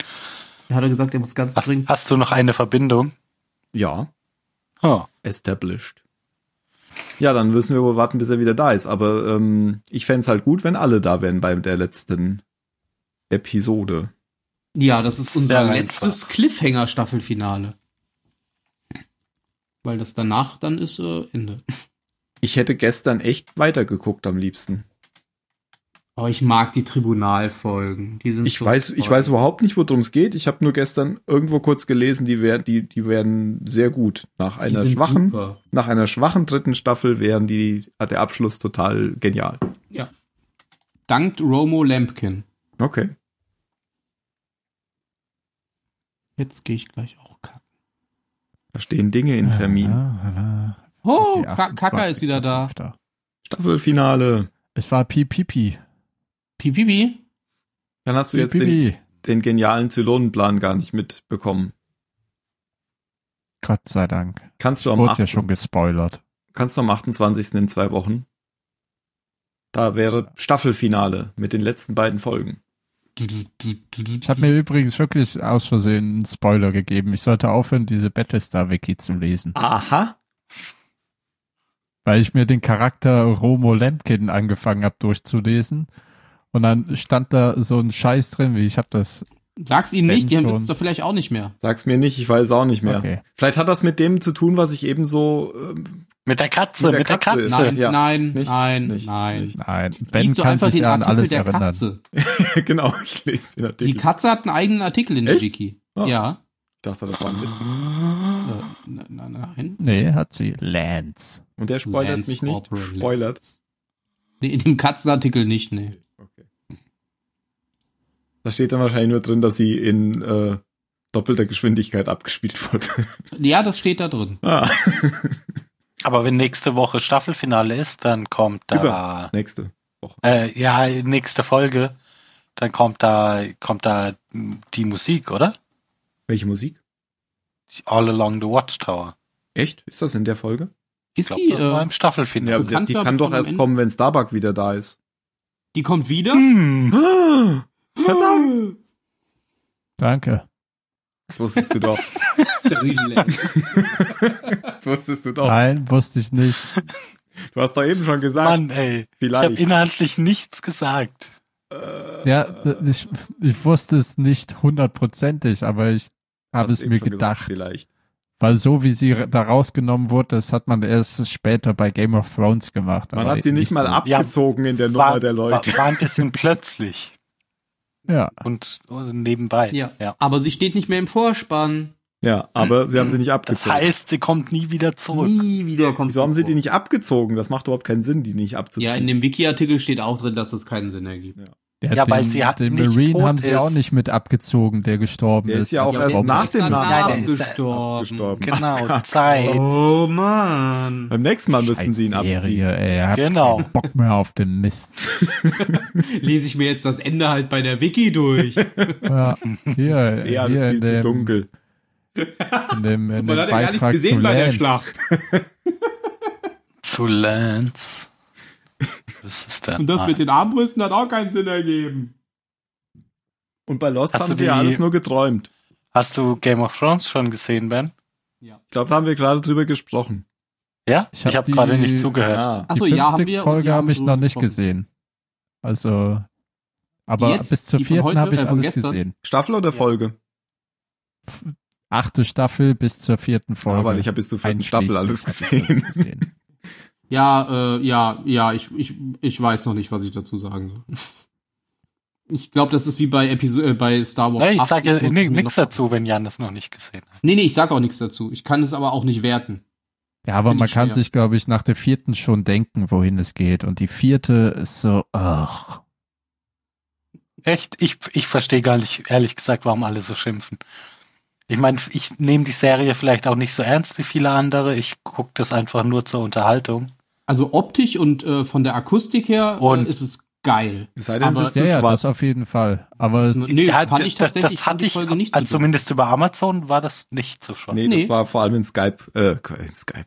F: Hat er gesagt, er muss ganz
A: Hast,
F: dringend.
A: hast du noch eine Verbindung?
D: Ja,
A: Oh,
D: established. Ja, dann müssen wir wohl warten, bis er wieder da ist. Aber ähm, ich fänd's halt gut, wenn alle da wären bei der letzten Episode.
F: Ja, das ist unser
A: Sehr
F: letztes Cliffhanger-Staffelfinale. Weil das danach dann ist äh, Ende.
D: Ich hätte gestern echt weitergeguckt am liebsten.
F: Aber ich mag die Tribunalfolgen. Die sind
D: Ich
F: Hm, so
D: weiß,
F: toll.
D: ich weiß überhaupt nicht, worum es geht. Ich habe nur gestern irgendwo kurz gelesen, die werden, die, die werden sehr gut. Nach
F: die
D: einer
F: sind
D: schwachen,
F: super.
D: nach einer schwachen dritten Staffel wären die, hat der Abschluss total genial.
F: Dankt Romo Lampkin.
D: Okay.
F: Jetzt gehe ich gleich auch kacken.
D: Da stehen Dinge in Termin.
E: Ah, Die
F: Oh, Ka- Kaka
E: 28
F: ist wieder da.
E: Fünfter.
D: Staffelfinale.
E: Es war Pipipi.
F: Pipipi.
D: Dann hast du jetzt den,
E: Pipipi.
D: den genialen Zylonenplan gar nicht mitbekommen.
E: Gott sei Dank.
D: Kannst du am,
E: Wurde ja
D: 8,
E: schon gespoilert.
D: kannst du am 28. in zwei Wochen? Da wäre Staffelfinale mit den letzten beiden Folgen.
E: Ich habe mir übrigens wirklich aus Versehen einen Spoiler gegeben. Ich sollte aufhören, diese Battlestar-Wiki zu lesen,
D: Aha.
E: weil ich mir den Charakter Romo Lemkin angefangen habe durchzulesen. Und dann stand da so ein Scheiß drin, wie ich habe das.
F: Sag's ihnen
E: Wenn
F: nicht, die haben
E: schon.
F: es doch vielleicht auch nicht mehr.
D: Sag's mir nicht, ich weiß auch nicht mehr.
E: Okay.
D: Vielleicht hat das mit dem zu tun, was ich eben so. Ähm,
A: Mit der Katze, mit der Katze.
D: ist.
F: Nein,
D: Ja.
F: nein,
D: Nicht,
F: nein,
D: nicht,
F: nein.
D: nicht.
E: Nein, Ben
F: Liest du
E: kann
F: einfach
E: sich
F: den
E: ja an
F: Artikel
E: alles
F: der
E: erinnern.
F: Katze.
D: genau, ich lese den Artikel.
F: Die Katze hat einen eigenen Artikel in der
D: Echt?
F: Wiki.
D: Ah.
F: Ja.
D: ich dachte, das war ein Witz.
F: Äh, nein, nein, nein.
E: Nee, hat sie. Lance.
D: Und der spoilert
F: Lance
D: mich nicht.
F: Corporal
D: Spoilert.
F: Nee, in dem Katzenartikel nicht, nee.
D: Da steht dann wahrscheinlich nur drin, dass sie in äh, doppelter Geschwindigkeit abgespielt wurde.
F: Ja, das steht da drin.
D: ah,
A: Aber wenn nächste Woche Staffelfinale ist, dann kommt da,
D: nächste.
A: äh, ja, nächste Folge, dann kommt da, kommt da m, die Musik, oder?
D: Welche Musik?
A: All Along the Watchtower.
D: Echt? Ist das in der Folge?
A: Ich
F: Ist
A: glaube,
F: die,
A: das war
F: äh,
A: im Staffelfinale.
D: Ja,
F: Bekannt
D: die
F: war
D: kann doch
F: am
D: erst
F: Ende.
D: kommen, wenn Starbuck wieder da ist.
F: die kommt wieder?
A: Hm.
D: Verdammt!
E: Danke.
D: Das wusstest du doch.
F: Relax.
D: Das wusstest du doch.
E: Nein, wusste ich nicht.
D: Du hast doch eben schon gesagt,
A: Mann, ey. Ich habe
D: vielleicht.
A: inhaltlich nichts gesagt.
E: Ja,
D: Äh.
E: ich, ich wusste es nicht hundertprozentig, aber ich habe
D: Hast
E: es
D: eben
E: mir
D: schon
E: gedacht.
D: vielleicht.
E: Weil so wie sie ra- da rausgenommen wurde, das hat man erst später bei Game of Thrones gemacht.
D: Man
E: aber
D: hat sie nicht mal
E: so.
A: Ja,
D: abgezogen in der Nummer
A: War,
D: der Leute.
A: war, war ein bisschen plötzlich
E: Ja,
A: und, und nebenbei.
F: ja. Aber sie steht nicht mehr im Vorspann.
D: Ja, aber sie haben sie nicht
A: Das
D: abgezogen.
A: heißt, sie kommt nie wieder zurück.
F: Nie wieder kommt
D: Wieso haben sie die
F: vor.
D: nicht abgezogen? Das macht überhaupt keinen Sinn, die nicht abzuziehen.
F: Ja, in dem Wiki-Artikel steht auch drin, dass es keinen Sinn ergibt.
E: der,
A: Ja,
E: den,
A: weil sie hat
E: den
A: nicht
E: Marine
A: tot
E: haben sie
A: ist.
E: auch nicht mit abgezogen, der gestorben
D: Der
E: ist.
D: ist ja auch
E: als
F: der
D: erst
E: Bombe.
F: ist
D: nach dem
F: erst nach
D: Namen
A: dem Namen
F: gestorben.
A: Genau, Zeit.
F: Oh man.
D: Beim nächsten Mal müssten sie ihn
E: Scheiß
D: abziehen.
E: Serie, ey, hab
A: Genau.
E: keinen Bock mehr auf den Mist.
D: Genau.
F: Lese ich mir jetzt das Ende halt bei der Wiki durch.
E: Ja, hier,
D: Ist
E: hier
D: eher alles
E: in,
D: viel zu
E: dem,
D: dunkel.
E: in dem, in
F: Man
E: dem
F: hat ja gar nicht
E: Beitrag zu
F: gesehen bei der
E: Lance.
F: Schlacht.
A: Zu Lance. Was ist denn?
F: Und das
A: Ah,
F: mit den Armbrüsten hat auch keinen Sinn ergeben.
D: Und bei Lost
A: Hast
D: haben
A: du
D: sie ja
A: die-
D: alles nur geträumt.
A: Hast du Game of Thrones schon gesehen, Ben?
F: Ja.
D: Ich glaube, da haben wir gerade drüber gesprochen.
A: Ja?
E: Ich
A: Ich
E: hab
A: habe
E: die-
A: gerade nicht zugehört.
D: Ja.
E: Die
F: Achso, ja, haben wir. und die
E: Folge
F: haben
E: habe ich
F: so
E: noch nicht
F: gesprochen.
E: gesehen. Also, aber
F: jetzt?
E: bis zur
F: Die von
E: vierten
F: heute?
E: habe ich
F: Äh, von
E: alles
F: gestern?
E: gesehen.
D: Staffel oder
F: Ja.
D: Folge?
E: Achte Staffel bis zur vierten Folge.
D: Aber ich habe bis zur vierten
E: Einschließlich
D: Staffel alles
E: hab ich alles
D: gesehen.
E: gesehen.
F: Ja, äh, ja, ja, ich, ich, ich weiß noch nicht, was ich dazu sagen soll. Ich glaube, das ist wie bei Episode äh, bei Star Wars.
A: Nee, Ne, ich
F: 8.
A: sage
F: muss mir
A: nichts
F: noch-
A: dazu, wenn Jan das noch nicht gesehen hat.
F: Nee, nee, ich sag auch nichts dazu. Ich kann es aber auch nicht werten.
E: Ja, aber
F: Find
E: man
F: ich
E: kann
F: schwer.
E: sich, glaube ich, nach der vierten schon denken, wohin es geht. Und die vierte ist so, ach.
A: Echt? Ich, ich verstehe gar nicht, ehrlich gesagt, warum alle so schimpfen. Ich meine, ich nehme die Serie vielleicht auch nicht so ernst wie viele andere. Ich gucke das einfach nur zur Unterhaltung.
F: Also optisch und äh, von der Akustik her
A: Und-
F: äh, ist es geil.
D: Es sei denn,
F: Aber-
D: es ist
E: Ja,
D: zu
E: ja,
D: schwarz.
E: das auf jeden Fall. Aber es,
F: Nee, fand ich
A: das,
F: tatsächlich,
A: das
F: fand
A: hatte
F: die
A: ich,
F: Folge nicht so
A: also zumindest über Amazon war das nicht so schön.
D: nee,
F: Nee.
D: das war vor allem in Skype, äh, in Skype.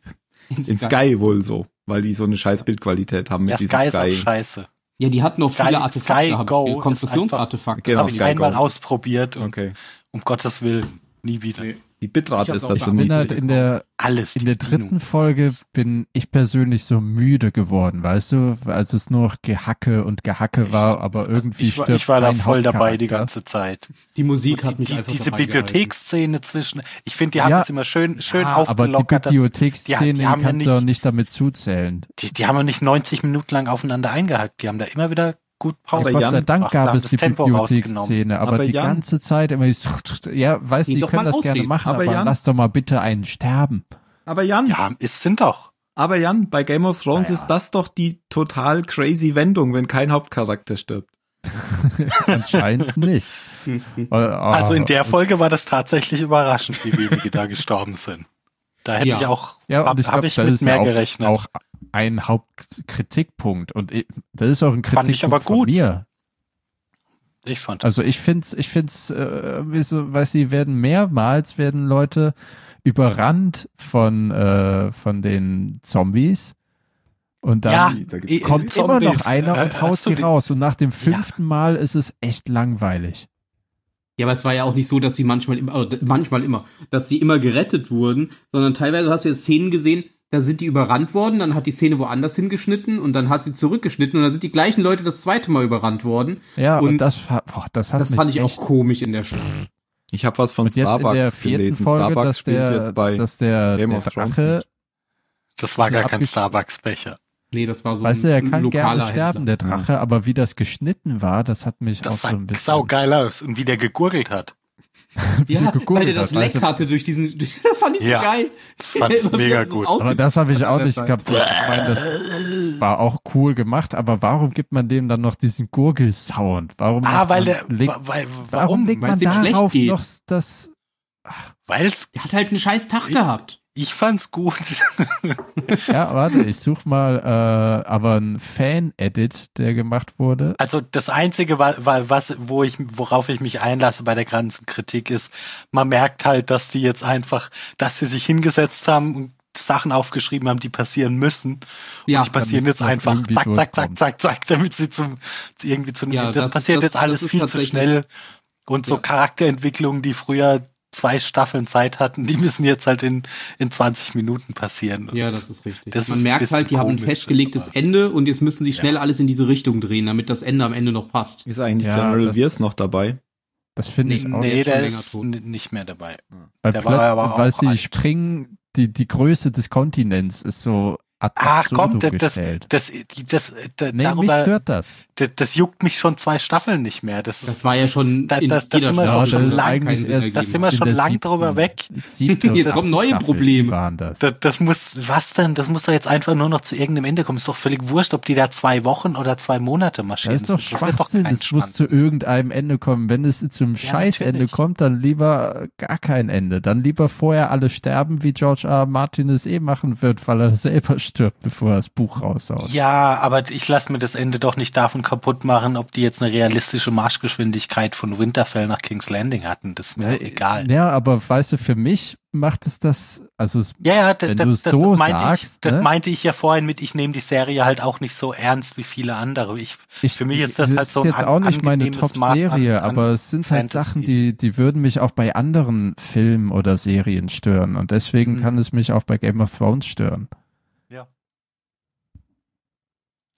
D: In Sky wohl so, weil die so eine scheiß Bildqualität haben mit
A: ja,
D: diesem
A: Sky ist auch
D: Sky.
A: scheiße.
F: Ja, die hatten noch
A: Sky-
F: viele Artefakte,
A: Sky
F: hab ich
A: Go
F: ge-
A: ist
F: Kompressionsartefakte.
D: Genau,
A: das habe ich
D: Sky
A: einmal
D: Go.
A: ausprobiert und
D: Okay.
A: um Gottes Willen nie wieder.
F: Nee.
D: Die
F: Ich
D: Bitrate
F: hab
D: ist
F: auch
D: dazu
E: ich bin halt
D: nicht.
E: in der,
A: Alles
E: in der
A: Dino.
E: dritten Folge bin ich persönlich so müde geworden, weißt du, als es nur noch Gehacke und Gehacke war, aber irgendwie
A: ich war,
E: stirbt
A: ich war da
E: kein
A: voll dabei die
E: Hauptcharakter.
A: ganze Zeit.
F: Die Musik
A: Die,
F: hat mich
A: die,
F: einfach
A: diese
F: dabei
A: Bibliotheksszene zwischen, ich finde, die haben
E: Ja.
A: das immer schön, schön
E: Ah, aber die
A: aufgelockert. dass-
E: Bibliotheksszene
A: die haben ja
E: kannst du auch
A: nicht-
E: nicht damit zuzählen.
A: die, die haben ja nicht 90 Minuten lang aufeinander eingehackt. Die haben da immer wieder gut Power.
D: Aber
E: Gott
D: Jan-
E: sei Dank
A: Ach, da
E: gab
A: haben
E: es
A: das
E: die
A: Tempo rausgenommen.
E: Bibliotheksszene, aber,
D: Aber
E: die
D: Jan-
E: ganze Zeit immer so, ja, weißt du,
F: Geh
E: die
F: doch
E: können
F: mal
E: das gerne
F: ausreden.
E: machen, aber,
D: Aber Jan-
E: lass doch mal bitte einen sterben.
D: Aber Jan,
A: Ja, es sind doch.
D: aber Jan, bei Game of Thrones
E: Naja.
D: ist das doch die total crazy Wendung, wenn kein Hauptcharakter stirbt.
E: Anscheinend nicht. Äh, Ah,
A: Also in der Folge war das tatsächlich überraschend, wie wenige da gestorben sind. Da hätte
F: Ja.
A: ich auch,
E: ja, und
A: habe
E: ich
A: hab
E: glaube,
A: ich
E: das
A: mit
E: ist
A: mehr
E: ja auch,
A: gerechnet.
E: auch ein Hauptkritikpunkt und ich, das ist auch ein
A: Fand ich
E: Kritikpunkt
A: aber
E: von
A: gut.
E: mir.
A: ich fand
E: Also ich find's, ich find's, äh, wie so, weiß sie werden mehrmals werden Leute überrannt von äh, von den Zombies Und
A: Ja,
E: dann
D: Da gibt's
A: eh,
E: kommt immer
A: Zombies.
E: noch einer
A: Äh,
E: und haut
A: hast du
E: sie
A: die-
E: raus. Und nach dem fünften Mal ist es echt langweilig.
F: Ja, aber es war ja auch nicht so, dass sie manchmal immer, äh, manchmal immer, dass sie immer gerettet wurden, sondern teilweise hast du ja Szenen gesehen, da sind die überrannt worden, dann hat die Szene woanders hingeschnitten und dann hat sie zurückgeschnitten und dann sind die gleichen Leute das zweite Mal überrannt worden.
E: Ja, und,
F: Und
E: das, fa- boah, das hat
F: Das
E: mich
F: fand ich auch
E: echt
F: komisch in der Schlacht.
D: Ich habe was von
E: Und jetzt in der
D: Starbucks
E: vierten
D: gelesen.
E: Folge,
D: Starbucks
E: dass
D: spielt
E: der,
D: jetzt bei.
E: dass der,
D: Game
E: der
D: of Thrones
E: Drache,
A: Das war
E: So
A: gar kein
E: abgesch-
A: Starbucks-Becher.
F: Nee, das war so
E: weißt du, er kann gerne
F: Händler.
E: sterben, der Drache, aber wie das geschnitten war, das hat mich auch
A: Das
E: so
A: sah
E: ein bisschen.
A: saugeil aus. Und wie der gegurgelt hat.
F: Ja,
E: gegurgelt
F: weil der das
E: hat, weißt
F: Leck
E: du.
F: hatte durch diesen, das fand ich so
A: Ja.
F: geil.
A: Das fand ich
F: Immer
A: mega
F: wieder so
A: gut.
F: auf-
E: aber das habe ich auch nicht
D: Zeit.
E: gehabt. Ich meine, das war auch cool gemacht, aber warum gibt man dem dann noch diesen Gurgelsound? Warum
A: Ah,
E: macht
A: weil
E: man-
A: der,
E: legt,
A: wa- weil,
E: warum
A: warum?
E: legt man
F: Weil's ihm schlecht
E: darauf
F: geht.
E: noch das,
A: Weil's,
F: Der hat halt einen scheiß Tag gehabt.
A: ich fand's gut.
E: ja, warte, ich suche mal, äh, aber ein Fan-Edit, der gemacht wurde.
A: Also das einzige, wa- wa- was, wo ich, worauf ich mich einlasse bei der ganzen Kritik ist, man merkt halt, dass die jetzt einfach, dass sie sich hingesetzt haben und Sachen aufgeschrieben haben, die passieren müssen.
F: Ja, halt
A: und die passieren
E: damit
A: jetzt
E: man
A: einfach
E: irgendwie
A: zack, zack,
E: durchkommt.
A: zack, zack, zack, damit sie zum zu- irgendwie zu
F: Ja,
A: das,
F: das-
A: passiert
F: das-
A: jetzt alles
F: das ist
A: viel zu
F: tatsächlich-
A: schnell und so
F: Ja.
A: Charakterentwicklungen, die früher zwei Staffeln Zeit hatten, die müssen jetzt halt in in 20 Minuten passieren.
F: Ja,
A: Und
F: das ist richtig.
A: das
F: Man
A: ist ein
F: merkt
A: bisschen
F: halt, die haben ein
A: komisch,
F: festgelegtes
A: aber-
F: Ende und jetzt müssen sie schnell alles in diese Richtung drehen, damit das Ende am Ende noch passt.
D: ist eigentlich
E: Ja,
D: General
E: das-
D: Wirs noch dabei?
E: Das finde ich auch
A: nee,
F: jetzt schon
A: der
F: länger
A: ist
F: tot.
A: n- nicht mehr dabei.
E: Weil
A: Der war
E: plötzlich,
A: aber auch
E: weil sie
A: alt.
E: springen, die, die Größe des Kontinents ist so ad
A: Ach Ah, komm, das,
E: absurdum
A: das,
E: gestellt.
A: das, das, das,
E: nee, mich
A: darüber,
E: stört das.
A: das, das juckt mich schon zwei Staffeln nicht mehr. Das ist,
F: Das war ja schon
A: Da-
F: in
A: das- das
F: jeder
A: sind wir
F: Staffel
A: doch schon
F: dass es
A: lang-
F: keinen Sinn
E: erst-
F: ergeben
A: das sind wir
F: hat.
E: In
A: schon
E: der
A: lang
E: siebten-
A: drüber weg.
E: siebte und
F: Jetzt
E: achte
F: kommen neue
E: Staffel
F: Probleme.
E: waren das.
A: das, das muss, was denn? Das muss doch jetzt einfach nur noch zu irgendeinem Ende kommen. Ist doch völlig wurscht, ob die da zwei Wochen oder zwei Monate
E: Das
A: marschieren.
E: ist doch
A: interessiert
E: Schwachsinn,
A: keinen
E: es muss
A: Schwanz.
E: zu irgendeinem Ende kommen. Wenn es zum Scheißende
A: natürlich.
E: kommt, dann lieber äh, gar kein Ende. Dann lieber vorher alle sterben, wie George R. R. Martin es eh machen wird, weil er selber stirbt, bevor er das Buch raushaut.
A: Ja, aber ich lasse mir das Ende doch nicht davon kaputt machen, ob die jetzt eine realistische Marschgeschwindigkeit von Winterfell nach King's Landing hatten. Das ist mir doch egal.
E: Ja, aber weißt du, für mich macht es das, also es
A: Ja, ja, das,
E: Wenn du
A: das,
E: es
A: das,
E: so
A: das, meinte ich,
E: sagst,
A: das
E: ne?
A: meinte ich ja vorhin mit, ich nehme die Serie halt auch nicht so ernst wie viele andere. Ich,
E: Ich,
A: Für mich ist das halt so ein
E: jetzt auch nicht meine
A: angenehmes Maß an-
E: Top-Serie,
A: an
E: aber es sind halt
A: Fantasy.
E: Sachen, die, die würden mich auch bei anderen Filmen oder Serien stören. Und deswegen
A: Mhm.
E: kann es mich auch bei Game of Thrones stören.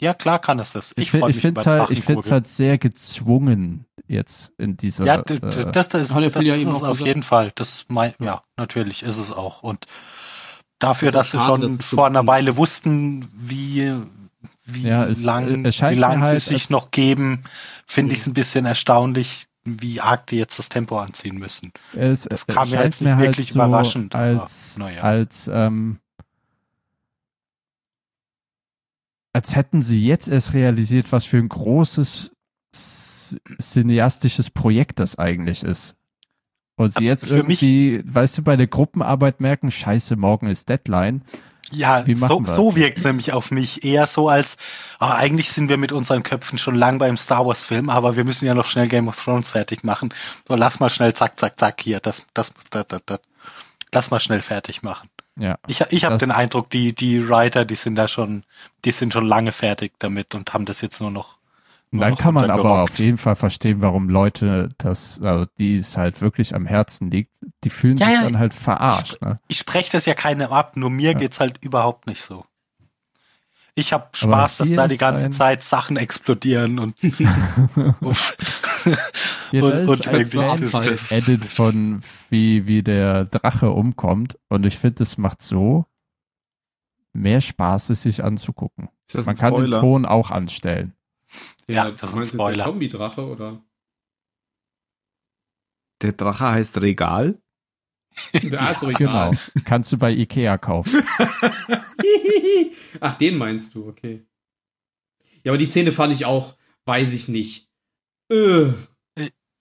A: ja, klar kann es das.
E: Ich,
A: Ich,
E: fi-
A: freue
E: ich
A: mich
E: finde
A: über
E: es halt, ich find's
A: Drachenkugeln.
E: halt sehr gezwungen jetzt in dieser.
A: Ja, d- d-
E: äh,
A: das, das,
F: hat der
A: das,
F: Phil ja
A: ist
F: eben
A: es
F: auch
A: auf
F: gesagt.
A: jeden Fall. Das mein, ja, natürlich ist es auch. Und dafür,
F: Ist auch
A: dass sie
F: schade,
A: schon
F: dass es so
A: vor einer
F: gut
A: Weile wussten, wie, wie
E: Ja, es-
A: lang,
E: äh, es scheint
A: wie lang
E: mir
A: sie
E: halt,
A: es sich
E: als-
A: noch geben, finde ich es ein bisschen erstaunlich, wie arg die jetzt das Tempo anziehen müssen.
E: es, es
A: das kam mir
E: scheint halt
A: jetzt nicht wirklich
E: so
A: überraschend, aber
E: Als,
A: naja.
E: als, ähm, als hätten sie jetzt erst realisiert, was für ein großes s- cineastisches Projekt das eigentlich ist. Und sie
A: Aber
E: jetzt
A: für mich-
E: irgendwie, weißt du, bei der Gruppenarbeit merken, scheiße, morgen ist Deadline.
A: Ja,
E: Wie
A: so,
E: machen wir's?
A: so wirkt es nämlich auf mich. Eher so als, ah, eigentlich sind wir mit unseren Köpfen schon lang beim Star Wars-Film, aber wir müssen ja noch schnell Game of Thrones fertig machen. So, lass mal schnell, zack, zack, zack, hier, das, das, das, das, das. Lass mal schnell fertig machen.
E: Ja.
A: Ich, ich habe
E: Das-
A: den Eindruck, die, die Writer, die sind da schon, die sind schon lange fertig damit und haben das jetzt nur noch.
E: Und
A: nur
E: dann
A: noch
E: kann man aber
A: runtergerockt.
E: auf jeden Fall verstehen, warum Leute das, also die es halt wirklich am Herzen liegt, die fühlen
A: Ja,
E: sich
A: ja.
E: dann halt verarscht. Ne?
A: Ich spreche das ja keinem ab, nur mir geht's halt überhaupt nicht so. Ich habe
E: Aber
A: Spaß, dass
E: hier
A: da die
E: ist
A: ganze
E: ein-
A: Zeit Sachen explodieren und,
E: Ja, da
A: und,
E: ist halt
A: und
E: ein
A: irgendwie
F: Fan-
A: das-
E: Edit von wie, wie der Drache umkommt und ich finde, das macht so mehr Spaß, es sich anzugucken.
D: Ist das
E: Man kann den Ton auch anstellen.
A: Ja, das ist ein Spoiler.
F: Zombie-Drache, oder?
D: Der Drache heißt Regal.
F: Ja, Ah, ist doch
E: Genau.
F: egal.
E: Kannst du bei Ikea kaufen.
F: Ach, den meinst du, okay. Ja, aber die Szene fand ich auch, weiß ich nicht. Äh,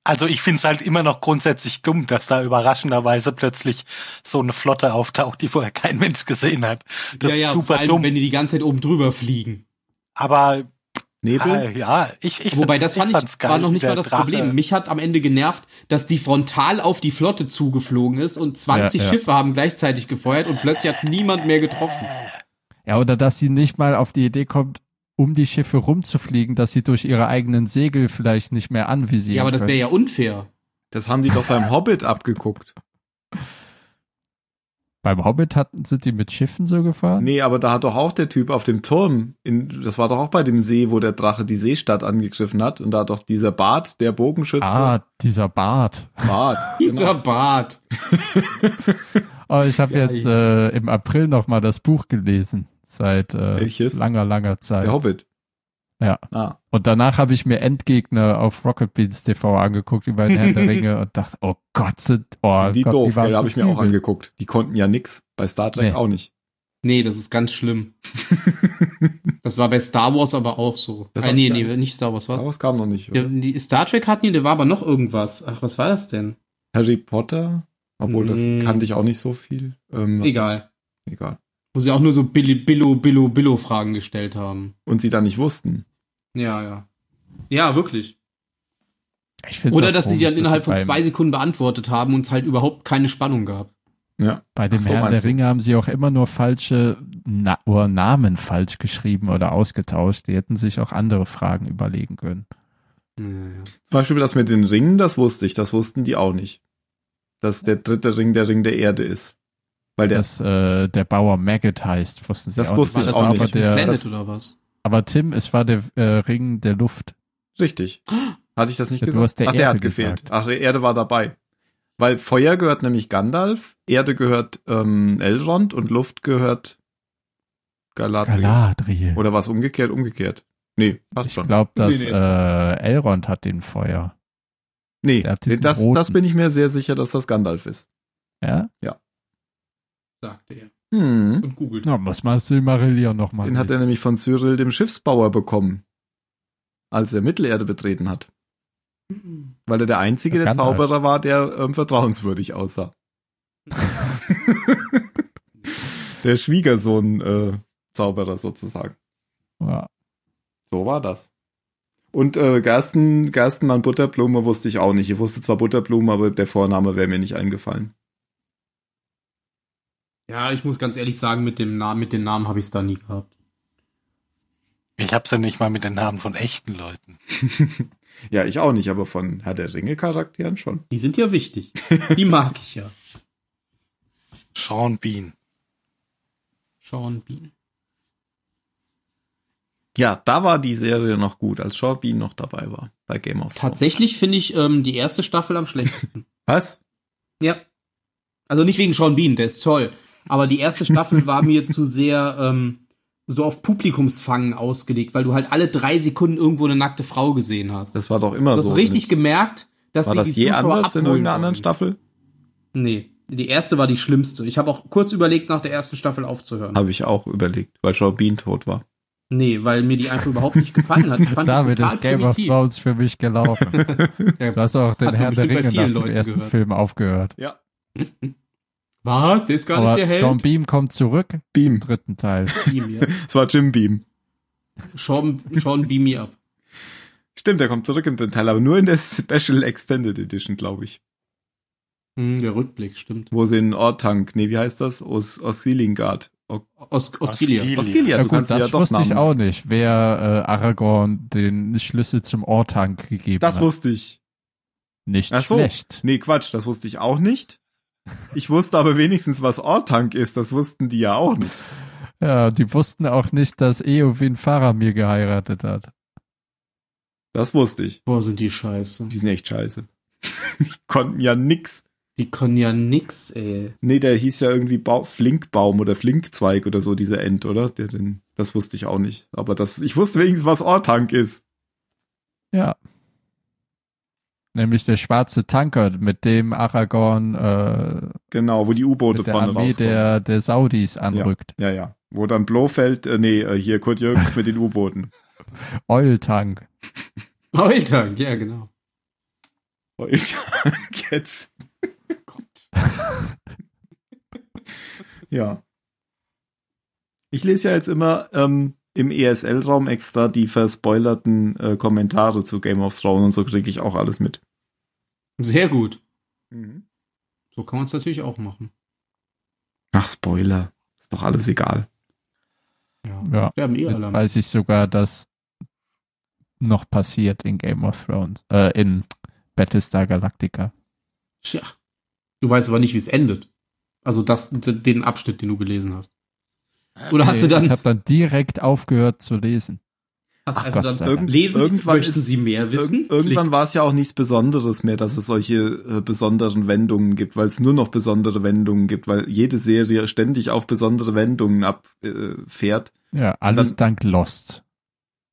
A: Also ich finde es halt immer noch grundsätzlich dumm, dass da überraschenderweise plötzlich so eine Flotte auftaucht, die vorher kein Mensch gesehen hat. Das
F: ja, ja,
A: ist
F: vor
A: super
F: allem,
A: dumm.
F: wenn die die ganze Zeit oben drüber fliegen.
A: Aber ah,
D: Nebel?
A: ja, ich, ich
F: Wobei,
A: find's-
F: das fand ich,
A: fand's geil,
F: war noch
A: wie
F: nicht
A: der
F: mal das
A: Drache-
F: Problem. Mich hat am Ende genervt, dass die frontal auf die Flotte zugeflogen ist und 20
E: Ja, ja.
F: Schiffe haben gleichzeitig gefeuert und plötzlich hat niemand mehr getroffen.
E: Ja, oder dass sie nicht mal auf die Idee kommt, um die Schiffe rumzufliegen, dass sie durch ihre eigenen Segel vielleicht nicht mehr anvisieren.
F: Ja, aber das wäre
E: können.
F: ja unfair.
D: Das haben die doch beim Hobbit abgeguckt.
E: Beim Hobbit hatten, sind die mit Schiffen so gefahren?
D: Nee, aber da hat doch auch der Typ auf dem Turm, in, das war doch auch bei dem See, wo der Drache die Seestadt angegriffen hat. Und da hat doch dieser Bart, der Bogenschütze,
E: Ah, dieser Bart.
D: Bart. genau,
F: Dieser Bart.
E: Oh, ich habe jetzt äh, im April nochmal das Buch gelesen. Seit äh,
D: Welches?
E: langer, langer Zeit.
D: Der Hobbit.
E: Ja.
D: Ah.
E: Und danach habe ich mir Endgegner auf Rocket Beans TV angeguckt, die beiden Herrn der Ringe, und dachte, oh Gott, sind, oh
D: die
E: Gott,
D: doof,
E: waren
D: ey, da habe
E: so
D: ich mir auch
E: übel.
D: angeguckt. Die konnten ja nix. Bei Star Trek
E: Nee.
D: auch nicht.
F: Nee, das ist ganz schlimm. das war bei Star Wars aber auch so.
D: Das
F: Äh,
D: hab
F: nee,
D: ich
F: nee,
D: gar
F: nicht Star Wars, was?
D: Daraus kam noch nicht.
F: Ja,
D: Oder?
F: die Star Trek hatten die, da war aber noch irgendwas. Ach, was war das denn?
D: Harry Potter, obwohl
F: Mm.
D: das kannte ich auch nicht so viel. Ähm,
F: Egal.
D: egal.
F: Wo sie auch nur so Billy, Billo, Billo, Billo-Fragen gestellt haben.
D: Und sie dann nicht wussten.
F: Ja, ja. Ja, wirklich.
E: Ich find
F: Oder
E: das
F: dass die dann
E: komisch,
F: innerhalb von
E: beim-
F: zwei Sekunden beantwortet haben und es halt überhaupt keine Spannung gab.
D: Ja.
E: Bei dem
D: Ach so,
E: Herrn der
D: meinst du?
E: Ringe haben sie auch immer nur falsche Na oder Namen falsch geschrieben oder ausgetauscht. Die hätten sich auch andere Fragen überlegen können.
D: Zum Beispiel das mit den Ringen, das wusste ich. Das wussten die auch nicht. Dass der dritte Ring der Ring der Erde ist. Weil der,
E: Dass äh, der Bauer Maggot heißt, wussten sie
D: Das
E: auch
D: wusste
E: nicht.
D: ich
E: Aber
D: auch nicht.
E: Der,
F: Planet
D: das-
F: oder was?
E: aber Tim, es war der äh, Ring der Luft.
D: richtig. Hatte ich das nicht
E: Ja, du
D: gesagt?
E: hast der
D: Ach, der
E: Erde
D: hat gefehlt.
E: gesagt.
D: Ach, die Erde war dabei. Weil Feuer gehört nämlich Gandalf, Erde gehört ähm, Elrond und Luft gehört Galadriel.
E: Galadriel.
D: Oder war es umgekehrt? Umgekehrt. Nee, passt
E: ich
D: schon.
E: glaube, dass
D: Nee, nee.
E: äh, Elrond hat den Feuer.
D: Nee,
E: Der hat diesen
D: das, das
E: roten.
D: bin ich mir sehr sicher, dass das Gandalf ist.
E: Ja?
F: Sagte er.
D: Hm.
F: Und googelt.
E: Na, muss man Silmarillion nochmal.
D: Den hat er nämlich von Cyril, dem Schiffsbauer, bekommen. Als er Mittelerde betreten hat. Weil er der einzige
E: Der
D: der
E: Gandalf.
D: Zauberer war, der ähm, vertrauenswürdig aussah. der Schwiegersohn äh, Zauberer sozusagen.
E: ja.
D: So war das. Und äh, Gersten, Gerstenmann Butterblume wusste ich auch nicht. Ich wusste zwar Butterblume, aber der Vorname wäre mir nicht eingefallen.
F: Ja, ich muss ganz ehrlich sagen, mit dem Namen, mit den Namen habe ich es da nie gehabt.
A: Ich hab's ja nicht mal mit den Namen von echten Leuten.
D: ja, ich auch nicht, aber von Herr der Ringe Charakteren schon.
F: Die sind ja wichtig. Die mag ich ja.
A: Sean Bean.
F: Sean Bean.
D: Ja, da war die Serie noch gut, als Sean Bean noch dabei war bei Game of Thrones.
F: Tatsächlich finde ich ähm, die erste Staffel am schlechtesten.
D: Was?
F: ja. Also nicht wegen Sean Bean, der ist toll. Aber die erste Staffel war mir zu sehr ähm, so auf Publikumsfangen ausgelegt, weil du halt alle drei Sekunden irgendwo eine nackte Frau gesehen hast.
D: Das war doch immer
F: du hast
D: so.
F: richtig
D: nicht?
F: gemerkt, dass
D: War
F: die
D: das
F: die
D: je
F: Zuschauer
D: anders in
F: abholen
D: irgendeiner anderen
F: wollen.
D: Staffel?
F: Nee, die erste war die schlimmste. Ich habe auch kurz überlegt, nach der ersten Staffel aufzuhören.
D: Habe ich auch überlegt, weil Sean Bean tot war.
F: Nee, weil mir die einfach überhaupt nicht gefallen hat. Ich fand die
E: Damit
F: total
E: ist Game
F: primitiv.
E: of Thrones für mich gelaufen. du hast auch den
F: Hat man
E: Herrn der
F: bestimmt bei
E: Ringe
F: vielen
E: nach dem
F: Leuten
E: ersten
F: gehört.
E: Film aufgehört.
D: Ja.
F: Was? Der ist gar
E: Aber
F: nicht der
E: Sean
F: Held.
E: Beam kommt zurück im
D: Beam.
E: dritten Teil.
F: Beam mir.
D: Es war Jim Beam.
F: Sean, Sean beam me up.
D: Stimmt, der kommt zurück im dritten Teil, aber nur in der Special Extended Edition, glaube ich.
F: Hm, der Rückblick, stimmt.
D: Wo sie in Ortank, nee, wie heißt das? Os Osgiliath. Os
F: Aus, aus Gilead.
D: Osgiliath,
E: Ja
D: du
E: gut,
D: kannst
E: das
D: ja doch
E: wusste ich
D: Namen-
E: auch nicht, wer äh, Aragorn den Schlüssel zum Ortank gegeben
D: Das
E: hat.
D: wusste ich.
E: Nicht
D: Ach so.
E: schlecht.
D: Nee, Quatsch, das wusste ich auch nicht. Ich wusste aber wenigstens, was Ortank ist. Das wussten die ja auch nicht.
E: Ja, die wussten auch nicht, dass Eowyn Faramir geheiratet hat.
D: Das wusste ich.
F: Boah, sind die scheiße.
D: Die sind echt scheiße. Die konnten ja nix.
F: Die können ja nix, ey.
D: Nee, der hieß ja irgendwie Bau Flinkbaum oder Flinkzweig oder so, dieser End, oder? Der, den, das wusste ich auch nicht. Aber das, ich wusste wenigstens, was Ortank ist.
E: Ja. Nämlich der schwarze Tanker, mit dem Aragorn äh,
D: Genau, wo die U-Boote
E: mit der
D: vorne
E: Armee
D: rauskommen.
E: der, der Saudis anrückt.
D: ja, ja. Wo dann Blofeld, äh, nee, äh, hier Kurt Jürgens mit den U-Booten.
E: Eultank.
F: Alter, ja, genau.
D: Ortank jetzt. Ja. Ich lese ja jetzt immer ähm, im ESL-Raum extra die verspoilerten äh, Kommentare zu Game of Thrones und so kriege ich auch alles mit.
F: Sehr gut. So kann man es natürlich auch machen.
D: Ach, Spoiler. Ist doch alles egal.
E: Ja.
F: Sterben eh alle.
E: Jetzt
F: am-
E: weiß ich sogar, dass noch passiert in Game of Thrones, äh, in Battlestar Galactica.
F: Tja. Du weißt aber nicht, wie es endet. Also das, d- den Abschnitt, den du gelesen hast. Oder
E: Ah,
F: hast
E: Nee,
F: du
E: ich
F: dann
E: habe dann direkt aufgehört zu lesen.
F: Ach,
E: einfach Gott dann sei Dank. irgend-
F: lesen?
D: irgendwann
F: möchten
D: ist-
F: Sie mehr wissen?
D: Irg irgendwann war es ja auch nichts Besonderes mehr, dass es solche äh, besonderen Wendungen gibt, weil es nur noch besondere Wendungen gibt, weil jede Serie ständig auf besondere Wendungen abfährt. Äh, fährt.
E: Ja, alles
D: Dann-
E: dank Lost.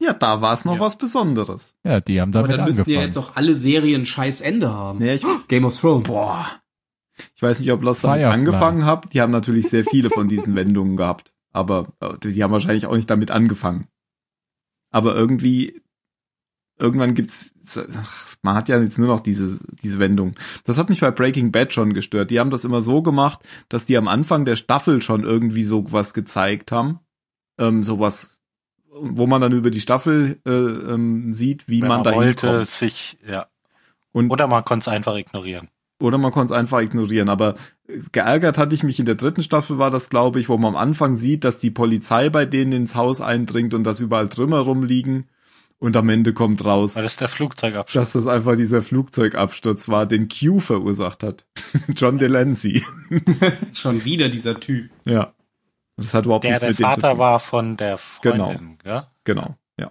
D: ja, da war es noch
F: Ja.
D: was Besonderes.
E: Ja, die haben
F: Aber
E: damit
F: dann müssten ja
E: angefangen.
F: jetzt auch alle Serien ein scheiß Ende haben.
D: Nee, ich,
F: Game of Thrones.
D: boah. Ich weiß nicht, ob Lost damit
E: Firefly.
D: angefangen hat. Die haben natürlich sehr viele von diesen Wendungen gehabt. Aber äh, die haben wahrscheinlich auch nicht damit angefangen. Aber irgendwie, irgendwann gibt's, ach, man hat ja jetzt nur noch diese, diese Wendung. Das hat mich bei Breaking Bad schon gestört. Die haben das immer so gemacht, dass die am Anfang der Staffel schon irgendwie so was gezeigt haben. Ähm, sowas, wo man dann über die Staffel äh, ähm, sieht, wie
A: Wenn
D: man,
A: man
D: da
A: wollte
D: hinkommt.
A: sich, ja.
D: Und-
A: Oder man konnte es einfach ignorieren.
D: oder man konnte es einfach ignorieren. Aber äh, geärgert hatte ich mich in der dritten Staffel, war das, glaube ich, wo man am Anfang sieht, dass die Polizei bei denen ins Haus eindringt und dass überall Trümmer rumliegen. Und am Ende kommt raus,
A: Weil das der Flugzeugabschluss.
D: dass das einfach dieser Flugzeugabsturz war, den Q verursacht hat. John Delancey.
F: Schon wieder dieser Typ.
D: ja. Das hat überhaupt
A: Der
D: nichts
A: der
D: mit dem zu
A: Vater
D: tun.
A: war von der Freundin, gell?
D: Genau, ja.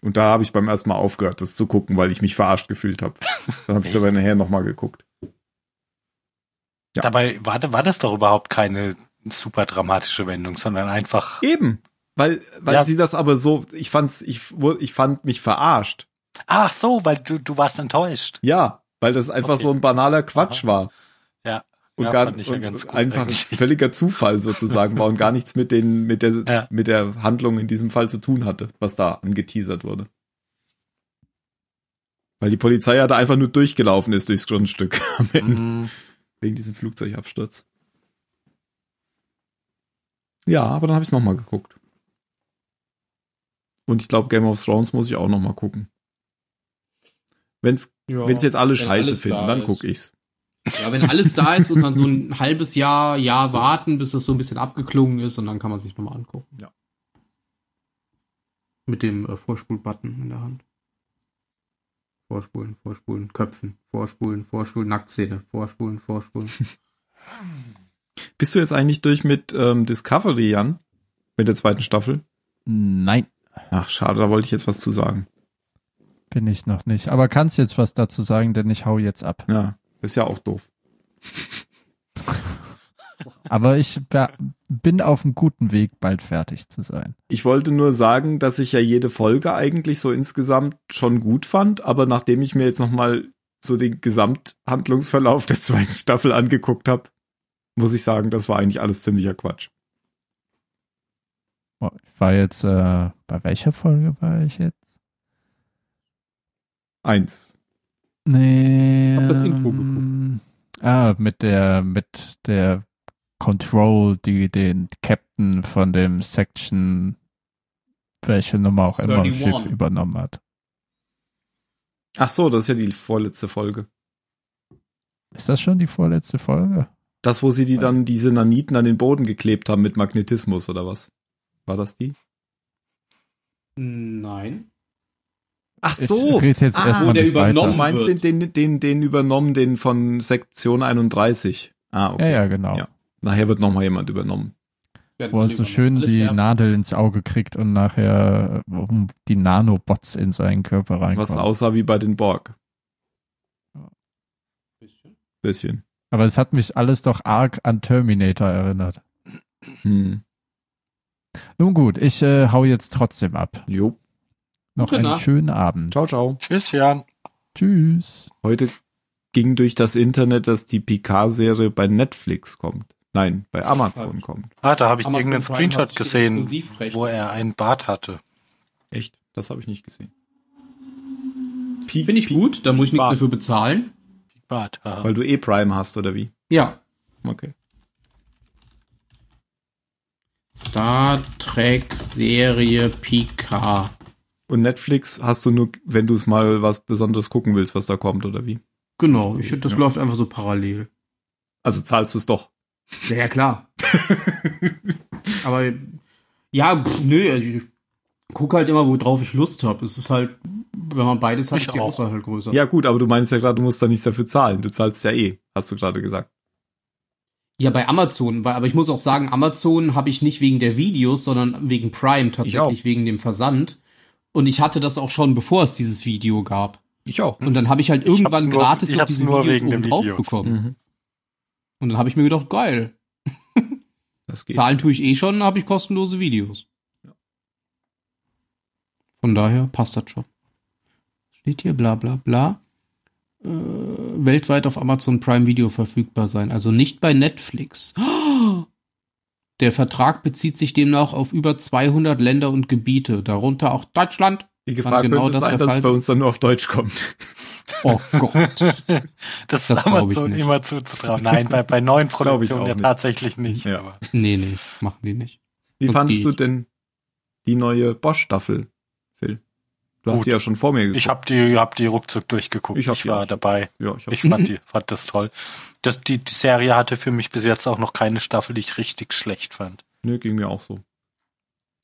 D: Und da habe ich beim ersten Mal aufgehört, das zu gucken, weil ich mich verarscht gefühlt habe. Dann habe ich es aber nachher nochmal geguckt. Ja.
A: Dabei war, war das doch überhaupt keine super dramatische Wendung, sondern einfach.
D: Eben. Weil, weil
A: Ja.
D: sie das aber so, ich fand's, ich, wu- ich fand mich verarscht.
A: Ach so, weil du, du warst enttäuscht.
D: Ja, weil das einfach
A: Okay.
D: so ein banaler Quatsch
A: Aha.
D: war.
A: Ja.
D: Und,
A: Ja,
D: gar,
A: fand ich ja
D: und
A: ganz gut
D: einfach
A: eigentlich.
D: ein völliger Zufall sozusagen war und gar nichts mit den, mit der,
A: Ja.
D: mit der Handlung in diesem Fall zu tun hatte, was da angeteasert wurde. Weil die Polizei ja da einfach nur durchgelaufen ist durchs Grundstück am Ende.
A: Mm,
D: Wegen diesem Flugzeugabsturz. Ja, aber dann habe ich es nochmal geguckt. Und ich glaube, Game of Thrones muss ich auch nochmal gucken. Wenn's,
F: Ja.
D: wenn's jetzt alle
F: wenn
D: scheiße
F: alles da
D: finden, dann
F: ist.
D: gucke ich's.
F: Ja, wenn alles da ist und man so ein halbes Jahr, Jahr warten, bis das so ein bisschen abgeklungen ist und dann kann man sich nochmal angucken.
D: Ja.
F: Mit dem äh, Vorspul-Button in der Hand. Vorspulen, vorspulen, Köpfen, vorspulen, vorspulen, Nacktszene, vorspulen, vorspulen.
D: Bist du jetzt eigentlich durch mit ähm, Discovery, Jan? Mit der zweiten Staffel?
E: Nein,
D: Ach, schade, da wollte ich jetzt was zu sagen.
E: bin ich noch nicht. Aber kannst jetzt was dazu sagen, denn ich hau jetzt ab.
D: Ja, ist ja auch doof.
E: Aber ich be- bin auf einem guten Weg, bald fertig zu sein.
D: Ich wollte nur sagen, dass ich ja jede Folge eigentlich so insgesamt schon gut fand, aber nachdem ich mir jetzt nochmal so den Gesamthandlungsverlauf der zweiten Staffel angeguckt habe, muss ich sagen, das war eigentlich alles ziemlicher Quatsch.
E: Oh, Ich war jetzt, äh, bei welcher Folge war ich jetzt?
D: Eins.
E: Nee.
F: Hab das Intro
E: ähm, ah, mit der, mit der Control, die den Captain von dem Section, welche Nummer auch immer im
F: 31.
E: Schiff übernommen hat.
D: Ach so, das ist ja die vorletzte Folge.
E: Ist das schon die vorletzte Folge?
D: Das, wo sie die dann diese Naniten an den Boden geklebt haben mit Magnetismus oder was? War das die?
F: Nein.
D: Ach
E: Ich rede jetzt
D: Ah,
E: erstmal
D: wo
F: der
E: nicht
D: Du
F: übernommen-
E: weiter.
D: meinst den, den, den, den übernommen, den von Sektion 31. Ah, okay.
E: Ja, ja, genau.
D: Ja. Nachher wird nochmal jemand übernommen.
E: Wo er so schön
F: Alle
E: die
F: sterben.
E: Nadel ins Auge kriegt und nachher äh, um die Nanobots in seinen Körper reinkommen.
D: Was aussah wie bei den Borg. Bisschen.
E: Aber es hat mich alles doch arg an Terminator erinnert.
D: Hm.
E: Nun gut, ich äh, hau jetzt trotzdem ab.
D: Jo.
E: Noch
F: Gute
E: einen
F: Nacht.
E: schönen Abend.
D: Ciao, ciao.
A: Tschüss, Jan.
E: Tschüss.
D: Heute ging durch das Internet, dass die Picard-Serie bei Netflix kommt. Nein, bei Amazon kommt.
A: Ah, da habe ich
F: Amazon
A: irgendeinen
F: Prime hat
A: Screenshot
F: sich das
A: gesehen,
F: Exklusivrecht.
A: wo er einen Bart hatte.
D: Echt? Das habe ich nicht gesehen.
F: Finde ich gut, da muss ich nichts
D: Bart.
F: dafür bezahlen.
A: Bart, haha.
D: Weil du eh Prime hast, oder wie?
F: Ja.
D: Okay.
F: Star Trek Serie Picard.
D: Und Netflix hast du nur, wenn du es mal was Besonderes gucken willst, was da kommt, oder wie?
F: Genau, ich, das
D: Ja.
F: läuft einfach so parallel.
D: Also zahlst du es doch.
F: Ja, ja klar. Aber Ja, pff, nö, also ich guck halt immer, worauf ich Lust habe. Es ist halt, wenn man beides hat,
A: Ich
F: ist die
A: auch.
F: Auswahl halt größer.
D: Ja, gut, aber du meinst ja gerade, du musst da nichts dafür zahlen. Du zahlst ja eh, hast du gerade gesagt.
F: Ja, bei Amazon, weil, aber ich muss auch sagen, Amazon habe ich nicht wegen der Videos, sondern wegen Prime tatsächlich,
D: auch.
F: wegen dem Versand. Und ich hatte das auch schon, bevor es dieses Video gab.
D: Ich auch.
F: Und dann habe ich halt
A: hab's
F: irgendwann
A: nur-
F: gratis
A: Hm. ich
F: noch
A: hab's
F: diese
A: nur
F: Videos
A: wegen
F: oben
A: den
F: drauf
A: Videos. Hm.
F: bekommen.
D: Mhm.
F: Und dann habe ich mir gedacht, geil,
D: Das geht.
F: zahlen tue ich eh schon, habe ich kostenlose Videos. Von daher passt das schon. Steht hier, bla bla bla. Äh, weltweit auf Amazon Prime Video verfügbar sein, also nicht bei Netflix. Der Vertrag bezieht sich demnach auf über 200 Länder und Gebiete, darunter auch Deutschland.
D: Die Gefahr
F: genau
D: könnte
F: das
D: sein,
F: der
D: dass es
F: Fall?
D: bei uns dann nur auf Deutsch kommt.
F: Oh Gott.
A: Das,
F: Das
A: ist
F: glaub ich
A: Amazon
F: nicht.
A: immer zuzutrauen. Nein, bei, bei neuen
D: Glaub ich
A: Produktionen
D: auch
A: ja
D: nicht.
A: tatsächlich nicht.
D: Ja.
A: Aber
F: nee, nee, machen die nicht.
D: Wie
F: Und
D: fandest
F: die-
D: du denn die neue Bosch-Staffel, Phil? Du hast
A: Gut.
D: die ja schon vor mir geguckt.
A: ich habe die, hab die ruckzuck durchgeguckt.
D: Ich
A: Ich,
D: hab die
A: war
D: auch.
A: dabei.
D: ja, ich hab,
A: Ich fand, die, fand das toll. Das, die, die Serie hatte für mich bis jetzt auch noch keine Staffel, die ich richtig schlecht fand.
D: nö, ging mir auch so.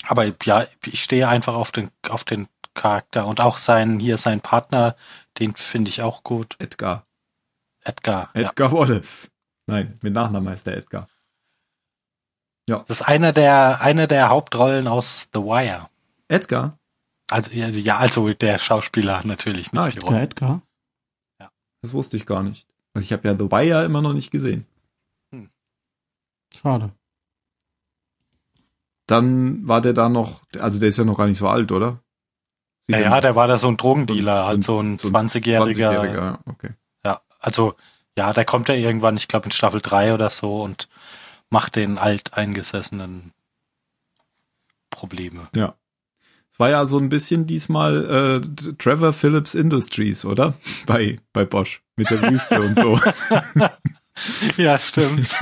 A: Aber ja, ich stehe einfach auf den, auf den Charakter und auch seinen, hier seinen Partner, den finde ich auch gut.
D: Edgar.
A: Edgar. Ja.
D: Edgar Wallace. Nein, mit Nachnamen heißt der Edgar.
A: Das ist einer der, einer der Hauptrollen aus The Wire.
D: Edgar?
A: Also, ja, also der Schauspieler natürlich, nicht
D: Ah,
A: die
D: Edgar.
A: Rolle.
F: Edgar, Edgar.
D: Das wusste ich gar nicht. Also ich habe ja The Wire immer noch nicht gesehen.
F: Schade.
D: Dann war der da noch, also der ist ja noch gar nicht so alt, oder?
A: Ja, ja, der war da so ein Drogendealer, halt so ein
D: So ein
A: 20-jähriger.
D: 20-Jähriger, ja, okay.
A: Ja, also, ja, da kommt er irgendwann, ich glaube, in Staffel 3 oder so und macht den alteingesessenen Probleme.
D: Es war ja so ein bisschen diesmal äh, Trevor Phillips Industries, oder? Bei, bei Bosch. Mit der Wüste und so.
A: Ja, stimmt.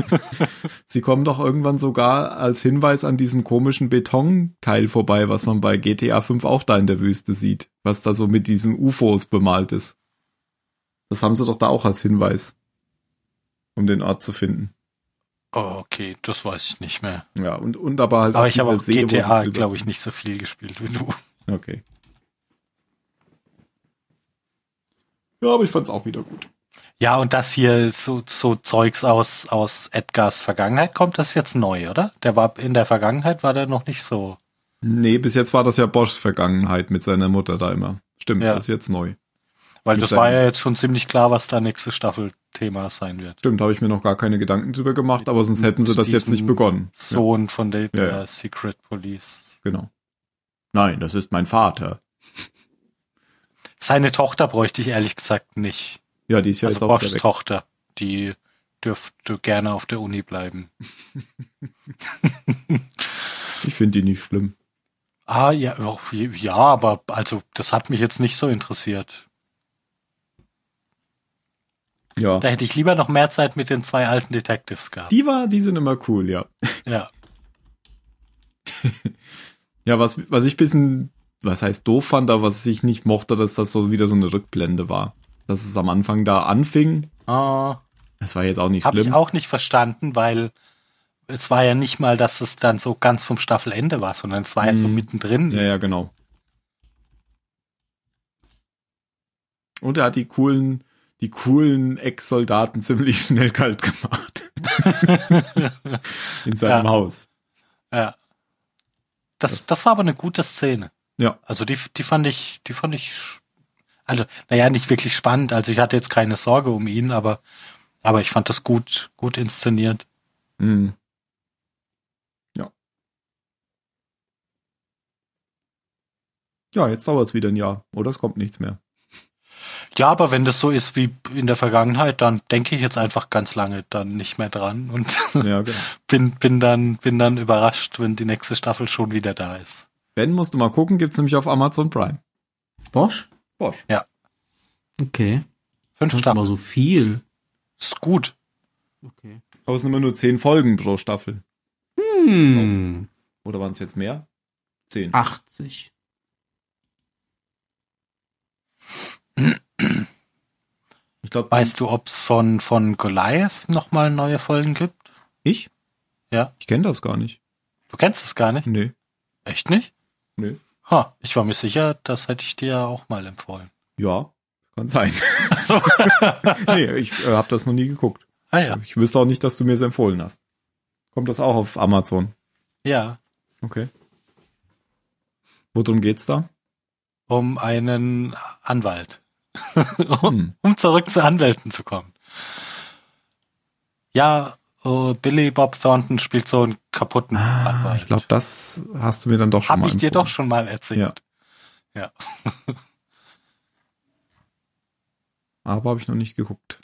D: Sie kommen doch irgendwann sogar als Hinweis an diesem komischen Betonteil vorbei, was man bei GTA 5 auch da in der Wüste sieht, was da so mit diesen UFOs bemalt ist. Das haben sie doch da auch als Hinweis, um den Ort zu finden.
A: Oh, okay, das weiß ich nicht mehr.
D: Ja, und, und aber halt
A: Aber ich habe
D: dieser
A: auch
D: See, wo sie
A: GTA,
D: drüber-
A: glaube ich, nicht so viel gespielt wie du.
D: Okay. Ja, aber ich fand's auch wieder gut.
A: Ja, und das hier so, so Zeugs aus, aus Edgars Vergangenheit kommt, das ist jetzt neu, oder? Der war in der Vergangenheit war der noch nicht so.
D: Nee, bis jetzt war das ja Boschs Vergangenheit mit seiner Mutter da immer. Stimmt,
A: Ja.
D: das ist jetzt neu.
A: Weil
D: Mit
A: das war
D: seinem-
A: ja jetzt schon ziemlich klar, was da nächste Staffel Thema sein wird.
D: Stimmt, habe ich mir noch gar keine Gedanken drüber gemacht, aber sonst hätten sie
A: Mit
D: das jetzt nicht
A: diesem
D: begonnen. Ja.
A: Sohn von der
D: Ja,
A: der
D: ja.
A: Secret Police.
D: Genau. Nein, das ist mein Vater.
A: Seine Tochter bräuchte ich ehrlich gesagt nicht.
D: Ja, die ist ja
A: also
D: jetzt auch wieder
A: Boschs
D: weg.
A: Tochter. Die dürfte gerne auf der Uni bleiben.
D: Ich finde die nicht schlimm.
A: Ah, ja, ja, ja, aber also das hat mich jetzt nicht so interessiert.
D: Ja.
A: Da hätte ich lieber noch mehr Zeit mit den zwei alten Detectives gehabt.
D: Die war, die sind immer cool, ja.
A: Ja.
D: Ja, was, was ich bisschen, was heißt doof fand, aber was ich nicht mochte, dass das so wieder so eine Rückblende war. Dass es am Anfang da anfing.
A: Ah,
D: Das war jetzt auch nicht
A: Habe
D: schlimm.
A: ich auch nicht verstanden, weil es war ja nicht mal, dass es dann so ganz vom Staffelende war, sondern es war ja so
D: Mhm.
A: mittendrin.
D: Ja, ja, genau. Und er hat die coolen, die coolen Ex-Soldaten ziemlich schnell kalt gemacht. In seinem
A: Ja.
D: Haus.
A: Ja. Äh, Das, das war aber eine gute Szene.
D: Ja.
A: Also die, die fand ich, die fand ich, sch- also, naja, nicht wirklich spannend. Also ich hatte jetzt keine Sorge um ihn, aber, aber ich fand das gut, gut inszeniert.
D: Mhm. Ja. Ja, jetzt dauert es wieder ein Jahr. Oder es kommt nichts mehr.
A: Ja, aber wenn das so ist wie in der Vergangenheit, dann denke ich jetzt einfach ganz lange dann nicht mehr dran und
D: Ja, genau.
A: bin, bin dann, bin dann überrascht, wenn die nächste Staffel schon wieder da ist.
D: Ben musst du mal gucken, gibt's nämlich auf Amazon Prime.
F: Bosch?
D: Bosch.
F: Okay.
A: Fünf
F: Das ist aber
A: Staffeln.
F: so viel.
A: Ist gut.
F: Okay.
D: Aber es sind immer nur zehn Folgen pro Staffel.
F: Hm.
D: Oder waren es jetzt mehr? Zehn.
F: Ah, 80.
D: ich glaube,
A: Weißt du, ob's von, von Goliath nochmal neue Folgen gibt?
D: ich?
A: Ja.
D: Ich kenne das gar nicht.
A: Du kennst es gar nicht.
D: Nee.
A: Echt nicht?
D: Nö.
A: Ha, ich war mir sicher, das hätte ich dir ja auch mal empfohlen.
D: Ja, kann sein.
A: Achso.
D: nee, ich äh, habe das noch nie geguckt.
A: ah ja.
D: Ich wüsste auch nicht, dass du mir es empfohlen hast. Kommt das auch auf Amazon?
A: Ja.
D: Okay. Worum geht's da?
A: Um einen Anwalt. um,
D: Hm.
A: um zurück zu Anwälten zu kommen. Ja, äh, Billy Bob Thornton spielt so einen kaputten
D: Ah,
A: Anwalt.
D: ich glaube, das hast du mir dann doch schon
A: Hab
D: mal
A: ich dir doch
D: empfohlen.
A: schon mal erzählt.
D: Aber habe ich noch nicht geguckt.